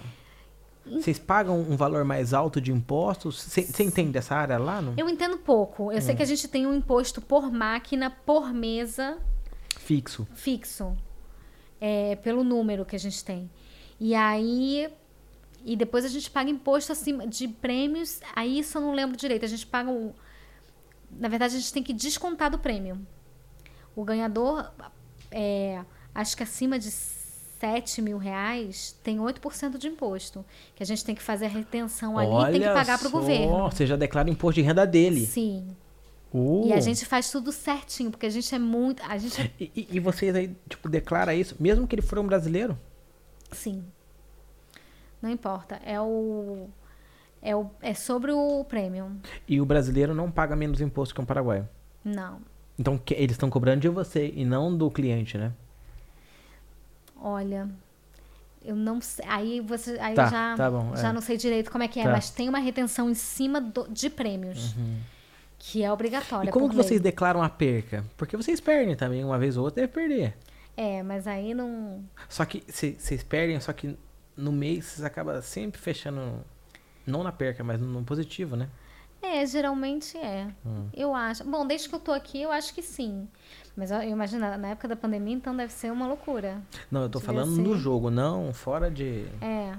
Speaker 2: Hum.
Speaker 1: Vocês pagam um valor mais alto de impostos? Você você entende essa área lá? Não?
Speaker 2: Eu entendo pouco. Eu sei que a gente tem um imposto por máquina, por mesa,
Speaker 1: Fixo.
Speaker 2: fixo. é, pelo número que a gente tem. E aí. E depois a gente paga imposto acima de prêmios. Aí isso eu não lembro direito. A gente paga o. Na verdade, a gente tem que descontar do prêmio. O ganhador, é, acho que acima de 7 mil reais, tem 8% de imposto. Que a gente tem que fazer a retenção Então, ali e tem que pagar para o governo.
Speaker 1: Você já declara o imposto de renda dele.
Speaker 2: Sim.
Speaker 1: Uh.
Speaker 2: E a gente faz tudo certinho, porque a gente é muito. A gente é-
Speaker 1: E, e- e vocês aí, tipo, declara isso, mesmo que ele for um brasileiro?
Speaker 2: Sim. Não importa. É o. É, o, é sobre o premium.
Speaker 1: E o brasileiro não paga menos imposto que um paraguaio.
Speaker 2: Não.
Speaker 1: Então que- eles estão cobrando de você e não do cliente, né?
Speaker 2: Olha. Eu não sei. Aí você. Aí
Speaker 1: Tá,
Speaker 2: eu já,
Speaker 1: tá bom,
Speaker 2: já
Speaker 1: é.
Speaker 2: não sei direito como é que é,
Speaker 1: Tá. Uhum.
Speaker 2: mas tem uma retenção em cima do- de prêmios. Que é obrigatória.
Speaker 1: e como
Speaker 2: por
Speaker 1: que
Speaker 2: lei.
Speaker 1: vocês declaram a perca? Porque vocês perdem também, uma vez ou outra deve perder.
Speaker 2: É, mas aí não.
Speaker 1: Só que cê- vocês perdem, só que no mês vocês acabam sempre fechando, não na perca, mas no positivo, né?
Speaker 2: É, geralmente é.
Speaker 1: Hum.
Speaker 2: Eu acho. Bom, desde que eu tô aqui, eu acho que sim. Mas eu, eu imagino, na época da pandemia, então deve ser uma loucura.
Speaker 1: Não, eu tô
Speaker 2: Devia
Speaker 1: falando
Speaker 2: ser.
Speaker 1: do jogo, não fora de...
Speaker 2: É.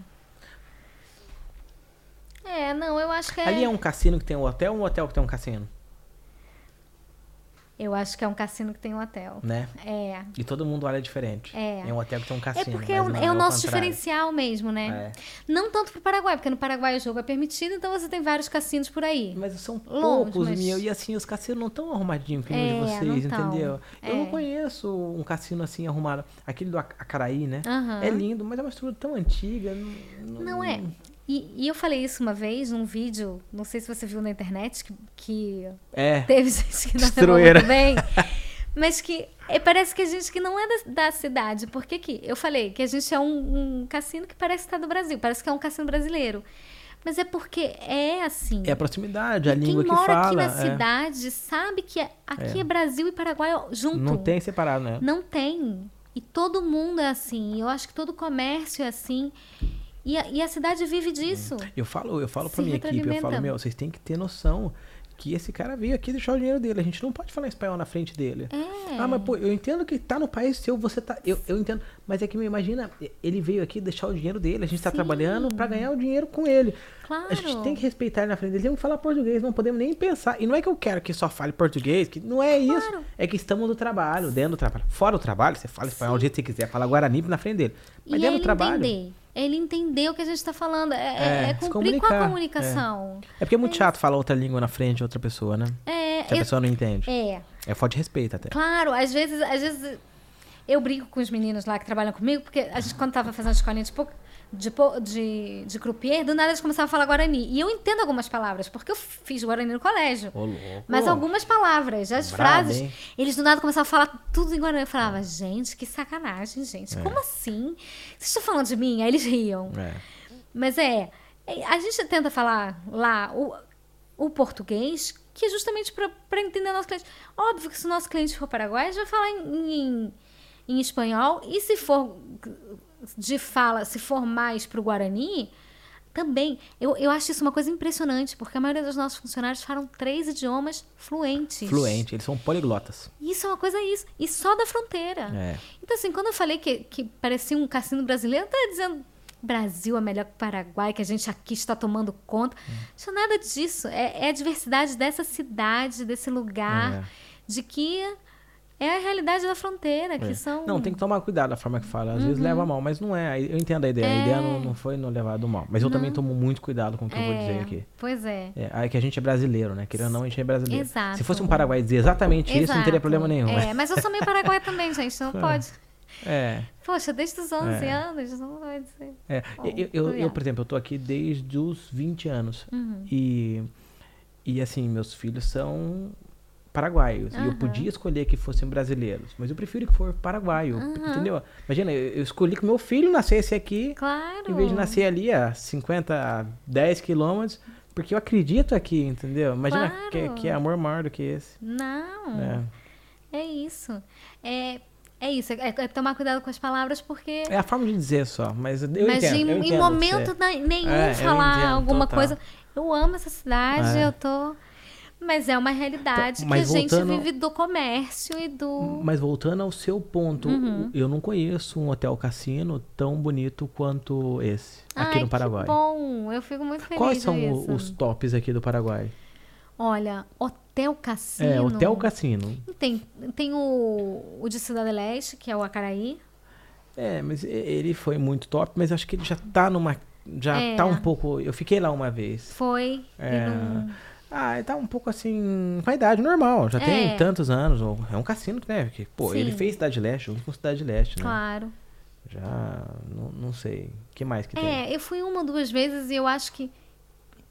Speaker 2: É, não, eu acho que é.
Speaker 1: Ali é um cassino que tem um hotel ou um hotel que tem um cassino,
Speaker 2: Eu acho que é um cassino que tem um hotel.
Speaker 1: né?
Speaker 2: É.
Speaker 1: E todo mundo olha diferente.
Speaker 2: É.
Speaker 1: um hotel que tem um
Speaker 2: É
Speaker 1: cassino.
Speaker 2: porque é
Speaker 1: mas
Speaker 2: o,
Speaker 1: não,
Speaker 2: é o
Speaker 1: ao
Speaker 2: nosso
Speaker 1: contrário. É.
Speaker 2: diferencial mesmo, né? Não tanto pro Paraguai, porque no Paraguai o jogo é permitido, então você tem vários cassinos por aí.
Speaker 1: Mas são
Speaker 2: Longe,
Speaker 1: poucos,
Speaker 2: mas-
Speaker 1: meu. E assim, os cassinos não estão arrumadinhos que nem
Speaker 2: É,
Speaker 1: o de vocês,
Speaker 2: não tão.
Speaker 1: entendeu? Eu não
Speaker 2: É.
Speaker 1: conheço um cassino assim arrumado. Aquele do Ac- Acaraí, né?
Speaker 2: Aham.
Speaker 1: É lindo, mas é uma estrutura tão antiga. Não,
Speaker 2: Não é. E, e eu falei isso uma vez num vídeo, não sei se você viu na internet, que, que
Speaker 1: É.
Speaker 2: teve gente que não
Speaker 1: Destruíram.
Speaker 2: levou muito bem. Mas que é, parece que a gente que não é da, da cidade. Porque que eu falei que a gente é um, um cassino que parece estar do Brasil, parece que é um cassino brasileiro. Mas é porque é assim.
Speaker 1: É a proximidade, a
Speaker 2: Quem
Speaker 1: língua que
Speaker 2: mora
Speaker 1: fala.
Speaker 2: aqui na
Speaker 1: é.
Speaker 2: cidade sabe que é- aqui é. Brasil e Paraguai junto.
Speaker 1: Não tem separado, né?
Speaker 2: é um Não tem. E todo mundo é assim. Eu acho que todo comércio é assim. E a, e a cidade vive disso.
Speaker 1: Eu falo, eu falo
Speaker 2: Se
Speaker 1: pra minha equipe, eu falo,
Speaker 2: retroalimenta.
Speaker 1: meu, vocês têm que ter noção que esse cara veio aqui deixar o dinheiro dele. A gente não pode falar espanhol na frente dele.
Speaker 2: É.
Speaker 1: Ah, mas pô, eu entendo que tá no país seu, você tá. Eu, eu entendo. Mas é que me imagina, ele veio aqui deixar o dinheiro dele, a gente tá
Speaker 2: Sim.
Speaker 1: trabalhando pra ganhar o dinheiro com ele.
Speaker 2: Claro.
Speaker 1: Ah, A gente tem que respeitar ele na frente dele, tem que falar português, não podemos nem pensar. E não é que eu quero que só fale português, que não é isso.
Speaker 2: Claro.
Speaker 1: É que estamos no trabalho, dentro do trabalho. Fora do trabalho, você fala espanhol do jeito que você quiser, fala guarani na frente dele. Mas
Speaker 2: e
Speaker 1: dentro
Speaker 2: ele
Speaker 1: do trabalho.
Speaker 2: entender. Ele entender o que a gente está falando. É,
Speaker 1: É,
Speaker 2: é, é
Speaker 1: se
Speaker 2: cumprir com
Speaker 1: comunicar,
Speaker 2: a comunicação.
Speaker 1: É porque é muito chato falar outra língua na frente de outra pessoa, né?
Speaker 2: É,
Speaker 1: Se a
Speaker 2: eu-
Speaker 1: pessoa não entende.
Speaker 2: é.
Speaker 1: É falta de respeito até.
Speaker 2: Claro, às vezes, às vezes eu brinco com os meninos lá que trabalham comigo, porque a gente, quando estava fazendo a escolinha de, pou- de, pou- de, de croupier, do nada eles começavam a falar Guarani. E eu entendo algumas palavras, porque eu fiz Guarani no colégio.
Speaker 1: Ô, louco.
Speaker 2: Mas algumas palavras, as
Speaker 1: Brabo,
Speaker 2: frases,
Speaker 1: hein? É.
Speaker 2: eles do nada começavam a falar tudo em Guarani. Eu falava, gente, que sacanagem, gente. Como assim? Vocês estão falando de mim? Aí eles riam.
Speaker 1: É.
Speaker 2: Mas é, é, a gente tenta falar lá o, o português, que é justamente para entender o nosso cliente. Óbvio que se o nosso cliente for paraguaio, a gente vai falar em, em, em espanhol. E se for de fala, se for mais para o Guarani, também. Eu, eu acho isso uma coisa impressionante, porque a maioria dos nossos funcionários falam três idiomas fluentes.
Speaker 1: Fluente, eles são poliglotas.
Speaker 2: Isso é uma coisa isso. E só da fronteira.
Speaker 1: É.
Speaker 2: Então, assim, quando eu falei que, que parecia um cassino brasileiro, eu tava dizendo Brasil é melhor que o Paraguai, que a gente aqui está tomando conta.
Speaker 1: Hum.
Speaker 2: Isso é nada disso. É, é a diversidade dessa cidade, desse lugar,
Speaker 1: É.
Speaker 2: de que é a realidade da fronteira, que
Speaker 1: É.
Speaker 2: são. Uhum.
Speaker 1: Não, tem que tomar cuidado da forma que fala. Às vezes leva a mal, mas não é. Aí Eu entendo a ideia. A ideia não, não foi não levado mal. Mas eu também tomo muito cuidado com o que eu vou dizer
Speaker 2: É,
Speaker 1: aqui.
Speaker 2: Pois é.
Speaker 1: É, aí que a gente é brasileiro, né? Querendo ou não, a gente é brasileiro.
Speaker 2: Exato.
Speaker 1: Se fosse um paraguai dizer exatamente isso, não teria
Speaker 2: Exato.
Speaker 1: problema nenhum. né?
Speaker 2: É, mas eu sou meio paraguaia também, gente. Não pode.
Speaker 1: é.
Speaker 2: Poxa, desde os 11
Speaker 1: É.
Speaker 2: anos, não pode ser.
Speaker 1: É,
Speaker 2: Bom, Uhum.
Speaker 1: eu, eu- eu,
Speaker 2: legal.
Speaker 1: por exemplo, eu tô aqui desde os 20 anos. E, e assim, meus filhos são paraguaios. E eu podia escolher que fossem brasileiros. Mas eu prefiro que for paraguaio. Entendeu? Imagina, eu, eu escolhi que meu filho nascesse aqui,
Speaker 2: Claro.
Speaker 1: em vez de nascer ali a 50, 10 quilômetros. Porque eu acredito aqui, entendeu? Imagina que,
Speaker 2: Claro. Hum.
Speaker 1: que é amor maior do que esse.
Speaker 2: Não.
Speaker 1: né?
Speaker 2: É isso. É, é isso. É, é tomar cuidado com as palavras, porque.
Speaker 1: É. a forma de dizer só, mas eu
Speaker 2: mas
Speaker 1: entendo. eu
Speaker 2: em, em
Speaker 1: entendo
Speaker 2: momento
Speaker 1: você.
Speaker 2: na- nenhum
Speaker 1: É, eu
Speaker 2: falar
Speaker 1: entendo,
Speaker 2: alguma
Speaker 1: total.
Speaker 2: coisa. Eu amo essa cidade,
Speaker 1: É.
Speaker 2: eu tô. Mas é uma
Speaker 1: Então,
Speaker 2: realidade que a
Speaker 1: mas voltando-
Speaker 2: gente vive do comércio e do.
Speaker 1: Mas voltando ao seu ponto,
Speaker 2: Uhum.
Speaker 1: o- eu não conheço um hotel cassino tão bonito quanto esse aqui
Speaker 2: Ai,
Speaker 1: no Paraguai.
Speaker 2: Que bom, eu fico muito feliz.
Speaker 1: Quais são o-
Speaker 2: disso.
Speaker 1: os tops aqui do Paraguai?
Speaker 2: Olha, Hotel Cassino.
Speaker 1: É, hotel cassino.
Speaker 2: Tem, tem o, o de Cidade Leste, que é o Acaraí.
Speaker 1: É, mas e- ele foi muito top, mas acho que ele já tá numa. Já
Speaker 2: É.
Speaker 1: tá um pouco. Eu fiquei lá uma vez.
Speaker 2: Foi. e
Speaker 1: É.
Speaker 2: não-
Speaker 1: Ah, ele tá um pouco assim. Com a idade normal, já
Speaker 2: É.
Speaker 1: tem tantos anos. ou- É um cassino, né? Que, pô, ele
Speaker 2: Sim.
Speaker 1: fez Cidade Leste junto com Cidade Leste, né?
Speaker 2: Claro.
Speaker 1: Já. Não, não sei. O que mais que tem?
Speaker 2: É, eu fui uma ou duas vezes e eu acho que.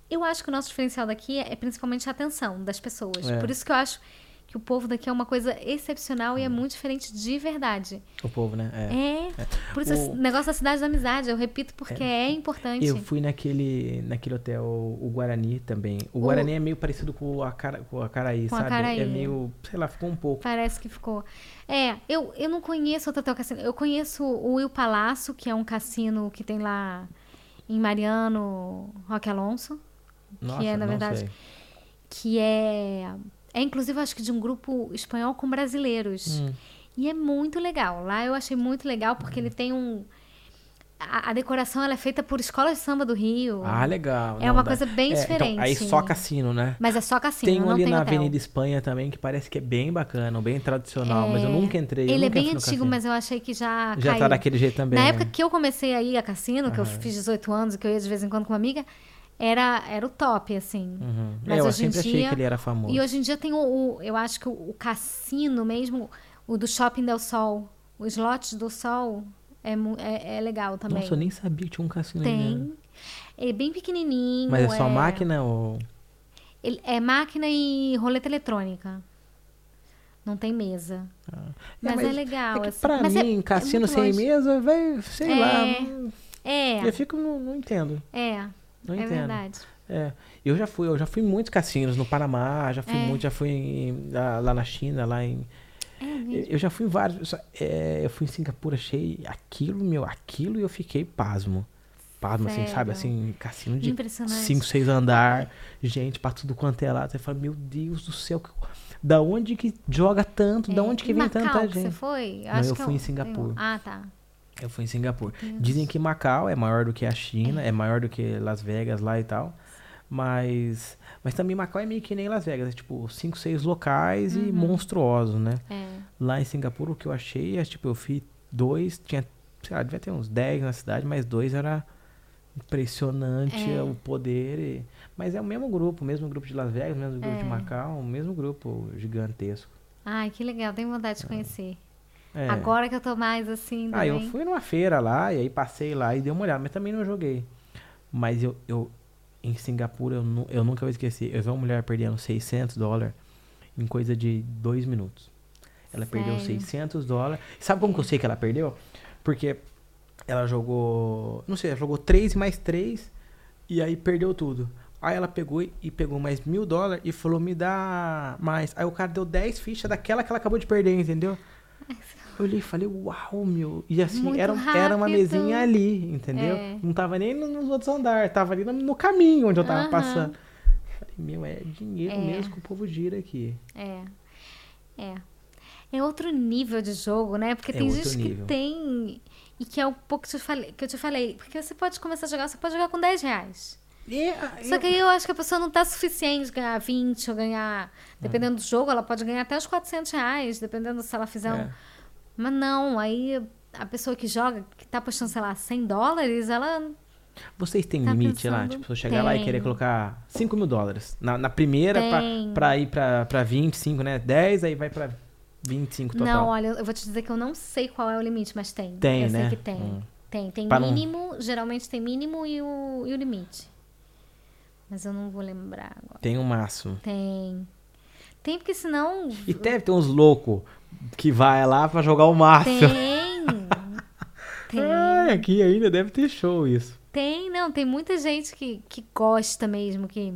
Speaker 2: Eu acho que o nosso diferencial daqui é principalmente a atenção das pessoas.
Speaker 1: É.
Speaker 2: Por isso que eu acho que o povo daqui é uma coisa excepcional e é muito diferente de verdade.
Speaker 1: O povo, né? Hum. É.
Speaker 2: É. Por isso,
Speaker 1: O-
Speaker 2: o negócio da cidade da amizade, eu repito porque é, importante.
Speaker 1: Eu fui naquele, naquele hotel, o Guarani também. O
Speaker 2: O-
Speaker 1: Guarani é meio parecido com a, cara, com a Caraí,
Speaker 2: Com a
Speaker 1: sabe? É
Speaker 2: Caraí.
Speaker 1: meio, sei lá, ficou um pouco.
Speaker 2: Parece que ficou. É, eu, eu não conheço outro hotel cassino. Eu conheço o Will Palácio, que é um cassino que tem lá em Mariano, Roque Alonso.
Speaker 1: Nossa,
Speaker 2: que é, na
Speaker 1: não
Speaker 2: verdade,
Speaker 1: sei.
Speaker 2: que é é inclusive acho que de um grupo espanhol com brasileiros
Speaker 1: Hum.
Speaker 2: e é muito legal lá eu achei muito legal porque ele tem um a, a decoração ela é feita por escolas de samba do Rio
Speaker 1: Ah, legal.
Speaker 2: É
Speaker 1: não,
Speaker 2: uma
Speaker 1: dá-
Speaker 2: coisa bem
Speaker 1: então,
Speaker 2: diferente.
Speaker 1: aí só cassino, né?
Speaker 2: mas é só cassino
Speaker 1: tem um
Speaker 2: não
Speaker 1: ali
Speaker 2: tem
Speaker 1: na
Speaker 2: hotel
Speaker 1: Avenida Espanha também, que parece que é bem bacana, bem tradicional, mas eu
Speaker 2: É,
Speaker 1: nunca entrei. eu
Speaker 2: ele é
Speaker 1: nunca
Speaker 2: bem
Speaker 1: fui no
Speaker 2: antigo
Speaker 1: cassino.
Speaker 2: mas eu achei que já
Speaker 1: Já
Speaker 2: caiu.
Speaker 1: tá daquele jeito também.
Speaker 2: na
Speaker 1: né?
Speaker 2: época que eu comecei a ir a cassino que eu fiz 18 anos e que eu ia de vez em quando com uma amiga era era o top assim
Speaker 1: Uhum.
Speaker 2: mas
Speaker 1: É, eu
Speaker 2: hoje em
Speaker 1: sempre achei
Speaker 2: dia-
Speaker 1: que ele era famoso.
Speaker 2: E hoje em dia tem o, o- eu acho que o, o cassino mesmo, o do Shopping Del Sol, os lotes do Sol é, mu- é, é legal também.
Speaker 1: Nossa, eu nem sabia que tinha um cassino aí, né?
Speaker 2: tem. É bem pequenininho.
Speaker 1: Mas é só máquina ou. É,
Speaker 2: ele- É máquina e roleta eletrônica. Não tem mesa. Mas, é legal.
Speaker 1: É que
Speaker 2: assim.
Speaker 1: pra
Speaker 2: Mas é-
Speaker 1: mim,
Speaker 2: é
Speaker 1: cassino
Speaker 2: muito
Speaker 1: sem
Speaker 2: longe.
Speaker 1: mesa, vai, sei lá. hum,
Speaker 2: É.
Speaker 1: Eu
Speaker 2: É,
Speaker 1: fico, não, não entendo.
Speaker 2: é.
Speaker 1: Não
Speaker 2: é
Speaker 1: entendo.
Speaker 2: verdade.
Speaker 1: É. Eu já fui, eu já fui em muitos cassinos no Panamá, já fui
Speaker 2: É.
Speaker 1: muito, já fui em- lá, lá na China, lá em.
Speaker 2: É mesmo.
Speaker 1: Eu eu já fui em vários. só- é, eu fui em Singapura, achei aquilo, meu, aquilo e eu fiquei pasmo. Pasmo, assim, sabe?
Speaker 2: Sério?
Speaker 1: Assim, cassino de
Speaker 2: Impressionante.
Speaker 1: 5, 6 andar, gente, pra tudo quanto é lado. Você fala, meu Deus do céu, que- da onde que joga tanto? Da
Speaker 2: É.
Speaker 1: onde que
Speaker 2: Em
Speaker 1: vem
Speaker 2: Macau,
Speaker 1: tanta
Speaker 2: que Você
Speaker 1: gente?
Speaker 2: foi?
Speaker 1: Não, eu
Speaker 2: que
Speaker 1: fui em
Speaker 2: tenho-
Speaker 1: Singapura.
Speaker 2: Ah, tá.
Speaker 1: Eu fui em Singapura.
Speaker 2: Deus.
Speaker 1: Dizem que Macau é maior do que a China, é maior do que Las Vegas lá e tal. Mas, mas também Macau é meio que nem Las Vegas, é tipo 5, 6 locais
Speaker 2: Uhum.
Speaker 1: e monstruoso, né?
Speaker 2: É.
Speaker 1: Lá em Singapura o que eu achei é tipo, eu fui dois, tinha, sei lá, devia ter uns 10 na cidade, mas dois era impressionante
Speaker 2: É.
Speaker 1: o poder. e- mas é o mesmo grupo, o mesmo grupo de Las Vegas, o mesmo grupo de
Speaker 2: É.
Speaker 1: Macau, o mesmo grupo gigantesco.
Speaker 2: Ai, que legal. Tenho vontade de conhecer.
Speaker 1: É.
Speaker 2: Agora que eu tô mais assim.
Speaker 1: Ah, eu
Speaker 2: também.
Speaker 1: fui numa feira lá, e aí passei lá e dei uma olhada, mas também não joguei. Mas eu, eu em Singapura, eu, nu- eu nunca vou esquecer. Eu vi uma mulher perdendo 600 dólares em coisa de dois minutos. Ela perdeu
Speaker 2: Sério?
Speaker 1: 600 dólares. Sabe como que eu sei que ela perdeu? Porque ela jogou, não sei, ela jogou 3 mais 3 e aí perdeu tudo. Aí ela pegou e- e pegou mais mil dólares e falou, me dá mais. Aí o cara deu 10 fichas daquela que ela acabou de perder, entendeu? Eu olhei e falei, uau, meu. E assim,
Speaker 2: Muito
Speaker 1: era, era uma
Speaker 2: rápido.
Speaker 1: mesinha ali, entendeu?
Speaker 2: É.
Speaker 1: Não tava nem no- nos outros andares, tava ali no, no caminho onde eu tava
Speaker 2: Aham.
Speaker 1: passando. Falei, meu, é dinheiro
Speaker 2: É.
Speaker 1: mesmo que o povo gira aqui.
Speaker 2: É. É. É outro nível de jogo, né? Porque
Speaker 1: É
Speaker 2: tem
Speaker 1: outro
Speaker 2: gente
Speaker 1: nível.
Speaker 2: que tem. E que é um pouco que eu, te falei, que eu te falei. Porque você pode começar a jogar, você pode jogar com 10 reais.
Speaker 1: E, ah,
Speaker 2: Só que aí eu acho que a pessoa não tá suficiente ganhar 20 ou
Speaker 1: É.
Speaker 2: ganhar. Dependendo do jogo, ela pode ganhar até uns 400 reais, dependendo se ela fizer um.
Speaker 1: É.
Speaker 2: Mas não, aí a pessoa que joga, que tá postando, sei lá, 100 dólares, ela.
Speaker 1: Vocês têm
Speaker 2: Tá
Speaker 1: limite lá?
Speaker 2: pensando?
Speaker 1: Tipo, se eu chegar lá e
Speaker 2: Tem.
Speaker 1: querer colocar 5 mil dólares na, na primeira pra,
Speaker 2: Tem.
Speaker 1: pra ir pra, pra 25, né? 10, aí vai pra 25 total.
Speaker 2: Não, olha, eu vou te dizer que eu não sei qual é o limite, mas tem.
Speaker 1: Tem,
Speaker 2: eu
Speaker 1: né?
Speaker 2: sei que tem.
Speaker 1: Hum.
Speaker 2: Tem, tem
Speaker 1: Pra não-
Speaker 2: mínimo, geralmente tem mínimo e o, e o limite. Mas eu não vou lembrar agora.
Speaker 1: Tem um máximo.
Speaker 2: Tem. Tem, porque senão.
Speaker 1: E deve ter uns loucos que vai lá pra jogar o máximo.
Speaker 2: Tem! tem,
Speaker 1: Ah, aqui ainda deve ter show isso.
Speaker 2: tem, não, tem muita gente que, que gosta mesmo, que.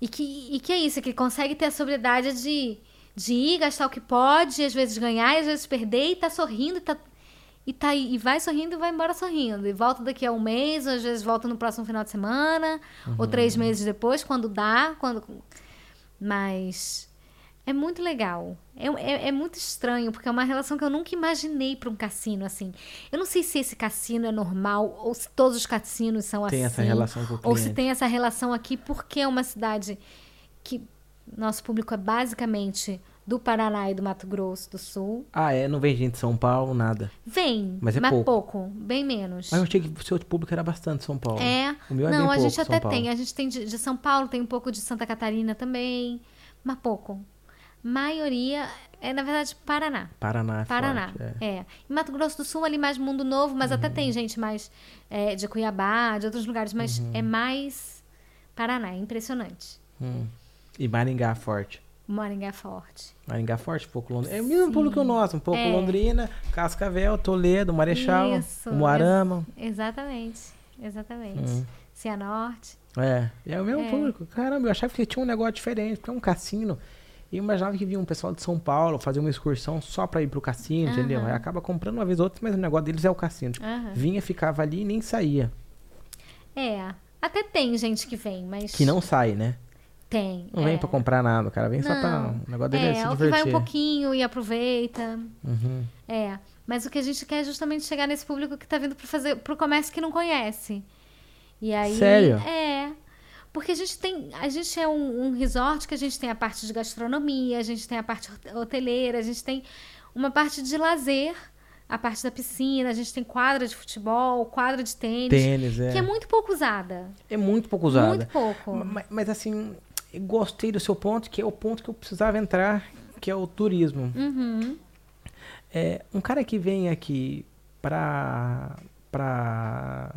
Speaker 2: E que, e que é isso, que consegue ter a sobriedade de, de ir, gastar o que pode, e às vezes ganhar, e às vezes perder, e tá sorrindo, e tá. E, tá, aí, e vai sorrindo e vai embora sorrindo. E volta daqui a um mês, ou às vezes volta no próximo final de semana, ou
Speaker 1: Uhum.
Speaker 2: três meses depois, quando dá. quando Mas é muito legal. É, é, é muito estranho, porque é uma relação que eu nunca imaginei pra um cassino assim. Eu não sei se esse cassino é normal, ou se todos os cassinos são assim.
Speaker 1: Tem essa relação com o
Speaker 2: Ou se
Speaker 1: cliente.
Speaker 2: tem essa relação aqui, porque é uma cidade que nosso público é basicamente do Paraná e do Mato Grosso do Sul.
Speaker 1: Ah, é? Não vem gente de São Paulo, nada.
Speaker 2: Vem,
Speaker 1: Mas é pouco.
Speaker 2: bem menos.
Speaker 1: Mas eu achei que o seu público era bastante São Paulo.
Speaker 2: É.
Speaker 1: O meu é
Speaker 2: não,
Speaker 1: bem
Speaker 2: a
Speaker 1: pouco,
Speaker 2: gente até
Speaker 1: São Paulo.
Speaker 2: tem. A gente tem de, de São Paulo, tem um pouco de Santa Catarina também, mas pouco. Maioria é, na verdade, Paraná.
Speaker 1: Paraná. é
Speaker 2: Paraná.
Speaker 1: forte, é. Uhum.
Speaker 2: é. Em Mato Grosso do Sul, ali mais Mundo Novo, mas até tem gente mais é, de Cuiabá, de outros lugares, mas
Speaker 1: Uhum.
Speaker 2: é mais Paraná. É impressionante.
Speaker 1: Hum. E Maringá é forte.
Speaker 2: Maringá forte.
Speaker 1: Maringá forte, um pouco Londrina. É o mesmo
Speaker 2: Sim.
Speaker 1: público nosso, um pouco
Speaker 2: É.
Speaker 1: Londrina, Cascavel, Toledo, Marechal,
Speaker 2: Isso,
Speaker 1: Moarama.
Speaker 2: Exatamente. Exatamente.
Speaker 1: Hum.
Speaker 2: Cianorte.
Speaker 1: É, é o mesmo
Speaker 2: É.
Speaker 1: público. Caramba, eu achava que tinha um negócio diferente, porque é um cassino. E eu imaginava que vinha um pessoal de São Paulo fazer uma excursão só pra ir pro cassino, entendeu? Aí acaba comprando uma vez ou outra, mas o negócio deles é o cassino. Tipo,
Speaker 2: Aham.
Speaker 1: Vinha, ficava ali e nem saía.
Speaker 2: É. Até tem gente que vem, mas.
Speaker 1: Que não sai, né?
Speaker 2: Tem.
Speaker 1: Não
Speaker 2: é.
Speaker 1: vem pra comprar nada, o cara vem só pra.
Speaker 2: Não.
Speaker 1: O negócio dele é, se
Speaker 2: ou que
Speaker 1: divertir.
Speaker 2: vai um pouquinho e aproveita.
Speaker 1: Uhum.
Speaker 2: É. Mas o que a gente quer é justamente chegar nesse público que tá vindo para fazer pro comércio que não conhece. E aí
Speaker 1: Sério?
Speaker 2: é. Porque a gente tem, a gente é um, um resort que a gente tem a parte de gastronomia, a gente tem a parte hote- hoteleira, a gente tem uma parte de lazer, a parte da piscina, a gente tem quadra de futebol, quadra de tênis,
Speaker 1: Tênis,
Speaker 2: que é muito pouco usada.
Speaker 1: É muito pouco usada.
Speaker 2: Muito pouco.
Speaker 1: Ma- ma- Mas, assim, eu gostei do seu ponto, que é o ponto que eu precisava entrar, que é o turismo. É, um cara que vem aqui pra. pra.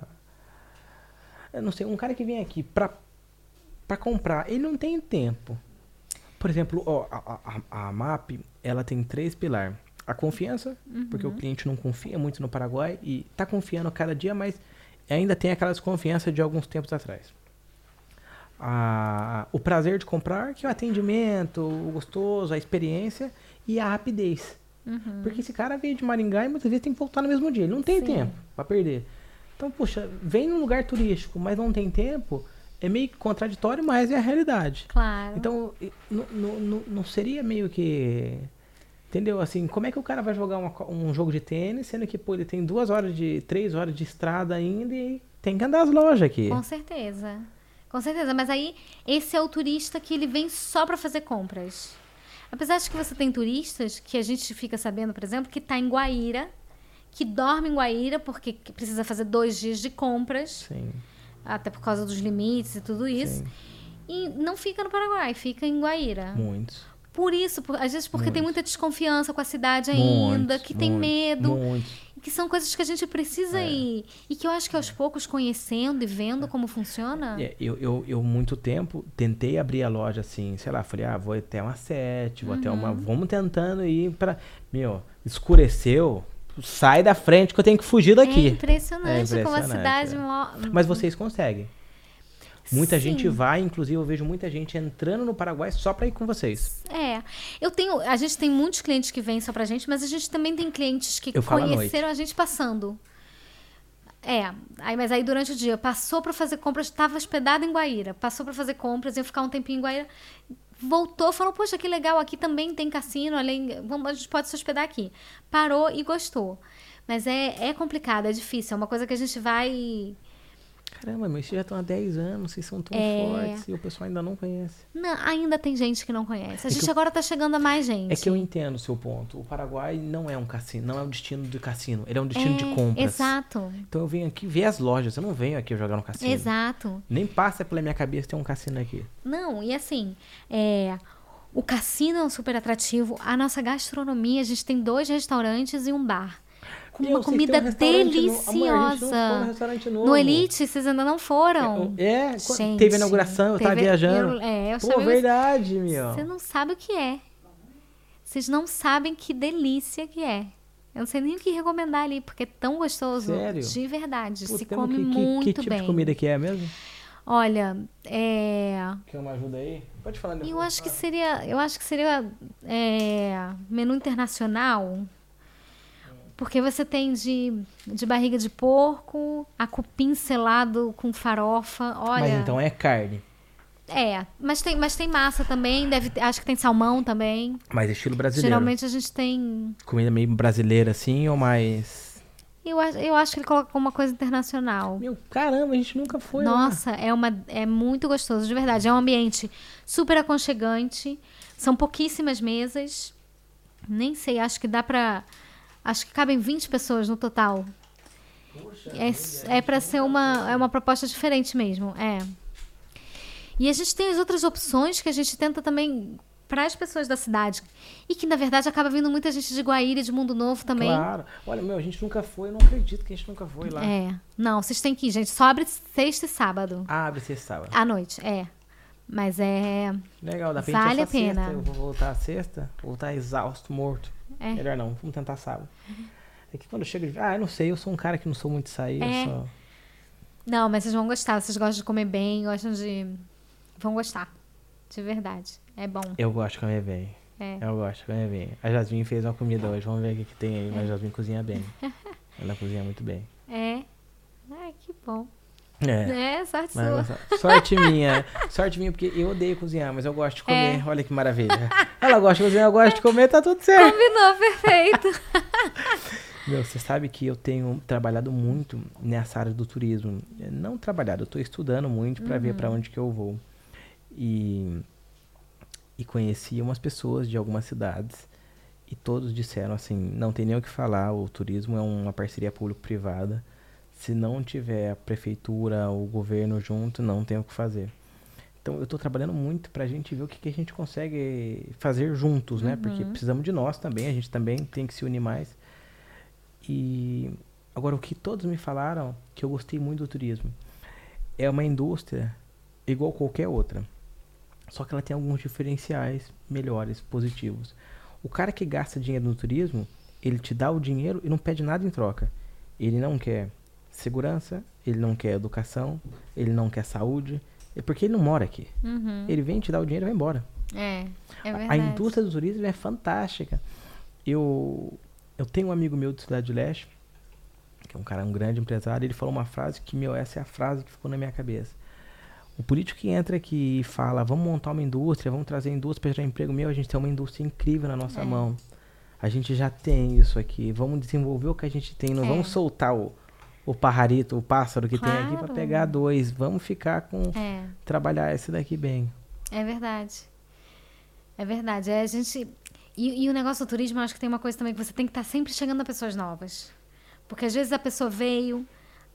Speaker 1: Eu não sei, um cara que vem aqui pra, pra comprar, ele não tem tempo. Por exemplo, ó, a, a, a MAP, ela tem três pilares. A confiança, porque o cliente não confia muito no Paraguai e tá confiando cada dia, mas ainda tem aquela desconfiança de alguns tempos atrás a- o prazer de comprar, que é o atendimento, o gostoso, a experiência e a rapidez. Porque esse cara veio de Maringá e muitas vezes tem que voltar no mesmo dia. Ele não tem
Speaker 2: Sim.
Speaker 1: tempo para perder. Então, puxa, vem num lugar turístico, mas não tem tempo, é meio que contraditório, mas é a realidade.
Speaker 2: Claro.
Speaker 1: Então, e- não- não não- não seria meio que. Entendeu? Assim, como é que o cara vai jogar uma co- um jogo de tênis, sendo que, pô, ele tem duas horas de. três horas de estrada ainda e tem que andar as lojas aqui.
Speaker 2: Com certeza. Com certeza, mas aí esse é o turista que ele vem só para fazer compras. Apesar de que você tem turistas que a gente fica sabendo, por exemplo, que tá em Guaíra, que dorme em Guaíra porque que precisa fazer dois dias de compras,
Speaker 1: Sim.
Speaker 2: até por causa dos limites e tudo isso.
Speaker 1: Sim.
Speaker 2: E não fica no Paraguai, fica em Guaíra.
Speaker 1: Muitos.
Speaker 2: Por isso, por- às vezes porque tem muita desconfiança com a cidade ainda,
Speaker 1: Muitos,
Speaker 2: que tem
Speaker 1: muitos,
Speaker 2: medo.
Speaker 1: muitos.
Speaker 2: Que são coisas que a gente precisa
Speaker 1: É.
Speaker 2: ir. E que eu acho que aos poucos, conhecendo e vendo como funciona.
Speaker 1: É, eu, eu, eu, muito tempo, tentei abrir a loja assim, sei lá, falei, ah, vou até uma sete, vou até
Speaker 2: Uhum.
Speaker 1: uma. Vamos tentando ir pra. Meu, escureceu, sai da frente que eu tenho que fugir daqui.
Speaker 2: É impressionante, como a
Speaker 1: impressionante,
Speaker 2: cidade
Speaker 1: é.
Speaker 2: mo-
Speaker 1: Mas vocês conseguem. Muita
Speaker 2: Sim.
Speaker 1: gente vai, inclusive eu vejo muita gente entrando no Paraguai só pra ir com vocês.
Speaker 2: É. Eu tenho. A gente tem muitos clientes que vêm só pra gente, mas a gente também tem clientes que
Speaker 1: Eu falo à
Speaker 2: conheceram a gente passando. É, aí, mas aí durante o dia passou pra fazer compras, estava hospedado em Guaíra, passou pra fazer compras, ia ficar um tempinho em Guaíra, voltou, falou: Poxa, que legal, aqui também tem cassino, além, vamos, a gente pode se hospedar aqui. Parou e gostou. Mas é, é complicado, é difícil, é uma coisa que a gente vai
Speaker 1: Caramba, mas vocês já estão há 10 anos, vocês são tão
Speaker 2: É.
Speaker 1: fortes e o pessoal ainda não conhece.
Speaker 2: Não, ainda tem gente que não conhece. A
Speaker 1: É que
Speaker 2: gente
Speaker 1: eu-
Speaker 2: agora tá chegando a mais gente.
Speaker 1: É que eu entendo o seu ponto. O Paraguai não é um cassino, não é um destino de cassino, ele é um destino de
Speaker 2: É,
Speaker 1: compras.
Speaker 2: Exato.
Speaker 1: Então eu venho aqui ver as lojas, eu não venho aqui jogar no cassino.
Speaker 2: Exato.
Speaker 1: Nem passa pela minha cabeça ter um cassino aqui.
Speaker 2: Não, e assim, é, o cassino é um super atrativo. A nossa gastronomia, a gente tem dois restaurantes e um bar. Com
Speaker 1: E
Speaker 2: uma
Speaker 1: vocês
Speaker 2: comida
Speaker 1: têm um restaurante no- amor, a gente não foi no
Speaker 2: deliciosa.
Speaker 1: restaurante
Speaker 2: No,
Speaker 1: novo.
Speaker 2: Elite, vocês ainda não foram.
Speaker 1: É, quando
Speaker 2: Gente,
Speaker 1: teve a inauguração, eu tava
Speaker 2: teve-
Speaker 1: viajando.
Speaker 2: eu- é, eu
Speaker 1: Pô,
Speaker 2: chamei-
Speaker 1: verdade, meu.
Speaker 2: Você não sabe o que é. Vocês não sabem que delícia que é. Eu não sei nem o que recomendar ali, porque é tão gostoso.
Speaker 1: Sério?
Speaker 2: De verdade.
Speaker 1: Pô,
Speaker 2: se
Speaker 1: temos
Speaker 2: come
Speaker 1: que, que-
Speaker 2: muito
Speaker 1: que tipo
Speaker 2: bem.
Speaker 1: de comida que é mesmo?
Speaker 2: Olha, é.
Speaker 1: Quer uma ajuda aí? Pode falar
Speaker 2: Eu acho que seria, eu acho que seria é, menu internacional, porque você tem de, de barriga de porco, a cupim selado com farofa, olha.
Speaker 1: Mas então é carne.
Speaker 2: É, mas tem, mas tem massa também, deve, ter- acho que tem salmão também.
Speaker 1: Mas estilo brasileiro.
Speaker 2: Geralmente a gente tem
Speaker 1: Comida meio brasileira assim ou mais.
Speaker 2: Eu, acho- eu acho que ele coloca como uma coisa internacional.
Speaker 1: Meu, caramba, a gente nunca foi lá.
Speaker 2: Nossa, é, uma, é muito gostoso, de verdade. É um ambiente super aconchegante. São pouquíssimas mesas. Nem sei, acho que dá pra. Acho que cabem 20 pessoas no total. É, s- é para ser uma, é uma proposta diferente mesmo. É. E a gente tem as outras opções que a gente tenta também para as pessoas da cidade. E que, na verdade, acaba vindo muita gente de Guaíra, de Mundo Novo também.
Speaker 1: Claro. Olha, meu, a gente nunca foi, eu não acredito que a gente nunca foi lá.
Speaker 2: É. Não, vocês têm que ir, gente. Só abre sexta e sábado.
Speaker 1: Ah, abre sexta sábado.
Speaker 2: À noite, é. Mas é.
Speaker 1: Legal, dá pra
Speaker 2: Vale
Speaker 1: gente ir
Speaker 2: a
Speaker 1: só
Speaker 2: pena.
Speaker 1: sexta. Eu vou voltar à sexta, vou voltar exausto, morto.
Speaker 2: É.
Speaker 1: Melhor não, vamos tentar sábado. É que quando chega de. Ah, eu não sei, eu sou um cara que não sou muito de sair. eu
Speaker 2: É.
Speaker 1: sou-
Speaker 2: Não, mas vocês vão gostar. Vocês gostam de comer bem, gostam de. Vão gostar. De verdade. É bom.
Speaker 1: Eu gosto de comer bem.
Speaker 2: É.
Speaker 1: Eu gosto de comer bem. A Jasmine fez uma comida hoje, vamos ver o que, que tem aí. Mas a Jasmine cozinha bem. Ela cozinha muito bem.
Speaker 2: É. Ai, que bom.
Speaker 1: É.
Speaker 2: É, sorte
Speaker 1: Mas
Speaker 2: sua.
Speaker 1: essa- sorte minha. Sorte minha, porque eu odeio cozinhar, mas eu gosto de comer.
Speaker 2: É.
Speaker 1: Olha que maravilha. Ela gosta de cozinhar, eu gosto de comer, tá tudo certo.
Speaker 2: Combinou, perfeito.
Speaker 1: Meu, você sabe que eu tenho trabalhado muito nessa área do turismo. É, Não trabalhado, eu tô estudando muito pra ver pra onde que eu vou. E, e conheci umas pessoas de algumas cidades e todos disseram assim, não tem nem o que falar, o turismo é uma parceria público-privada. Se não tiver a prefeitura, o governo junto, não tem o que fazer. Então eu tô trabalhando muito pra gente ver o que, que a gente consegue fazer juntos, né? Porque precisamos de nós também, a gente também tem que se unir mais. E agora o que todos me falaram que eu gostei muito do turismo é uma indústria igual qualquer outra. Só que ela tem alguns diferenciais melhores, positivos. O cara que gasta dinheiro no turismo, ele te dá o dinheiro e não pede nada em troca. Ele não quer segurança, ele não quer educação, ele não quer saúde, é porque ele não mora aqui.
Speaker 2: Uhum.
Speaker 1: Ele vem te dar o dinheiro e vai embora.
Speaker 2: É, é
Speaker 1: A-
Speaker 2: verdade.
Speaker 1: A indústria do turismo é fantástica. Eu, eu tenho um amigo meu de Cidade do Leste, que é um cara, um grande empresário, ele falou uma frase que, meu, essa é a frase que ficou na minha cabeça. O político que entra aqui e fala, vamos montar uma indústria, vamos trazer indústria para gerar emprego, meu, a gente tem uma indústria incrível na nossa
Speaker 2: É.
Speaker 1: mão. A gente já tem isso aqui, vamos desenvolver o que a gente tem, não
Speaker 2: É.
Speaker 1: vamos soltar o, o parrarito, o pássaro que tem aqui para
Speaker 2: Claro.
Speaker 1: pegar dois, vamos ficar com,
Speaker 2: É.
Speaker 1: trabalhar esse daqui bem.
Speaker 2: É verdade. É verdade. É, a gente... e, e o negócio do turismo, eu acho que tem uma coisa também que você tem que estar sempre chegando a pessoas novas. Porque às vezes a pessoa veio,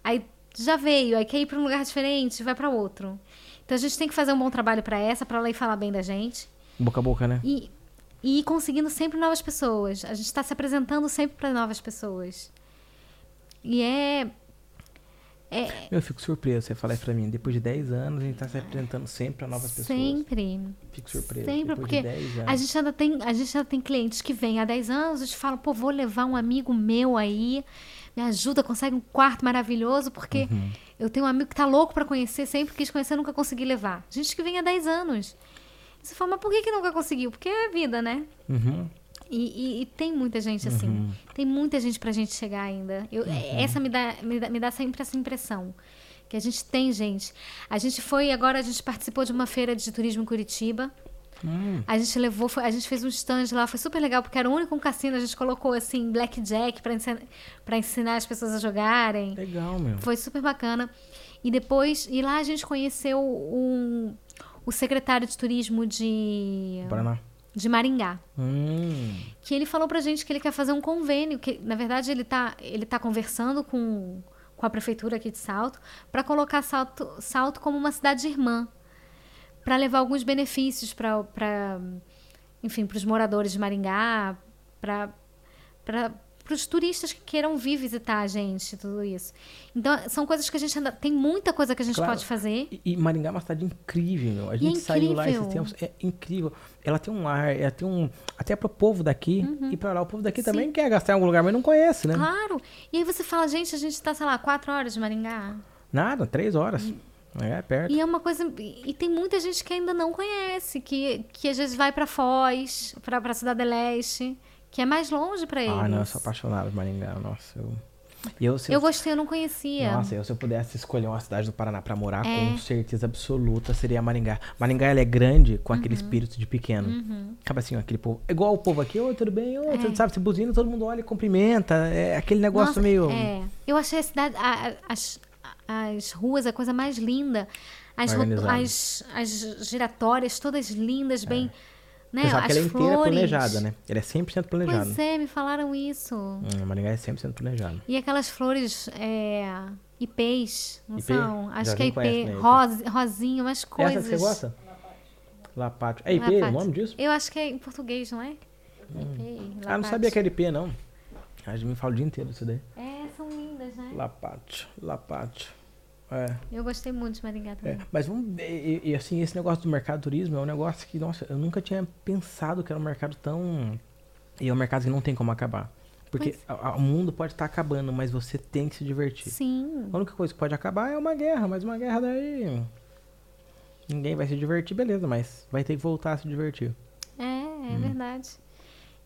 Speaker 2: aí já veio, aí quer ir para um lugar diferente, vai para outro. Então a gente tem que fazer um bom trabalho para essa, para ela ir falar bem da gente.
Speaker 1: Boca a boca, né?
Speaker 2: E, e ir conseguindo sempre novas pessoas. A gente está se apresentando sempre para novas pessoas. E é. É,
Speaker 1: Eu fico surpreso você falar isso pra mim. Depois de 10 anos, a gente tá se apresentando sempre pra novas pessoas.
Speaker 2: sempre.
Speaker 1: Fico surpreso.
Speaker 2: Sempre,
Speaker 1: Depois
Speaker 2: porque
Speaker 1: de 10 anos.
Speaker 2: A gente, ainda tem, a gente ainda tem clientes que vêm há 10 anos e te falam, pô, vou levar um amigo meu aí, me ajuda, consegue um quarto maravilhoso, porque eu tenho um amigo que tá louco pra conhecer, sempre quis conhecer, nunca consegui levar. Gente que vem há 10 anos. E Você fala, mas por que, que nunca conseguiu? Porque é vida, né?
Speaker 1: Uhum.
Speaker 2: E, e- e tem muita gente assim. Tem muita gente pra gente chegar ainda. Eu, é, Essa me dá, me, dá, me dá sempre essa impressão. Que a gente tem gente. A gente foi, agora a gente participou de uma feira de turismo em Curitiba.
Speaker 1: Hum,
Speaker 2: A gente levou, foi- a gente fez um stand lá, foi super legal, porque era o único cassino, a gente colocou assim, blackjack pra ensinar, pra ensinar as pessoas a jogarem.
Speaker 1: legal, meu.
Speaker 2: Foi super bacana. E depois, e lá a gente conheceu um, o secretário de turismo de,
Speaker 1: Paraná.
Speaker 2: de Maringá.
Speaker 1: Hum,
Speaker 2: Que ele falou pra gente que ele quer fazer um convênio, que na verdade ele tá, ele tá conversando com, com a prefeitura aqui de Salto, pra colocar Salto, Salto como uma cidade irmã. Pra levar alguns benefícios pra, pra, enfim, para os moradores de Maringá, para os turistas que queiram vir visitar a gente, tudo isso. Então, são coisas que a gente ainda. Tem muita coisa que a gente
Speaker 1: Claro.
Speaker 2: pode fazer.
Speaker 1: e, e Maringá é uma cidade incrível, meu. A gente saiu lá esses
Speaker 2: incrível.
Speaker 1: tempos. É incrível. Ela tem um ar, ela tem um. Até pro povo daqui
Speaker 2: Uhum.
Speaker 1: e pra lá. O povo daqui também quer gastar em algum lugar, mas não conhece, né?
Speaker 2: Claro! E aí você fala, gente, a gente tá, sei lá, quatro horas de Maringá.
Speaker 1: Nada, três horas. É, perto.
Speaker 2: E é uma coisa. E e tem muita gente que ainda não conhece, que, que às vezes vai pra Foz, pra, pra Cidade Leste, que é mais longe pra eles.
Speaker 1: Ah, não, eu sou apaixonado por Maringá. Nossa, eu. E eu, se
Speaker 2: Eu gostei, eu não conhecia.
Speaker 1: Nossa, eu se eu pudesse escolher uma cidade do Paraná pra morar,
Speaker 2: É.
Speaker 1: com certeza absoluta seria Maringá. Maringá ela é grande com aquele
Speaker 2: Uhum.
Speaker 1: espírito de pequeno. Acaba assim, ó, aquele povo. é Igual o povo aqui, oi, tudo bem? Oi, tudo, sabe? Você buzina, todo mundo olha e cumprimenta. É aquele negócio
Speaker 2: É. Nossa,
Speaker 1: meio.
Speaker 2: É. Eu achei a cidade. a- a- as, as ruas, a coisa mais linda. As, ro-
Speaker 1: Organizada. É.
Speaker 2: as, as giratórias, todas lindas, bem. Né?
Speaker 1: Apesar
Speaker 2: as
Speaker 1: que ela é inteira
Speaker 2: flores.
Speaker 1: planejada, né? Ele é 100% planejado.
Speaker 2: Pois é, me falaram isso.
Speaker 1: Hum, Maringá é 100% planejado.
Speaker 2: E aquelas flores é, ipês, não
Speaker 1: Ipê?
Speaker 2: são? Acho
Speaker 1: Já
Speaker 2: que é
Speaker 1: nem conhece,
Speaker 2: ipê.
Speaker 1: né, ipê?
Speaker 2: Ros, rosinha, umas coisas.
Speaker 1: Essa que você gosta? Lapátio. É
Speaker 2: Não
Speaker 1: IP o
Speaker 2: pátio.
Speaker 1: nome disso? Hum.
Speaker 2: Eu acho que é em português, não é? Ipê,
Speaker 1: Ah, não
Speaker 2: lapátio.
Speaker 1: sabia que era IP, não. A gente me fala o dia inteiro isso daí.
Speaker 2: É, são lindas, né?
Speaker 1: Lapátio, lapátio. É.
Speaker 2: Eu gostei muito de Maringá também.
Speaker 1: É, mas vamos ver, e, e, assim, esse negócio do mercado de turismo é um negócio que, nossa, eu nunca tinha pensado que era um mercado tão. E é um mercado que não tem como acabar. Porque a- a- o mundo pode estar acabando, mas você tem que se divertir.
Speaker 2: Sim.
Speaker 1: A única coisa que pode acabar é uma guerra, mas uma guerra daí. Ninguém vai se divertir, beleza, mas vai ter que voltar a se divertir.
Speaker 2: É, é
Speaker 1: Hum.
Speaker 2: verdade.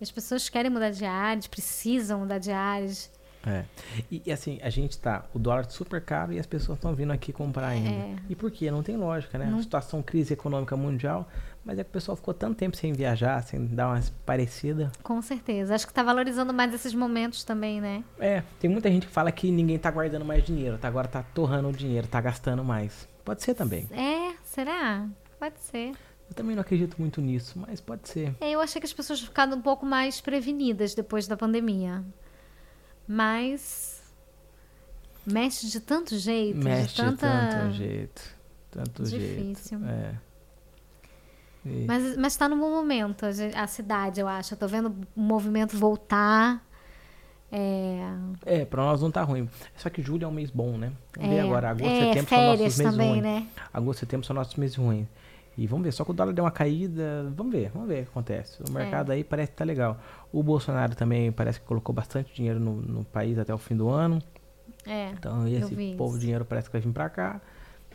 Speaker 2: E As pessoas querem mudar de áreas, precisam mudar de áreas.
Speaker 1: É. E, e, assim, a gente tá, o dólar super caro e as pessoas estão vindo aqui comprar ainda.
Speaker 2: É.
Speaker 1: E por quê? Não tem lógica, né? Situação crise econômica mundial, mas é que o pessoal ficou tanto tempo sem viajar, sem dar umas parecidas.
Speaker 2: Com certeza. Acho que tá valorizando mais esses momentos também, né?
Speaker 1: É, tem muita gente que fala que ninguém tá guardando mais dinheiro, tá agora tá torrando o dinheiro, tá gastando mais. Pode ser também.
Speaker 2: É, será? Pode ser.
Speaker 1: Eu também não acredito muito nisso, mas pode ser.
Speaker 2: É, eu achei que as pessoas ficaram um pouco mais prevenidas depois da pandemia. Mas. Mexe de tanto jeito, de
Speaker 1: Mexe
Speaker 2: tanta.
Speaker 1: tanto jeito. Tanto
Speaker 2: Difícil.
Speaker 1: jeito. É. E-
Speaker 2: Mas, mas tá num bom momento a gen- a cidade, eu acho. Eu tô vendo o movimento voltar. É,
Speaker 1: É, pra nós não tá ruim. Só que julho é um mês bom, né? Vamos ver
Speaker 2: é,
Speaker 1: agora. Agosto
Speaker 2: é,
Speaker 1: setembro são
Speaker 2: férias
Speaker 1: nossos meses
Speaker 2: também,
Speaker 1: ruins.
Speaker 2: né?
Speaker 1: Agosto setembro são nossos meses ruins. E vamos ver, só que o dólar deu uma caída. Vamos ver, vamos ver o que acontece.
Speaker 2: É.
Speaker 1: O mercado aí parece que tá legal. O Bolsonaro também parece que colocou bastante dinheiro no, no país até o fim do ano.
Speaker 2: É,
Speaker 1: Então
Speaker 2: Eu
Speaker 1: esse
Speaker 2: vi
Speaker 1: povo
Speaker 2: isso.
Speaker 1: dinheiro parece que vai vir pra cá.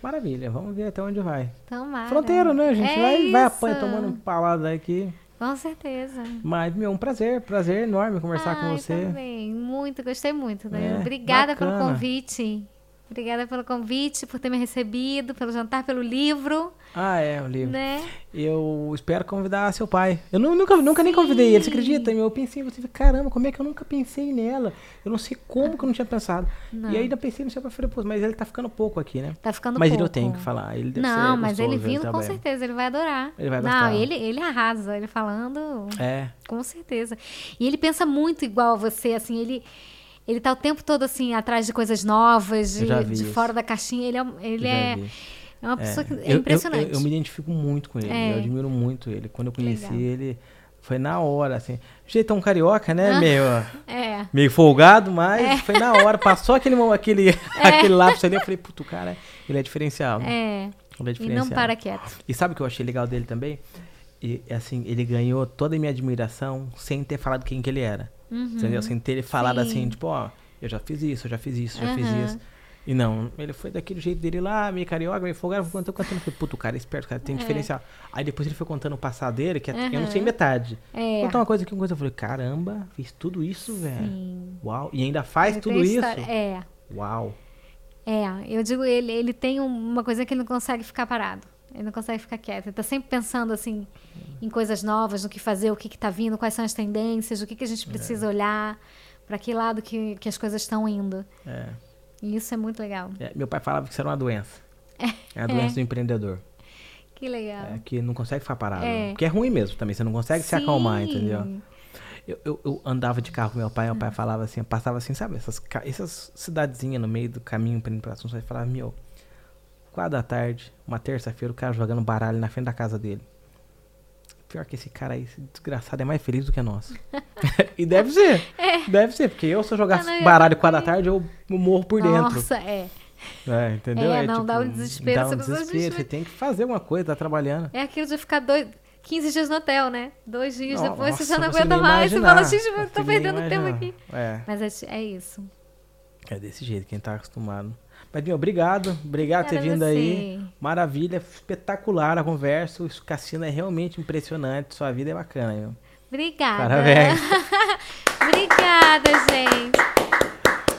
Speaker 1: Maravilha, vamos ver até onde vai.
Speaker 2: tomara.
Speaker 1: Fronteira, né, gente?
Speaker 2: É
Speaker 1: vai, vai
Speaker 2: isso.
Speaker 1: apanha tomando um palado aqui.
Speaker 2: Com certeza.
Speaker 1: Mas, meu, um prazer, prazer enorme conversar
Speaker 2: Ai,
Speaker 1: com você.
Speaker 2: Também. Muito, gostei muito. né?
Speaker 1: É,
Speaker 2: Obrigada pelo
Speaker 1: bacana.
Speaker 2: convite. Obrigada pelo convite, por ter me recebido, pelo jantar, pelo livro,
Speaker 1: Ah, é, o livro.
Speaker 2: né?
Speaker 1: Eu espero convidar seu pai. Eu nu- nunca, nunca nem convidei ele, você acredita? Eu pensei, você fica, caramba, como é que eu nunca pensei nela? Eu não sei como que eu não tinha pensado. E aí ainda pensei no seu pai, falei, pô, mas ele tá ficando pouco aqui, né?
Speaker 2: Tá ficando
Speaker 1: mas ele
Speaker 2: pouco.
Speaker 1: eu tenho que falar. Ah, Ele deve
Speaker 2: Não,
Speaker 1: ser
Speaker 2: mas ele
Speaker 1: gostoso,
Speaker 2: vindo,
Speaker 1: tá
Speaker 2: com
Speaker 1: bem.
Speaker 2: certeza, ele vai adorar.
Speaker 1: Ele vai
Speaker 2: Não,
Speaker 1: gostar.
Speaker 2: ele, ele arrasa, ele falando.
Speaker 1: É,
Speaker 2: Com certeza. E ele pensa muito igual a você, assim, ele ele tá o tempo todo assim atrás de coisas novas, de,
Speaker 1: Eu já vi
Speaker 2: de
Speaker 1: isso.
Speaker 2: fora da caixinha, ele é um- ele
Speaker 1: já
Speaker 2: é,
Speaker 1: vi.
Speaker 2: é uma pessoa que
Speaker 1: Eu-
Speaker 2: é
Speaker 1: eu-
Speaker 2: impressionante.
Speaker 1: Eu, eu me identifico muito com ele,
Speaker 2: É.
Speaker 1: eu admiro muito ele. Quando eu conheci
Speaker 2: Legal.
Speaker 1: ele, foi na hora, assim. Jeitão carioca,
Speaker 2: Ah.
Speaker 1: né? Meio,
Speaker 2: É.
Speaker 1: meio folgado, mas foi na hora. Passou aquele, mo- aquele, aquele lápis ali, eu falei, puto, cara, ele é diferencial.
Speaker 2: É.
Speaker 1: Ele é
Speaker 2: E
Speaker 1: diferencial.
Speaker 2: não para quieto.
Speaker 1: E sabe o que eu achei legal dele também? E, assim, ele ganhou toda a minha admiração sem ter falado quem que ele era. Entendeu? Sem ter falado
Speaker 2: Uhum. Sim.
Speaker 1: assim, tipo, ó, eu já fiz isso, eu já fiz isso, já fiz
Speaker 2: Aham.
Speaker 1: isso. E não, ele foi daquele jeito dele lá, meio carioca, meio folgado, foi contando, contando. Falei, puto, o cara é esperto, o cara tem diferencial. Aí depois ele foi contando o passado dele, que é, eu não sei metade.
Speaker 2: É.
Speaker 1: Contar uma coisa aqui, uma coisa. Eu falei, caramba, fiz tudo isso, velho. Uau. E ainda faz
Speaker 2: Ele
Speaker 1: tudo
Speaker 2: tem
Speaker 1: isso?
Speaker 2: história- É.
Speaker 1: Uau.
Speaker 2: É, eu digo, ele, ele tem um, uma coisa que ele não consegue ficar parado. Ele não consegue ficar quieto. Ele tá sempre pensando, assim, em coisas novas, no que fazer, o que que tá vindo, quais são as tendências, o que que a gente precisa olhar, para que lado que, que as coisas estão indo.
Speaker 1: É.
Speaker 2: E isso é muito legal.
Speaker 1: É, meu pai falava que isso era uma doença. É a doença do empreendedor.
Speaker 2: Que legal.
Speaker 1: É, que não consegue ficar parado.
Speaker 2: É.
Speaker 1: Porque é ruim mesmo também, você não consegue se acalmar,
Speaker 2: Sim.
Speaker 1: entendeu? Eu, eu, eu andava de carro com meu pai, meu pai falava assim, eu passava assim, sabe, essas, ca- essas cidadezinhas no meio do caminho pra ir pra Assunção, ele falava, meu, quatro da tarde, uma terça-feira, o cara jogando baralho na frente da casa dele. Pior que esse cara aí, esse desgraçado, é mais feliz do que nós. e deve ser. Deve ser, porque eu, se É. eu jogasse
Speaker 2: Ah, não, eu
Speaker 1: baralho quatro da tarde, eu morro por dentro.
Speaker 2: Nosa, é.
Speaker 1: É, entendeu?
Speaker 2: É, não, dá um desespero,
Speaker 1: Dá
Speaker 2: você
Speaker 1: um
Speaker 2: precisa de
Speaker 1: desespero. Você
Speaker 2: desespero.
Speaker 1: tem que fazer alguma coisa, tá trabalhando.
Speaker 2: É aquilo de ficar dois, 15 dias no hotel, né? Dois dias
Speaker 1: Nossa,
Speaker 2: depois você já não
Speaker 1: consigo
Speaker 2: aguenta
Speaker 1: nem
Speaker 2: mais. Você
Speaker 1: imaginar,
Speaker 2: fala, gente, eu tô
Speaker 1: consigo nem
Speaker 2: perdendo tempo aqui.
Speaker 1: imaginar. É,
Speaker 2: Mas é, é isso.
Speaker 1: é desse jeito, quem tá acostumado. Mas, meu, obrigado. Obrigado por ter
Speaker 2: Obrigada
Speaker 1: vindo
Speaker 2: a
Speaker 1: aí.
Speaker 2: você.
Speaker 1: Maravilha, espetacular a conversa. O Cassino é realmente impressionante. Sua vida é bacana, viu?
Speaker 2: Obrigada.
Speaker 1: Parabéns.
Speaker 2: Obrigada, gente.